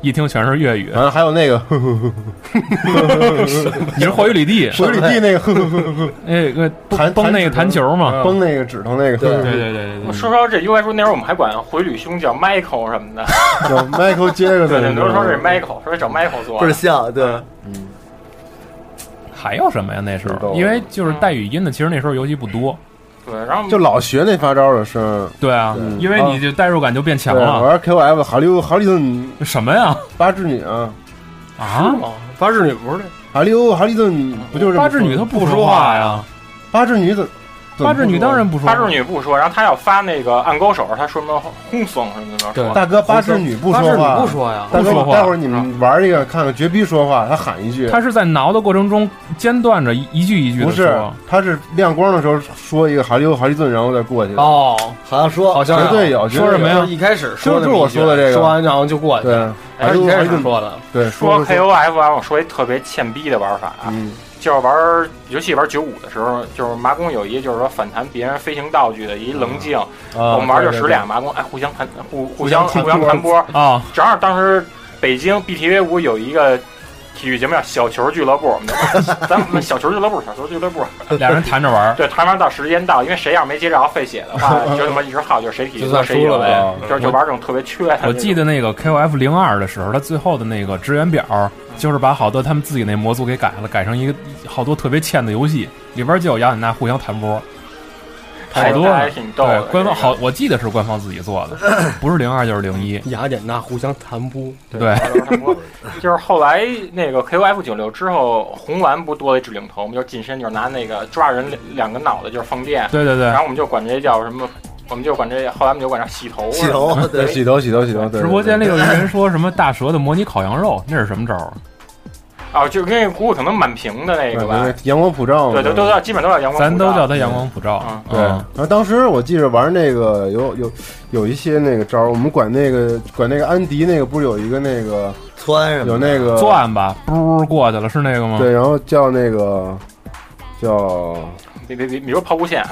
[SPEAKER 1] 一听全是粤语
[SPEAKER 3] 然，后还有那 个呵呵呵
[SPEAKER 1] 你是霍雨里 地，
[SPEAKER 3] 水里地那个呵呵呵呵
[SPEAKER 1] 哎那个
[SPEAKER 3] 弹
[SPEAKER 1] 崩那个弹
[SPEAKER 3] 弹指啊
[SPEAKER 1] 球嘛，
[SPEAKER 3] 崩那个指头那个，
[SPEAKER 7] 对
[SPEAKER 3] 呵呵
[SPEAKER 1] 对
[SPEAKER 3] 呵
[SPEAKER 1] 对对对
[SPEAKER 4] 说说这应该说那时候我们还管回旅兄叫 Michael 什么的，
[SPEAKER 3] 叫 Michael
[SPEAKER 4] 对
[SPEAKER 3] Jackson，
[SPEAKER 4] 对，都说这是 Michael，说找 Michael 做
[SPEAKER 5] 倍儿
[SPEAKER 4] 的，
[SPEAKER 5] 像，对，
[SPEAKER 1] 对，还有什么呀？那时
[SPEAKER 3] 知道
[SPEAKER 1] 候，
[SPEAKER 3] 了
[SPEAKER 1] 因为就是带语音的，其实那时候游戏不多，
[SPEAKER 4] 对，然后
[SPEAKER 3] 就老学那发招的声。
[SPEAKER 1] 对啊，因为你就代入感就变强
[SPEAKER 3] 嗯对，啊我
[SPEAKER 1] 了。啊
[SPEAKER 3] 玩 QF 好利好利顿
[SPEAKER 1] 什么呀？
[SPEAKER 3] 八智女啊，
[SPEAKER 1] 啊，
[SPEAKER 4] 嗯
[SPEAKER 7] 发誓女不是
[SPEAKER 3] 哈利欧哈利顿不就是这么
[SPEAKER 1] 八智女她
[SPEAKER 3] 说
[SPEAKER 1] 不说话呀？
[SPEAKER 3] 八智女怎
[SPEAKER 1] 八智女当然不说，
[SPEAKER 4] 八智女不说，然后他要发那个暗勾手，他说什么轰风什么的，
[SPEAKER 7] 对
[SPEAKER 3] 大哥八智女不
[SPEAKER 7] 八
[SPEAKER 3] 说
[SPEAKER 7] 智
[SPEAKER 3] 话，
[SPEAKER 7] 你不说呀？
[SPEAKER 3] 大
[SPEAKER 1] 不说
[SPEAKER 3] 哥，
[SPEAKER 1] 话
[SPEAKER 3] 待会儿你们玩一个看看，绝逼说话，他喊一句，
[SPEAKER 1] 他是在挠的过程中间断着一一句一句
[SPEAKER 3] 不
[SPEAKER 1] 的
[SPEAKER 3] 是
[SPEAKER 1] 说，，
[SPEAKER 3] 他是亮光的时候说一个哈利欧哈利顿，然后再过去的，
[SPEAKER 7] 哦，
[SPEAKER 5] 好像说
[SPEAKER 7] 好像
[SPEAKER 3] 绝对有，绝对
[SPEAKER 1] 说什么呀
[SPEAKER 7] 就是一开始说
[SPEAKER 3] 就是就是我说的这个
[SPEAKER 7] 说完然后就过去，
[SPEAKER 3] 对哎
[SPEAKER 7] 他是一开始说的，
[SPEAKER 3] 对，
[SPEAKER 4] 说
[SPEAKER 3] 说
[SPEAKER 4] KOF 完，啊我说一特别欠逼的玩法啊，
[SPEAKER 3] 嗯，
[SPEAKER 4] 就是玩游戏玩九五的时候，就是麻弓有一就是说反弹别人飞行道具的一棱镜，我
[SPEAKER 3] 我
[SPEAKER 4] 们玩就使俩麻弓，哎，互相弹互互相
[SPEAKER 3] 互相
[SPEAKER 4] 互相
[SPEAKER 3] 弹
[SPEAKER 4] 弹波，
[SPEAKER 1] 啊，
[SPEAKER 4] 正好当时北京 BTV 五有一个体育节目叫小球俱乐部， 我们就咱们小球俱乐部，小球俱乐部，
[SPEAKER 1] 俩人弹着玩儿，
[SPEAKER 4] 对，弹完到时间到，因为谁要是没接着费血的 话，就他妈一直耗，就是谁体
[SPEAKER 7] 就
[SPEAKER 4] 育
[SPEAKER 7] 算
[SPEAKER 4] 多谁赢
[SPEAKER 7] 输了嗯
[SPEAKER 4] 呗，
[SPEAKER 3] 呗
[SPEAKER 4] 就是就玩这种特别缺的。
[SPEAKER 1] 我记得那个 KOF 零二的时候，他最后的那个支援表，就是把好多他们自己那模组给改了，改成一个好多特别欠的游戏，里边就有雅典娜互相弹波，好多
[SPEAKER 4] 还
[SPEAKER 1] 呢
[SPEAKER 4] 还挺逗的
[SPEAKER 1] 对，官方
[SPEAKER 4] 这个
[SPEAKER 1] 好，我记得是官方自 己做的，不是零二就是零一，
[SPEAKER 7] 雅典娜互相弹波，
[SPEAKER 1] 对，
[SPEAKER 4] 就是后来那个 KOF 九六之后，红蓝不多了一指令头，我们就近身就是拿那个抓人两两个脑袋就是放电，
[SPEAKER 1] 对对对
[SPEAKER 4] 然，后我们就管这叫什么，我们就管这后来我们就管这洗头，啊
[SPEAKER 5] 洗头，
[SPEAKER 3] 对
[SPEAKER 5] 对，
[SPEAKER 3] 洗头洗头洗头，对对
[SPEAKER 1] 直播间里有人说什么大蛇的模拟烤羊肉，那是什么招儿？
[SPEAKER 4] 啊，就跟那鼓鼓可能满屏的那
[SPEAKER 3] 对
[SPEAKER 4] 个
[SPEAKER 3] 对
[SPEAKER 4] 吧，
[SPEAKER 3] 对阳光普照嘛，
[SPEAKER 4] 对，都都叫基本都叫阳光
[SPEAKER 1] 咱
[SPEAKER 4] 普
[SPEAKER 1] 都
[SPEAKER 4] 照，
[SPEAKER 1] 叫它阳光普照。
[SPEAKER 4] 嗯
[SPEAKER 3] 对，然后当时我记着玩那个有有有一些那个招儿，我们管那个管那个安迪那个不是有一个那个
[SPEAKER 5] 窜什么的
[SPEAKER 3] 有那个
[SPEAKER 1] 钻吧，不过去了，是那个吗？
[SPEAKER 3] 对，然后叫那个叫
[SPEAKER 4] 比比比比如抛物线，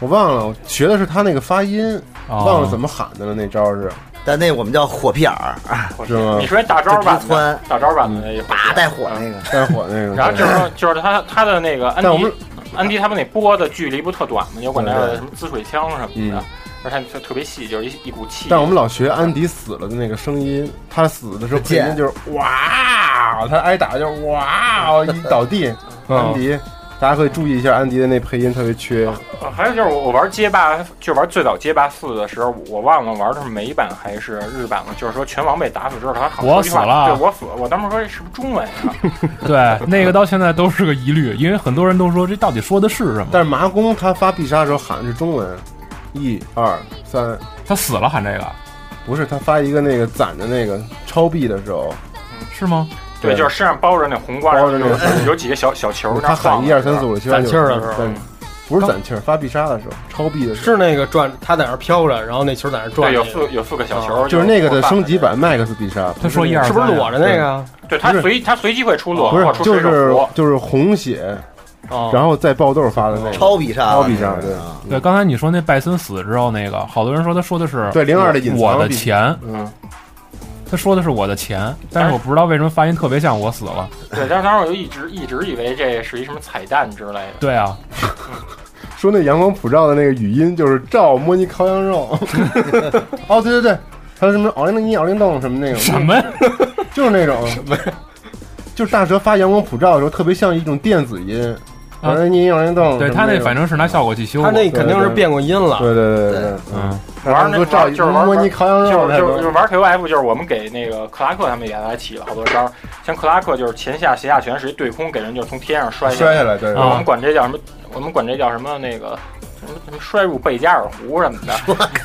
[SPEAKER 3] 我忘了，我学的是他那个发音，
[SPEAKER 1] 哦
[SPEAKER 3] 忘了怎么喊的了，那招儿是
[SPEAKER 5] 但那我们叫火屁眼儿，
[SPEAKER 4] 我
[SPEAKER 3] 是吗
[SPEAKER 4] 你说打招
[SPEAKER 5] 就
[SPEAKER 4] 版
[SPEAKER 5] 直窜
[SPEAKER 4] 的，打招版的那个，
[SPEAKER 5] 叭啊带火那个。
[SPEAKER 3] 嗯带火那 个。
[SPEAKER 4] 然后就是说就是他他的那个安
[SPEAKER 3] 但我
[SPEAKER 4] 迪
[SPEAKER 3] 们，嗯
[SPEAKER 4] 安迪他们那波的距离不特短吗？有管那
[SPEAKER 3] 对
[SPEAKER 4] 个什么滋水枪什么的
[SPEAKER 3] 嗯，
[SPEAKER 4] 而且它特别细，就是一一股气。
[SPEAKER 3] 但我们老学安迪死了的那个声音，他死的时候配音
[SPEAKER 5] 贱
[SPEAKER 3] 就是 哇，他挨打就是哇，一倒地，安迪。大家可以注意一下安迪的那配音特别缺，
[SPEAKER 4] 呃，还有就是我我玩街霸，就玩最早街霸四的时候，我忘了玩的是美版还是日版了。就是说全网被打死之后，他好像说
[SPEAKER 1] 我
[SPEAKER 4] 一句话
[SPEAKER 1] 死了
[SPEAKER 4] 对我死了。我当时说是不是中文啊 呀、
[SPEAKER 1] 对，那个到现在都是个疑虑，因为很多人都说这到底说的是什么？
[SPEAKER 3] 但是麻工他发必杀的时候喊的是中文，一二三，
[SPEAKER 1] 他死了喊这个
[SPEAKER 3] 不是他发一个那个攒的那个超必的时候，
[SPEAKER 1] 是吗？
[SPEAKER 4] 对，
[SPEAKER 3] 对
[SPEAKER 4] 就是身上包着那红瓜，
[SPEAKER 3] 包着那
[SPEAKER 4] 然后有有几个小小球儿，
[SPEAKER 3] 他喊一二三四五六七八
[SPEAKER 7] 攒
[SPEAKER 3] 九
[SPEAKER 7] 气儿的时候
[SPEAKER 3] 攒不是攒气儿，发必杀的时候，超必的时
[SPEAKER 7] 是那个转，他在那儿飘着，然后那球在那儿
[SPEAKER 4] 对，
[SPEAKER 7] 转，
[SPEAKER 4] 有四有四个小球儿，
[SPEAKER 3] 候，啊就是那个的升级。版 Max 必杀，
[SPEAKER 1] 他说一二，
[SPEAKER 7] 是不是裸着那个啊？
[SPEAKER 4] 对他
[SPEAKER 3] 不是
[SPEAKER 4] 随他随机会出裸
[SPEAKER 3] 不
[SPEAKER 4] 或
[SPEAKER 3] 是啊
[SPEAKER 4] 出
[SPEAKER 3] 就
[SPEAKER 4] 水手
[SPEAKER 3] 是
[SPEAKER 4] 服，
[SPEAKER 3] 就是红血，
[SPEAKER 7] 哦
[SPEAKER 4] 嗯
[SPEAKER 3] 然后再爆豆发的那个，
[SPEAKER 5] 超必杀，
[SPEAKER 3] 超必杀
[SPEAKER 5] 那是
[SPEAKER 3] 对
[SPEAKER 5] 啊
[SPEAKER 1] 对，刚才你说那拜森死之后那个，好多人说他说的是
[SPEAKER 3] 对02的隐藏
[SPEAKER 1] 我的
[SPEAKER 3] 必
[SPEAKER 1] 钱，
[SPEAKER 3] 嗯，
[SPEAKER 1] 他说的是我的钱，但是我不知道为什么发音特别像我死了。
[SPEAKER 4] 对，但是当时我就一直一直以为这是一什么彩蛋之类的。
[SPEAKER 1] 对啊，
[SPEAKER 4] 嗯
[SPEAKER 3] 说那阳光普照的那个语音就是照摸你烤羊肉， 哦对对对，还有什么奥铃一奥铃动什么那种，
[SPEAKER 1] 什么呀？
[SPEAKER 4] 嗯
[SPEAKER 3] 就是那种 就是大蛇发阳光普照的时候，特别像一种电子音，
[SPEAKER 1] 啊
[SPEAKER 3] 奥铃一奥铃动，
[SPEAKER 1] 对
[SPEAKER 4] 嗯
[SPEAKER 1] 他那反
[SPEAKER 3] 正
[SPEAKER 1] 正是拿效果器修
[SPEAKER 7] 他
[SPEAKER 1] 过。
[SPEAKER 7] 那肯定是变过音了，
[SPEAKER 3] 对对对对对，
[SPEAKER 1] 嗯，
[SPEAKER 4] 玩那
[SPEAKER 3] 说照
[SPEAKER 4] 就是玩
[SPEAKER 3] 摸你烤羊
[SPEAKER 4] 就
[SPEAKER 3] 肉，
[SPEAKER 4] 是就是就是玩 KOF，就是我们给那个克拉克他们也给他起了好多招，像克拉克就是前下斜下拳是一对空，给人就是从天上摔下
[SPEAKER 3] 摔
[SPEAKER 4] 来。
[SPEAKER 3] 下来，对对
[SPEAKER 4] 我
[SPEAKER 1] 啊
[SPEAKER 3] 对
[SPEAKER 4] 们管这叫什么？我们管这叫什么？那个什么什么摔入贝加尔湖什么的。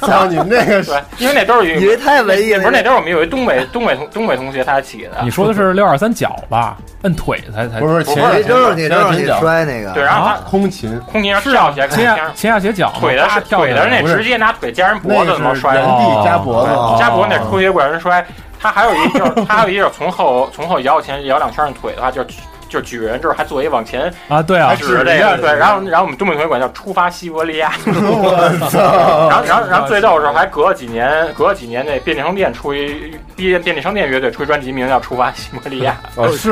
[SPEAKER 3] 操你们那个
[SPEAKER 4] 对，因为那都是
[SPEAKER 5] 以为太文艺了
[SPEAKER 4] 不是那都是我们有一东北东北同东北同学他起的
[SPEAKER 1] 你。说的是六二三脚吧？摁腿才才
[SPEAKER 3] 不是前
[SPEAKER 5] 你
[SPEAKER 3] 两
[SPEAKER 5] 这
[SPEAKER 3] 天
[SPEAKER 5] 正是你
[SPEAKER 3] 前两
[SPEAKER 5] 正是
[SPEAKER 3] 天
[SPEAKER 5] 你
[SPEAKER 3] 讲
[SPEAKER 5] 摔那个，
[SPEAKER 4] 对，然后他
[SPEAKER 3] 空勤，
[SPEAKER 4] 空地上
[SPEAKER 3] 啊
[SPEAKER 4] 跳起来，
[SPEAKER 1] 前
[SPEAKER 4] 天
[SPEAKER 1] 下
[SPEAKER 4] 上
[SPEAKER 1] 前下斜脚嘛，
[SPEAKER 4] 嗯腿的是
[SPEAKER 1] 啪哦跳
[SPEAKER 4] 腿
[SPEAKER 1] 起
[SPEAKER 4] 的
[SPEAKER 1] 来
[SPEAKER 4] 是那
[SPEAKER 1] 不是
[SPEAKER 4] 直接拿腿夹人脖
[SPEAKER 3] 那
[SPEAKER 4] 子
[SPEAKER 3] 个
[SPEAKER 4] 他妈
[SPEAKER 3] 是
[SPEAKER 4] 摔啊
[SPEAKER 3] 人
[SPEAKER 4] 的。
[SPEAKER 3] 地夹脖子，
[SPEAKER 5] 哦
[SPEAKER 4] 加伯那科学怪人摔，他还有一就是他还有一就是从后从后摇前摇两圈的腿的话，就是就举人，就是还做一往前
[SPEAKER 1] 啊？对啊
[SPEAKER 3] 还，
[SPEAKER 4] 指这个，对，然后然后我们东北同学管叫出发西伯利亚，
[SPEAKER 3] 我操！
[SPEAKER 4] 然后然后然后最逗的时候还隔了几年，隔了几年那便利商店出一便便利商店乐队出一专辑，名叫《出发西伯利亚
[SPEAKER 3] 哦，是》，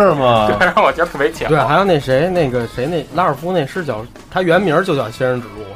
[SPEAKER 1] 啊
[SPEAKER 3] 吗？
[SPEAKER 4] 然后我觉得特别巧，
[SPEAKER 7] 对，还有那谁，那个谁，那拉尔夫那是叫他原名就叫仙人指路是吗？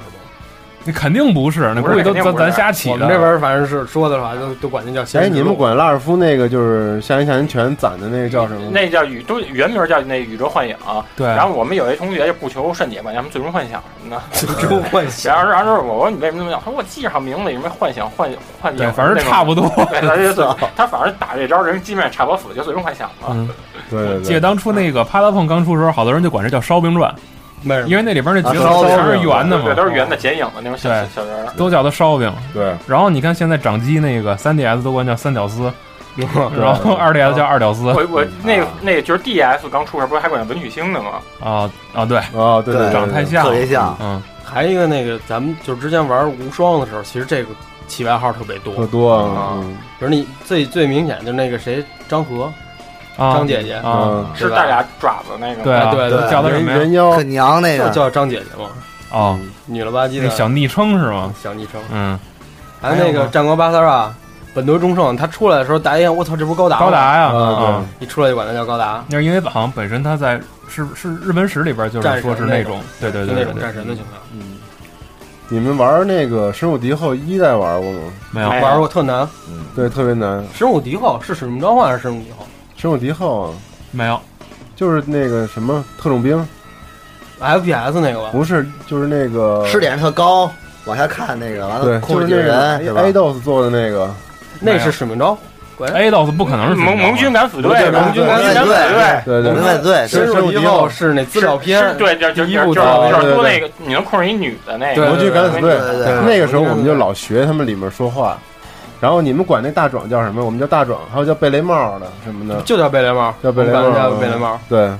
[SPEAKER 1] 那肯定不是，那
[SPEAKER 4] 不
[SPEAKER 1] 估
[SPEAKER 4] 是
[SPEAKER 1] 计都
[SPEAKER 4] 肯定
[SPEAKER 1] 咱
[SPEAKER 4] 不是
[SPEAKER 1] 咱瞎起
[SPEAKER 7] 我
[SPEAKER 1] 的
[SPEAKER 7] 们。这边反正是说的话，都都管那叫仙
[SPEAKER 3] 哎，
[SPEAKER 7] 人指
[SPEAKER 3] 你
[SPEAKER 7] 路。
[SPEAKER 3] 们管拉尔夫那个就是夏人夏人拳攒的那个叫什么？
[SPEAKER 4] 那叫宇都原名叫那宇宙幻影，
[SPEAKER 1] 对，
[SPEAKER 4] 然后我们有一同学就不求甚解，管他们最终幻想什么 的。
[SPEAKER 7] 最终幻想，
[SPEAKER 4] 然后然后我问你为什么这么讲，他说我记上名字，什么幻想幻幻
[SPEAKER 1] 对，
[SPEAKER 4] 想，
[SPEAKER 1] 反正差不多。
[SPEAKER 4] 对，他就他反正打这招，人基本上差不多死，就最终幻想了。
[SPEAKER 1] 嗯，
[SPEAKER 3] 对对
[SPEAKER 1] 记得
[SPEAKER 3] 对，
[SPEAKER 1] 当初那个啪嗒碰刚出的时候，好多人就管这叫烧饼传，
[SPEAKER 7] 卖什么
[SPEAKER 1] 因为那里边那
[SPEAKER 3] 啊
[SPEAKER 1] 角色全是圆的
[SPEAKER 4] 对，
[SPEAKER 1] 嘛，
[SPEAKER 4] 都是圆的剪影的那种小
[SPEAKER 1] 对
[SPEAKER 4] 小人儿。
[SPEAKER 1] 都叫它烧饼。
[SPEAKER 9] 对，
[SPEAKER 1] 然后你看现在掌机那个 3DS 都管叫三屌丝，然后 2DS 叫二 屌丝
[SPEAKER 4] 我我那个那个就是 DS 刚出的时候，不是还管文曲星呢吗？
[SPEAKER 1] 啊啊，对，
[SPEAKER 3] 啊，对
[SPEAKER 5] 对
[SPEAKER 1] 长得太像
[SPEAKER 5] 特别
[SPEAKER 1] 了，
[SPEAKER 5] 像。
[SPEAKER 1] 嗯，
[SPEAKER 7] 还一个那个，咱们就是之前玩无双的时候，其实这个起外号特别多
[SPEAKER 1] 嗯
[SPEAKER 3] 特，多嗯
[SPEAKER 7] 啊比如你最最明显就是那个谁张和
[SPEAKER 1] 啊
[SPEAKER 7] 张姐姐
[SPEAKER 1] 啊，
[SPEAKER 3] 嗯，
[SPEAKER 4] 是
[SPEAKER 7] 对吧
[SPEAKER 4] 大俩爪子那个。
[SPEAKER 1] 对啊，
[SPEAKER 7] 对
[SPEAKER 1] 都叫它什
[SPEAKER 3] 人
[SPEAKER 1] 哎么呀？
[SPEAKER 3] 人妖
[SPEAKER 5] 很娘那
[SPEAKER 7] 就
[SPEAKER 5] 个，
[SPEAKER 7] 叫张姐姐嘛，
[SPEAKER 1] 哦，
[SPEAKER 7] 女了吧唧
[SPEAKER 1] 那
[SPEAKER 7] 的
[SPEAKER 1] 小昵称是吗？
[SPEAKER 7] 小昵称，
[SPEAKER 1] 嗯，哎
[SPEAKER 7] 还有那
[SPEAKER 1] 还有
[SPEAKER 7] 个
[SPEAKER 1] 吗
[SPEAKER 7] 战国八三啊，本多忠胜，他出来的时候大家一看，我操，这不是高达吗
[SPEAKER 1] 高达呀，
[SPEAKER 3] 啊
[SPEAKER 1] 嗯，
[SPEAKER 7] 一出来就管他叫高达，
[SPEAKER 1] 那是因为好像本身它在是是日本史里边就是说是那种，对对
[SPEAKER 7] 就
[SPEAKER 1] 对
[SPEAKER 7] 那
[SPEAKER 1] 对
[SPEAKER 7] 种
[SPEAKER 1] 对
[SPEAKER 7] 战神的形象。
[SPEAKER 3] 你们玩那个《深入敌后》一代玩过吗？
[SPEAKER 1] 没有
[SPEAKER 4] 哎
[SPEAKER 7] 玩过特难，
[SPEAKER 3] 对，特别难，《
[SPEAKER 7] 《生物敌后》是《使命召唤》还是《生物敌后啊
[SPEAKER 3] 深入敌后》啊，
[SPEAKER 1] 没有
[SPEAKER 3] 就是那个什么特种兵，》
[SPEAKER 7] ？FPS 那个吧，
[SPEAKER 3] 不是，就是那个
[SPEAKER 5] 视点特高，往下看那个，完
[SPEAKER 3] 对
[SPEAKER 5] 了，控
[SPEAKER 3] 就是
[SPEAKER 5] 制几个人，
[SPEAKER 3] 那
[SPEAKER 5] 对
[SPEAKER 3] 个哎
[SPEAKER 5] 吧
[SPEAKER 3] A？DOS 做的那个，
[SPEAKER 7] 那是《使命召唤》。哎，
[SPEAKER 1] ，A DOS 不可能是
[SPEAKER 4] 嗯
[SPEAKER 1] 啊
[SPEAKER 4] 盟盟军敢死队
[SPEAKER 3] 对，
[SPEAKER 4] 吧，
[SPEAKER 3] 盟军
[SPEAKER 4] 盟
[SPEAKER 3] 敢
[SPEAKER 5] 死队
[SPEAKER 4] 敢死队。
[SPEAKER 3] 对对
[SPEAKER 5] 明
[SPEAKER 3] 对
[SPEAKER 5] 白对，
[SPEAKER 7] 《深入敌后》是那资料
[SPEAKER 4] 是
[SPEAKER 7] 片，
[SPEAKER 4] 对，就就
[SPEAKER 7] 第一
[SPEAKER 4] 就
[SPEAKER 7] 部
[SPEAKER 4] 就是
[SPEAKER 7] 资料
[SPEAKER 3] 片
[SPEAKER 4] 就是说
[SPEAKER 3] 对对
[SPEAKER 4] 那个你能控制一女的那
[SPEAKER 7] 对
[SPEAKER 4] 个
[SPEAKER 3] 国际敢死队
[SPEAKER 5] 对对对
[SPEAKER 3] 那个时候我们就老学他们里面说话，然后你们管那大壮叫什么？我们叫大壮，还有叫贝雷帽的什么的，
[SPEAKER 7] 就叫贝雷帽，
[SPEAKER 3] 叫贝雷帽啊
[SPEAKER 7] 我们管他叫贝雷帽，
[SPEAKER 3] 对，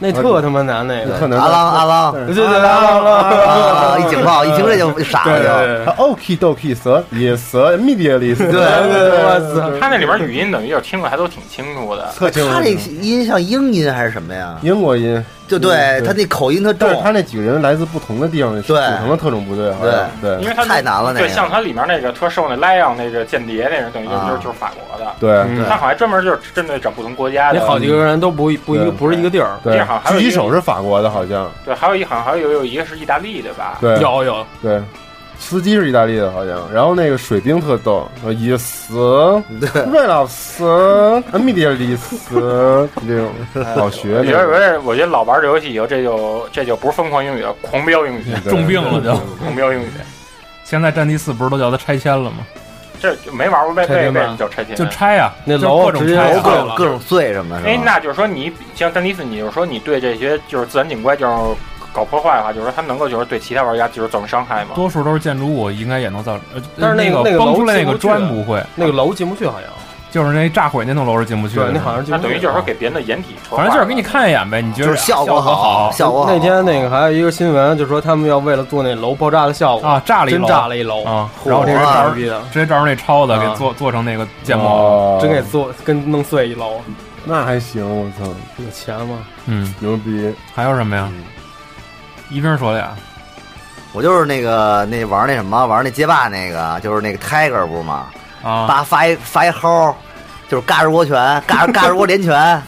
[SPEAKER 7] 那特他妈难那个。
[SPEAKER 3] 特难。
[SPEAKER 5] 阿郎阿郎
[SPEAKER 3] 对
[SPEAKER 7] 对对对，啦啦
[SPEAKER 5] 啊
[SPEAKER 7] 啦
[SPEAKER 5] 啊，啊一警报，一听这就傻
[SPEAKER 7] 对
[SPEAKER 5] 了，
[SPEAKER 7] 对
[SPEAKER 3] 他 OK doki 蛇也蛇 immediately，
[SPEAKER 7] 对
[SPEAKER 3] 对
[SPEAKER 7] 对，我
[SPEAKER 4] 他那里边语音等于就听着还都挺清楚的。
[SPEAKER 3] 特
[SPEAKER 5] 就
[SPEAKER 3] 清
[SPEAKER 5] 他那
[SPEAKER 3] 楚。
[SPEAKER 5] 音像英音还是什么呀？
[SPEAKER 3] 英国音，
[SPEAKER 5] 就对
[SPEAKER 3] 对
[SPEAKER 5] 他那口音特重
[SPEAKER 3] 但是，他那几个人来自不同的地方，组
[SPEAKER 5] 对
[SPEAKER 3] 成了特种部队，好像
[SPEAKER 4] 因
[SPEAKER 1] 嗯
[SPEAKER 3] 对
[SPEAKER 4] 为他
[SPEAKER 5] 太难了那个
[SPEAKER 4] 对，像他里面那个特受那莱昂那个间谍那人，等于就
[SPEAKER 5] 啊
[SPEAKER 4] 就是就是法国的。
[SPEAKER 3] 对
[SPEAKER 1] 嗯
[SPEAKER 4] 他好像专门就是针对找不同国家
[SPEAKER 7] 操，
[SPEAKER 4] 的
[SPEAKER 7] 那。好几个人都不不一个
[SPEAKER 3] 对
[SPEAKER 7] 不是一个地儿。
[SPEAKER 3] 对
[SPEAKER 4] 这好像，还有
[SPEAKER 3] 狙
[SPEAKER 4] 一
[SPEAKER 3] 击
[SPEAKER 4] 个
[SPEAKER 3] 手是法国的，好像
[SPEAKER 4] 对，还有一好像还有有一个是意大利的吧？
[SPEAKER 3] 对
[SPEAKER 7] 有有，
[SPEAKER 3] 对，司机是意大利的，好像。然后那个水兵特逗，呃也死， 为了死，啊密迪里死，这种老学
[SPEAKER 4] 我
[SPEAKER 3] 那
[SPEAKER 4] 觉得，我觉
[SPEAKER 3] 个。
[SPEAKER 4] 得，我觉得老玩这游戏以后，这就这就不是疯狂英语了，狂飙英语，
[SPEAKER 3] 对
[SPEAKER 1] 重病了就。
[SPEAKER 4] 狂飙英语，
[SPEAKER 1] 现在战地四不是都叫它拆迁了吗？
[SPEAKER 4] 这就没玩过被
[SPEAKER 7] 拆
[SPEAKER 4] 被
[SPEAKER 7] 迁
[SPEAKER 4] 被
[SPEAKER 7] 吧
[SPEAKER 4] 叫拆迁。
[SPEAKER 1] 就拆啊，
[SPEAKER 7] 那
[SPEAKER 1] 就
[SPEAKER 7] 楼
[SPEAKER 1] 各种
[SPEAKER 7] 直接
[SPEAKER 1] 拆
[SPEAKER 7] 楼
[SPEAKER 1] 啊
[SPEAKER 5] 各
[SPEAKER 7] 对
[SPEAKER 5] 种
[SPEAKER 7] 了
[SPEAKER 5] 各种碎什么的，
[SPEAKER 4] 哎
[SPEAKER 5] 是，吧？
[SPEAKER 4] 那就是说你像丹尼斯，你就是说你对这些就是自然景观就是搞破坏的话，就是说他能够就是对其他玩家就是造成伤害吗？
[SPEAKER 1] 多数都是建筑物，应该也能造成。呃
[SPEAKER 7] 但是那个
[SPEAKER 1] 个
[SPEAKER 7] 那个楼
[SPEAKER 1] 崩出来那
[SPEAKER 7] 进
[SPEAKER 1] 个
[SPEAKER 7] 不去啊
[SPEAKER 1] 砖
[SPEAKER 7] 的
[SPEAKER 1] 不会，
[SPEAKER 7] 那个楼进不去，好像
[SPEAKER 1] 就是那炸毁那栋楼是进不去
[SPEAKER 7] 对
[SPEAKER 1] 的，。
[SPEAKER 7] 那好像进
[SPEAKER 4] 那
[SPEAKER 7] 不去
[SPEAKER 4] 等于就是说给别人的掩体破坏
[SPEAKER 1] 反
[SPEAKER 4] 了，
[SPEAKER 1] 正就是给你看一眼呗，你觉
[SPEAKER 5] 就
[SPEAKER 1] 得
[SPEAKER 5] 是效果
[SPEAKER 1] 好，
[SPEAKER 5] 效果好。
[SPEAKER 7] 那天那个还有一个新闻，就说他们要为了做那楼爆炸的效果
[SPEAKER 1] 啊，，炸了一
[SPEAKER 7] 真
[SPEAKER 1] 楼
[SPEAKER 7] 炸了一楼，
[SPEAKER 1] 啊，
[SPEAKER 5] 嚯
[SPEAKER 1] 然后直接照
[SPEAKER 7] 傻
[SPEAKER 1] 着
[SPEAKER 7] 逼的，
[SPEAKER 1] 直接照着那抄的
[SPEAKER 7] 啊
[SPEAKER 1] 给做做成那个建模，
[SPEAKER 3] 哦，
[SPEAKER 7] 真给做跟弄碎一楼，
[SPEAKER 3] 那还行，我操，
[SPEAKER 7] 有钱吗？
[SPEAKER 1] 嗯，
[SPEAKER 3] 牛逼！
[SPEAKER 1] 还有什么呀？一兵说俩，
[SPEAKER 5] 我就是那个那玩那什么玩那街霸那个，就是那个 Tiger 不是吗？
[SPEAKER 1] 啊，
[SPEAKER 5] 叭发一发一薅，就是嘎吱窝拳，嘎嘎吱窝连拳，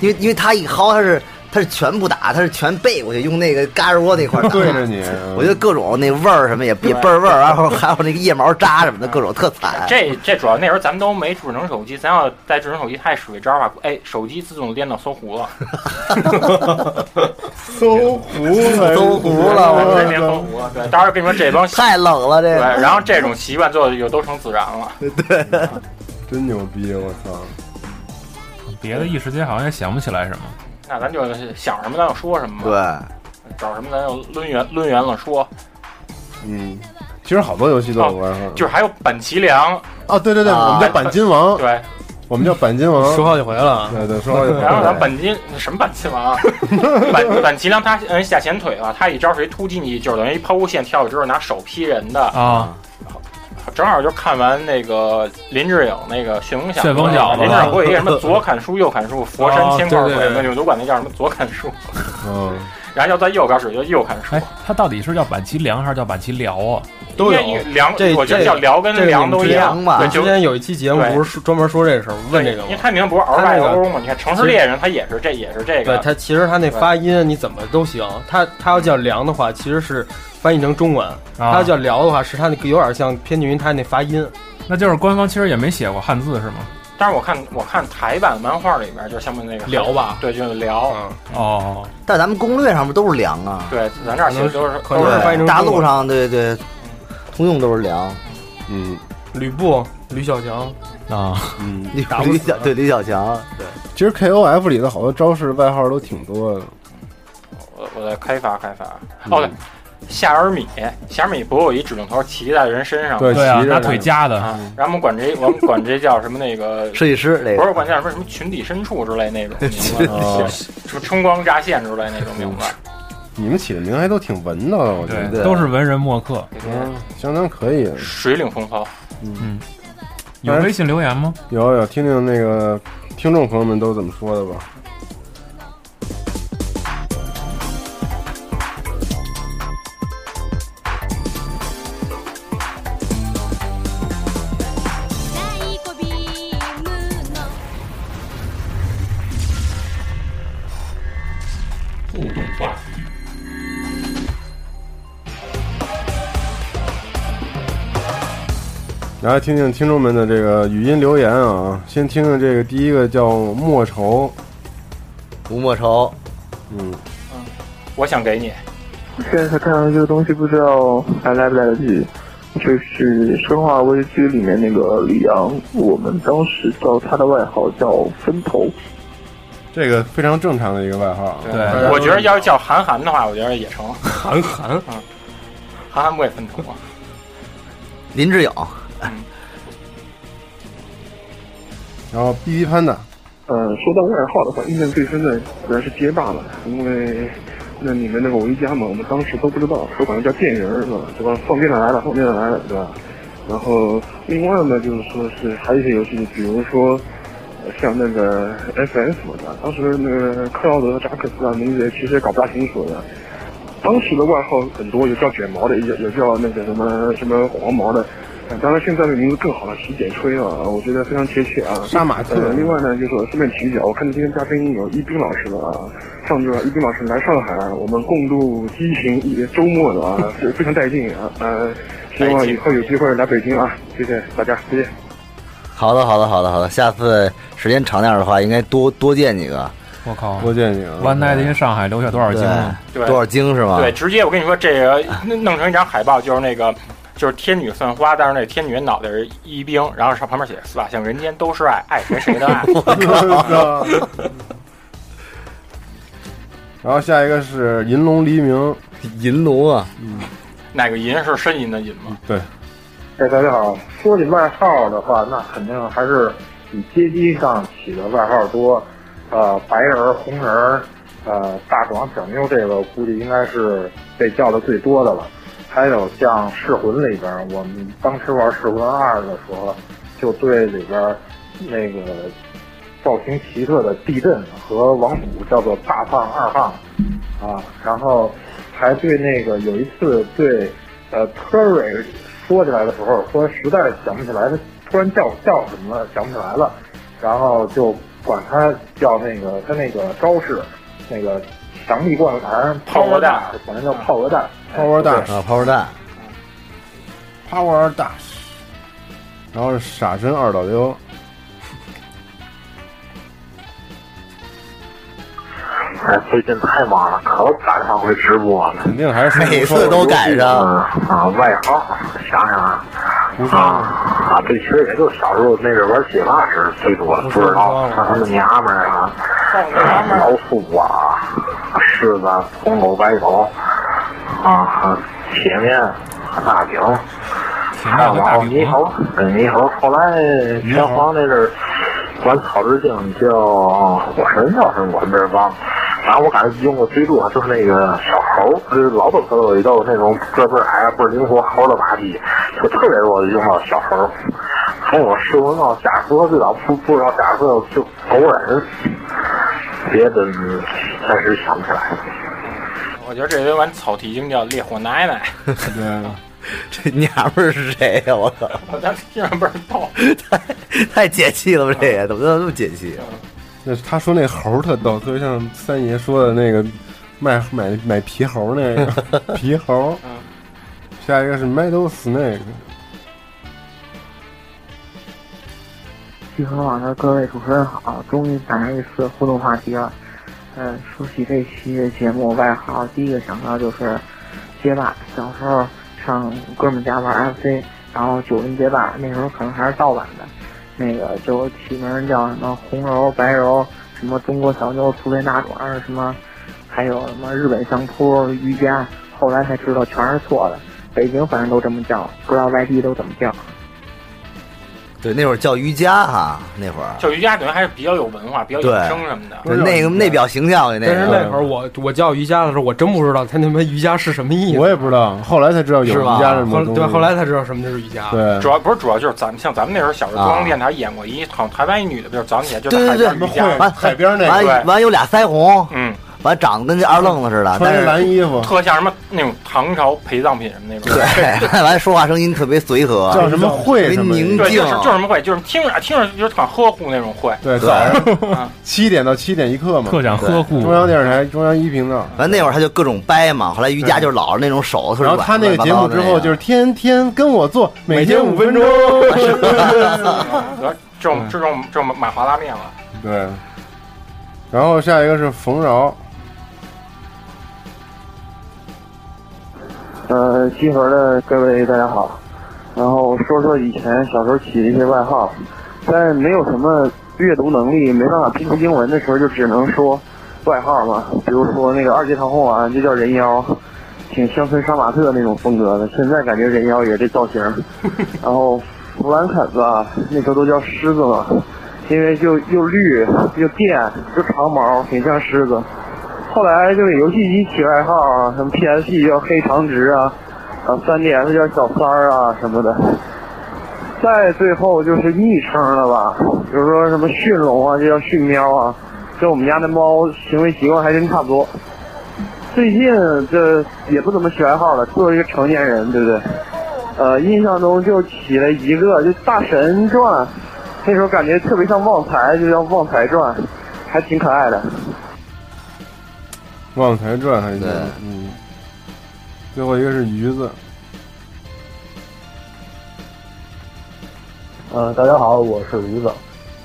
[SPEAKER 5] 因为因为他一薅他是他是全不打，他是全背过去，用那个嘎吱窝那块儿打。
[SPEAKER 3] 对着你，
[SPEAKER 5] 我觉得各种那味儿什么也也倍儿味儿，然后还有那个腋毛渣什么的，各种特惨。
[SPEAKER 4] 这这主要那时候咱们都没智能手机，咱要带智能手机太使这招吧，哎，手机自动连到搜狐了，
[SPEAKER 3] 搜狐了，
[SPEAKER 5] 搜狐了
[SPEAKER 4] 我直接连搜狐了。对，到时候跟你说这帮
[SPEAKER 5] 太冷了，这
[SPEAKER 4] 对，
[SPEAKER 5] 个
[SPEAKER 4] 然后这种习惯最后就都成自然了。
[SPEAKER 3] 真牛逼！我操，
[SPEAKER 1] 别的一时间好像也想不起来什么。
[SPEAKER 4] 那咱就想什么咱就说什么嘛，
[SPEAKER 5] 对，
[SPEAKER 4] 找什么咱就抡圆抡圆了说。
[SPEAKER 3] 嗯，其实好多游戏都有玩儿
[SPEAKER 4] 就是还有板崎良，
[SPEAKER 3] 啊，对对对，
[SPEAKER 5] 啊
[SPEAKER 3] 我们叫板筋 王，
[SPEAKER 4] 对，
[SPEAKER 3] 我们叫板筋王，
[SPEAKER 7] 说好几回了啊，
[SPEAKER 3] 对对，说好几回
[SPEAKER 4] 然后咱
[SPEAKER 3] 了
[SPEAKER 4] 本金什么板崎良啊，板板崎良他嗯下前腿啊，他一招谁突进去就是等于一抛物线跳过之后拿手劈人的，
[SPEAKER 1] 啊，
[SPEAKER 4] 正好就看完那个林志颖那个旋风小子
[SPEAKER 1] 旋风小子
[SPEAKER 4] 林志颖不有一个什么左砍树右砍树， 佛山
[SPEAKER 7] 哦
[SPEAKER 4] 千块
[SPEAKER 7] 对对
[SPEAKER 4] 腿，
[SPEAKER 7] 对
[SPEAKER 4] 那种都管那叫什么左砍树，
[SPEAKER 3] 嗯，
[SPEAKER 4] 然后要再右边水就右砍树
[SPEAKER 1] 哎，，他到底是叫板崎良还是叫板崎辽啊？
[SPEAKER 7] 都有。
[SPEAKER 4] 因为梁
[SPEAKER 7] 这，
[SPEAKER 4] 我觉得
[SPEAKER 7] 这
[SPEAKER 4] 叫梁跟
[SPEAKER 7] 这个
[SPEAKER 4] 梁都一样
[SPEAKER 5] 梁，嘛
[SPEAKER 4] 对，
[SPEAKER 7] 之
[SPEAKER 4] 就
[SPEAKER 7] 前有一期节目不是说专门说这个事儿，问这个
[SPEAKER 4] 因为
[SPEAKER 7] 吗？
[SPEAKER 4] 他名不是 R
[SPEAKER 7] 他
[SPEAKER 4] Y
[SPEAKER 7] 那个
[SPEAKER 4] O 嘛，你看城市猎人他也是这也是这
[SPEAKER 7] 对
[SPEAKER 4] 个，
[SPEAKER 7] 他，其实他那发音你怎么都行。他他要叫梁的话，其实是翻译成中文；他
[SPEAKER 1] 啊
[SPEAKER 7] 要，叫辽的话，是他那个有点像偏近于他那发音。
[SPEAKER 1] 那就是官方其实也没写过汉字是吗？
[SPEAKER 4] 但是我看我看台版漫画里面就是像那个
[SPEAKER 7] 聊吧
[SPEAKER 4] 对，就是聊，
[SPEAKER 7] 嗯，
[SPEAKER 1] 哦，
[SPEAKER 5] 但咱们攻略上面都是凉啊，
[SPEAKER 4] 对，咱这儿其实都是
[SPEAKER 7] 可能
[SPEAKER 4] 都
[SPEAKER 7] 是
[SPEAKER 4] 是
[SPEAKER 7] 翻译成
[SPEAKER 5] 大
[SPEAKER 7] 中
[SPEAKER 5] 陆
[SPEAKER 7] 文
[SPEAKER 5] 上对对，通用都是凉。
[SPEAKER 3] 嗯
[SPEAKER 7] 吕布、吕小强，
[SPEAKER 1] 啊，
[SPEAKER 3] 嗯，
[SPEAKER 5] 李
[SPEAKER 7] 打不死
[SPEAKER 5] 李小对李小强，
[SPEAKER 3] 其实 KOF 里的好多招式外号都挺多的，嗯
[SPEAKER 4] 我我我再开发开发。
[SPEAKER 7] 嗯
[SPEAKER 4] 哦对，夏尔米，夏尔米不过有一指令头骑在人身上吗
[SPEAKER 3] 对
[SPEAKER 1] 对啊，
[SPEAKER 3] 骑着
[SPEAKER 1] 拿
[SPEAKER 3] 呢
[SPEAKER 1] 腿夹的，
[SPEAKER 4] 啊，然后我们管这我们管这叫什么那个
[SPEAKER 5] 设计师这
[SPEAKER 4] 不是
[SPEAKER 5] 个
[SPEAKER 4] 管叫什么什么群体深处之类那种，明白
[SPEAKER 3] 啊
[SPEAKER 4] 吗？什么春光乍现之类那
[SPEAKER 5] 嗯
[SPEAKER 4] 种，明白？
[SPEAKER 3] 你们起的名还都挺文的，我觉得
[SPEAKER 1] 对，都是文人墨客。
[SPEAKER 3] 嗯，相当可以。
[SPEAKER 4] 水领风骚，
[SPEAKER 1] 有微信留言吗？
[SPEAKER 3] 有有，听听那个听众朋友们都怎么说的吧。来听听听众们的这个语音留言啊，先听听这个第一个叫莫愁，
[SPEAKER 5] 吴莫愁，
[SPEAKER 3] 嗯，
[SPEAKER 4] 我想给你。
[SPEAKER 9] 现在看到这个东西，不知道还来不来得及。就是《生化危机》里面那个里昂，我们当时叫他的外号叫分头，
[SPEAKER 3] 这个非常正常的一个外号啊。
[SPEAKER 1] 对
[SPEAKER 4] 我觉得要是叫韩寒的话，我觉得也成。嗯
[SPEAKER 7] 韩寒，
[SPEAKER 4] 韩寒不也分头啊吗？
[SPEAKER 5] 林志颖，
[SPEAKER 3] 然后 B B 潘达，
[SPEAKER 9] 呃，说到外号的话，印象最深的自然是街霸了，因为那里面那个维嘉嘛，我们当时都不知道，都管他叫电人儿嘛，对吧？放电脑来了，放电脑来了，对吧？然后另外呢，就是说是还有一些游戏，比如说呃像那个 FF 对吧？当时那个克劳德、扎克斯啊，名字其实也搞不大清楚的。当时的外号很多，有叫卷毛的，有有叫那个什么什么黄毛的。呃当然，现在的名字更好了，洗剪吹啊，我觉得非常贴切啊。
[SPEAKER 3] 杀马特
[SPEAKER 9] 呃，另外呢，就是我顺便提一下，我看今天嘉宾有一冰老师的啊，上周啊一冰老师来上海，啊我们共度激情一周末的啊，是非常带劲啊，呃，希望以后有机会来北京啊，谢谢大家，谢谢。
[SPEAKER 5] 好的好的好的好的，下次时间长点儿的话，应该多多见几个，
[SPEAKER 1] 我靠
[SPEAKER 3] 多见你啊！
[SPEAKER 1] ，One Night in 上海留下多少
[SPEAKER 5] 对
[SPEAKER 1] 精
[SPEAKER 7] 啊
[SPEAKER 1] 呢？，
[SPEAKER 4] 对
[SPEAKER 5] 多少精是吗？
[SPEAKER 4] 对，直哎接我跟你说，这个 弄弄成一张海报，就是那个。就是天女散花，但是那天女脑袋是一冰，然后上旁边写“四大像人间都是爱，爱谁谁的 爱
[SPEAKER 3] 然后下一个是银龙黎明，
[SPEAKER 5] 银龙啊，”。
[SPEAKER 4] 哪个银是呻吟的吟吗？
[SPEAKER 3] 对，
[SPEAKER 9] 哎，大家好。说起外号的话，那肯定还是以街机上起的外号多。呃，白人儿、红人儿，呃，大壮、小妞，这个估计应该是被叫的最多的了。还有像《噬魂》里边儿，我们当时玩《噬魂二》的时候，就对里边儿那个造型奇特的地震和王府叫做大胖、二胖啊，然后还对那个有一次对呃 Terry 说起来的时候，说实在想不起来他突然叫叫什么了，想不起来了，然后就管他叫那个他那个招式，那个强力灌篮
[SPEAKER 4] 泡
[SPEAKER 9] 泡
[SPEAKER 4] 窝
[SPEAKER 9] 蛋，
[SPEAKER 4] 蛋
[SPEAKER 9] 管他叫泡鹅蛋。
[SPEAKER 3] Power 大
[SPEAKER 5] 啊，泡泡 蛋，
[SPEAKER 3] Power 大，然后是傻神二导流，
[SPEAKER 9] 哎，最近太忙了，可赶上回直播了。
[SPEAKER 3] 肯定还是
[SPEAKER 5] 每次都赶 上，
[SPEAKER 9] 啊，外号想想啊，啊啊，这其实也就小时候那阵玩街霸时最多了，不知道像什么娘们儿啊、老鼠啊、狮子、啊、红狗、白狗啊、铁面、大饼。
[SPEAKER 1] 铁面和大饼
[SPEAKER 9] 猕
[SPEAKER 1] 吗？
[SPEAKER 9] 猴，猕猴。后来拳皇那阵儿管草之镜叫火神叫什么，我们这儿忘了。反正我感觉用的最多就是那个小猴，就是老多格斗一斗那种个个儿矮倍儿灵活，猴了吧唧，就特别多用到小猴。还有施文茂假说最早不不知道假说就狗耳，别的嗯暂时想不起来。
[SPEAKER 4] 我觉得这跟玩草剃精叫烈火奶奶，
[SPEAKER 3] 对，
[SPEAKER 5] 这娘们儿是谁呀？我靠，
[SPEAKER 3] 哦
[SPEAKER 4] 我当时听着倍儿逗。
[SPEAKER 5] 太 太解气了吧？这
[SPEAKER 3] 啊
[SPEAKER 5] 也怎么那么解气？啊
[SPEAKER 3] 那他说那猴儿特逗，特别像三爷说的那个卖买买皮猴儿 那个皮猴儿。下一个是 Metal Snake，
[SPEAKER 9] 集合网的各位主持人好，终于赶上一次互动话题了。嗯，说起这期节目外号，第一个想到就是街霸。小时候上哥们家玩 FC，然后九阴街霸，那时候可能还是盗版的，那个就起名叫什么红柔、白柔，什么中国小妞、苏雷那种，什么
[SPEAKER 10] 还有什么日本相扑、瑜伽，后来才知道全是错的。北京反正都这么叫，不知道外地都怎么叫。
[SPEAKER 5] 对，那会儿叫瑜伽哈，那会儿
[SPEAKER 4] 叫瑜伽，感觉还是比较有文化，比较有声什么的。
[SPEAKER 5] 对那个那表情像的那
[SPEAKER 7] 但
[SPEAKER 5] 个，嗯
[SPEAKER 7] 是那会儿我我教瑜伽的时候，我真不知道他那门瑜伽是什么意思。
[SPEAKER 3] 我也不知道，后来才知道有
[SPEAKER 7] 是
[SPEAKER 3] 瑜
[SPEAKER 7] 吧？
[SPEAKER 3] 伽这
[SPEAKER 7] 后
[SPEAKER 3] 么
[SPEAKER 7] 来
[SPEAKER 3] 东西。
[SPEAKER 7] 对，后来才知道什么是瑜伽。
[SPEAKER 3] 对
[SPEAKER 4] 主要不是主要就是咱们像咱们那时候小时候中央
[SPEAKER 5] 啊
[SPEAKER 4] 电台演过一好像台湾一女的，就是早上起来就
[SPEAKER 5] 对
[SPEAKER 4] 在海
[SPEAKER 5] 对
[SPEAKER 4] 边
[SPEAKER 5] 对
[SPEAKER 4] 瑜伽，
[SPEAKER 5] 完
[SPEAKER 3] 海边那
[SPEAKER 5] 完
[SPEAKER 3] 个，
[SPEAKER 5] 完有俩腮红，
[SPEAKER 4] 嗯，
[SPEAKER 5] 完长得跟这二愣子似的，
[SPEAKER 3] 穿
[SPEAKER 5] 但
[SPEAKER 3] 着
[SPEAKER 5] 是
[SPEAKER 3] 蓝衣服，
[SPEAKER 4] 特像什么那种唐朝陪葬品什么那种。
[SPEAKER 5] 对，完说话声音特别随和，
[SPEAKER 3] 叫什么
[SPEAKER 5] 特
[SPEAKER 3] 会
[SPEAKER 5] 别
[SPEAKER 3] 什么的？
[SPEAKER 5] 宁
[SPEAKER 4] 对，
[SPEAKER 5] 静啊
[SPEAKER 4] 就是，就是什么会，就是听着听着就是很呵护那种会。
[SPEAKER 3] 对，
[SPEAKER 5] 对
[SPEAKER 3] 早上
[SPEAKER 4] 啊，
[SPEAKER 3] 七点到七点一刻嘛。
[SPEAKER 1] 特想呵护
[SPEAKER 3] 中央电视台中央一频道。
[SPEAKER 5] 完那会儿他就各种掰嘛，后来瑜伽就是老是那种手特别
[SPEAKER 3] 然后
[SPEAKER 5] 软。
[SPEAKER 3] 他那个节目之后就是是天天跟我做，每
[SPEAKER 7] 天
[SPEAKER 3] 天
[SPEAKER 7] 五
[SPEAKER 3] 五
[SPEAKER 7] 分
[SPEAKER 3] 分
[SPEAKER 7] 钟
[SPEAKER 3] 钟。
[SPEAKER 4] 得这种这种这种马华拉面了。
[SPEAKER 3] 对。然后下一个是冯饶，
[SPEAKER 11] 呃，集合的各位大家好，然后说说以前小时候起的一些外号，在没有什么阅读能力，没办法拼出英文的时候，就只能说外号嘛，比如说那个二级唐红丸就叫人妖，挺乡村杀马特那种风格的，现在感觉人妖也这造型， 然后弗兰肯吧，那时候都叫狮子嘛，因为就又绿又电又长毛，挺像狮子。后来就给游戏机起外号啊，什么 PSP 叫黑长直啊，啊 3DS 叫小三儿啊什么的。再最后就是昵称了吧，比如说什么驯龙啊，就叫驯喵啊，跟我们家那猫行为习惯还真差不多。最近这也不怎么起外号了，作为一个成年人，对不对？呃，印象中就起了一个，就《大神传》，那时候感觉特别像旺财，就叫《旺财传》，还挺可爱的。
[SPEAKER 3] 《旺财传》还行
[SPEAKER 5] 对，
[SPEAKER 3] 嗯。最后一个是鱼子，
[SPEAKER 11] 呃，大家好，我是驴子。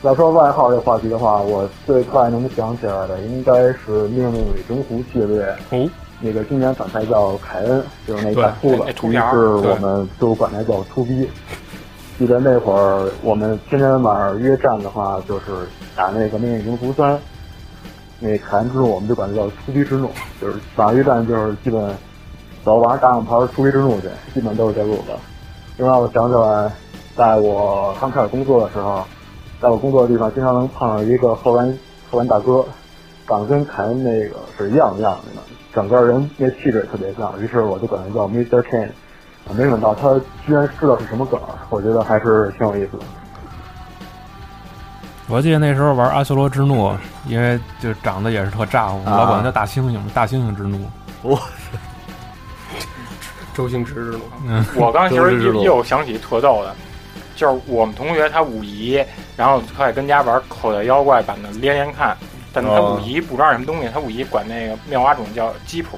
[SPEAKER 11] 要说外号这话题的话，我最快能想起来的应该是《命令与征服》系列。
[SPEAKER 1] 哦，
[SPEAKER 11] 那个经典反派叫凯恩，就是那大秃
[SPEAKER 4] 对
[SPEAKER 11] 子
[SPEAKER 4] 那，秃
[SPEAKER 11] 于
[SPEAKER 4] 瓢儿
[SPEAKER 11] 是我们都管他叫秃逼。记得那会儿我们天天晚上约战的话，就是打那个《命令与征服三》，那凯恩之怒我们就管他叫秃逼之怒，就是打约战就是基本早晚上打两盘秃逼之怒去，基本都是这路子。又让我想起来，在我刚开始工作的时候，在我工作的地方经常能碰上一个荷兰荷兰大哥，长得跟凯恩那个是一样一样的，整个人那气质也特别像，于是我就管他叫 Mr. Chen。没想到他居然知道是什么梗儿，我觉得还是挺有意思的。
[SPEAKER 1] 我记得那时候玩《阿修罗之怒》，因为就长得也是特咋呼，
[SPEAKER 5] 啊
[SPEAKER 1] 老管他叫大猩猩嘛，大猩猩之怒。
[SPEAKER 7] 周星驰之路，
[SPEAKER 1] 嗯，
[SPEAKER 4] 我刚其
[SPEAKER 5] 都
[SPEAKER 4] 实
[SPEAKER 5] 是这种
[SPEAKER 4] 又又想起特逗的，就是我们同学他五一，然后他也跟家玩口袋妖怪版的连连看，但他
[SPEAKER 3] 哦
[SPEAKER 4] 五一不知道什么东西，他五一管那个妙蛙种叫鸡谱，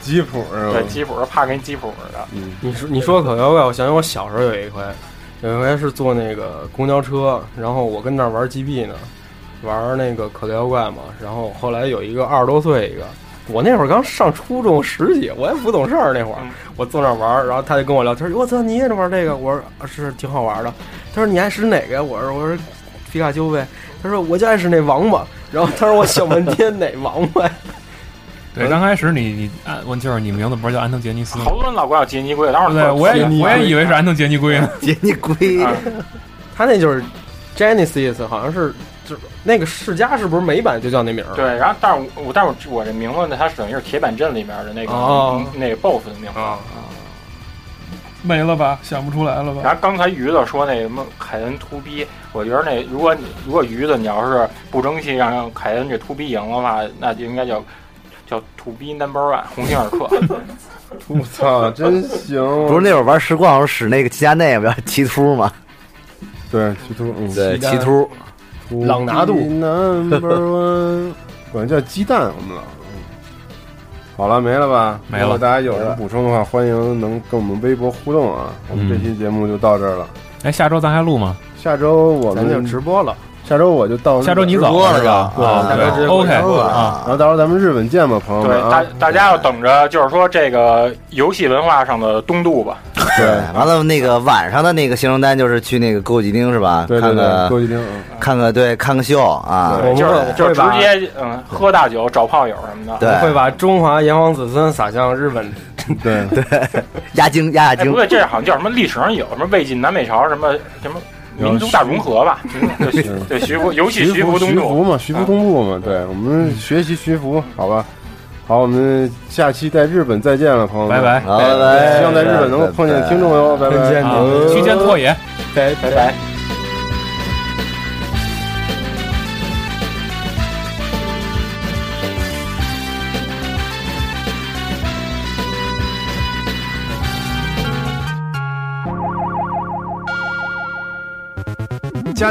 [SPEAKER 3] 吉普是吧
[SPEAKER 5] 嗯
[SPEAKER 4] 对？鸡谱，怕跟鸡谱似的。
[SPEAKER 7] 你说你说可妖怪，我想起我小时候有一回，有一回是坐那个公交车，然后我跟那儿玩 GB 呢，玩那个可妖怪嘛，然后后来有一个二十多岁一个。我那会儿刚上初中十几，我也不懂事儿。那会儿
[SPEAKER 4] 嗯
[SPEAKER 7] 我坐那儿玩儿，然后他就跟我聊天儿，我操，你也玩这个？我说啊是挺好玩的。他说你爱使哪个呀？我说我说皮卡丘呗。他说我就爱使那王八。然后他说我想半天哪王八呀？
[SPEAKER 1] 对，刚开始你你安，我就是你名字不是叫安藤杰尼斯吗
[SPEAKER 4] 好？多人老管我杰尼龟，当时
[SPEAKER 1] 对，我也
[SPEAKER 7] 杰尼
[SPEAKER 1] 我也以为是安藤杰尼龟呢。
[SPEAKER 5] 杰尼龟，
[SPEAKER 4] 啊
[SPEAKER 7] 他那就是 Genesis，好像是就是那个世嘉是不是美版就叫那名儿？，
[SPEAKER 4] 对，然后但是我我但是我这名字呢，它是等于是铁板阵里面的那个、嗯
[SPEAKER 7] 哦
[SPEAKER 4] 那个 BOSS 的名字。
[SPEAKER 7] 啊，
[SPEAKER 1] 没了吧？想不出来了吧？
[SPEAKER 4] 然后刚才鱼子说那什么凯恩秃逼，我觉得那如果你如果鱼子你要是不争气让凯恩这秃逼赢的话，那就应该叫叫秃逼 number one 鸿星尔克。
[SPEAKER 3] 我操，真行！
[SPEAKER 5] 不是那会儿玩实况的时候使那个齐达内不要骑秃嘛，
[SPEAKER 3] 对，去秃，嗯，
[SPEAKER 5] 对，
[SPEAKER 7] 骑
[SPEAKER 5] 骑秃，
[SPEAKER 7] 朗拿度
[SPEAKER 3] number one，管叫鸡蛋，我们老。好了，没了吧？
[SPEAKER 1] 没了
[SPEAKER 3] 如果大家有什么补充的话，欢迎能跟我们微博互动啊。我们这期节目就到这儿了，
[SPEAKER 1] 哎，下周咱还录吗？
[SPEAKER 3] 下周我
[SPEAKER 7] 咱
[SPEAKER 3] 们
[SPEAKER 7] 就直播了。
[SPEAKER 3] 下周我就到日本
[SPEAKER 1] 下周你走了是吧？
[SPEAKER 3] 对
[SPEAKER 1] 啊，
[SPEAKER 3] 下周
[SPEAKER 7] 直接
[SPEAKER 1] 对
[SPEAKER 7] 过
[SPEAKER 1] ，OK 啊，
[SPEAKER 3] 然后到时候咱们日本见吧，朋友
[SPEAKER 4] 对
[SPEAKER 3] 们，
[SPEAKER 4] 大
[SPEAKER 3] 啊！
[SPEAKER 4] 大家要等着，就是说这个游戏文化上的东渡吧。
[SPEAKER 5] 对，完了那个晚上的那个行程单就是去那个歌舞伎町是吧？
[SPEAKER 3] 对对
[SPEAKER 5] 看
[SPEAKER 3] 对
[SPEAKER 5] 个
[SPEAKER 3] 歌舞伎町，
[SPEAKER 5] 看个对看个秀啊，
[SPEAKER 4] 就是就是直
[SPEAKER 7] 把
[SPEAKER 4] 接嗯喝大酒找炮友什么的。
[SPEAKER 5] 对
[SPEAKER 7] 会把中华炎黄子孙撒向日本。
[SPEAKER 3] 对
[SPEAKER 5] 对，压惊压压
[SPEAKER 4] 哎，
[SPEAKER 5] 惊
[SPEAKER 4] 不。对，这好像叫什么历史上有什么魏晋南北朝什么什么民族大融合吧？对对，徐福，尤其
[SPEAKER 3] 徐
[SPEAKER 4] 徐福东
[SPEAKER 3] 徐
[SPEAKER 4] 渡
[SPEAKER 3] 福嘛，徐福东渡
[SPEAKER 7] 啊
[SPEAKER 3] 嘛，对我们学习徐福，好吧。好，我们下期在日本再见了，朋友们，
[SPEAKER 1] 拜拜
[SPEAKER 5] 好拜拜
[SPEAKER 3] 希望在日本能够碰见听众哟，拜拜
[SPEAKER 7] 再。见
[SPEAKER 1] 啊，区间拓野。
[SPEAKER 7] 拜拜拜。
[SPEAKER 1] 家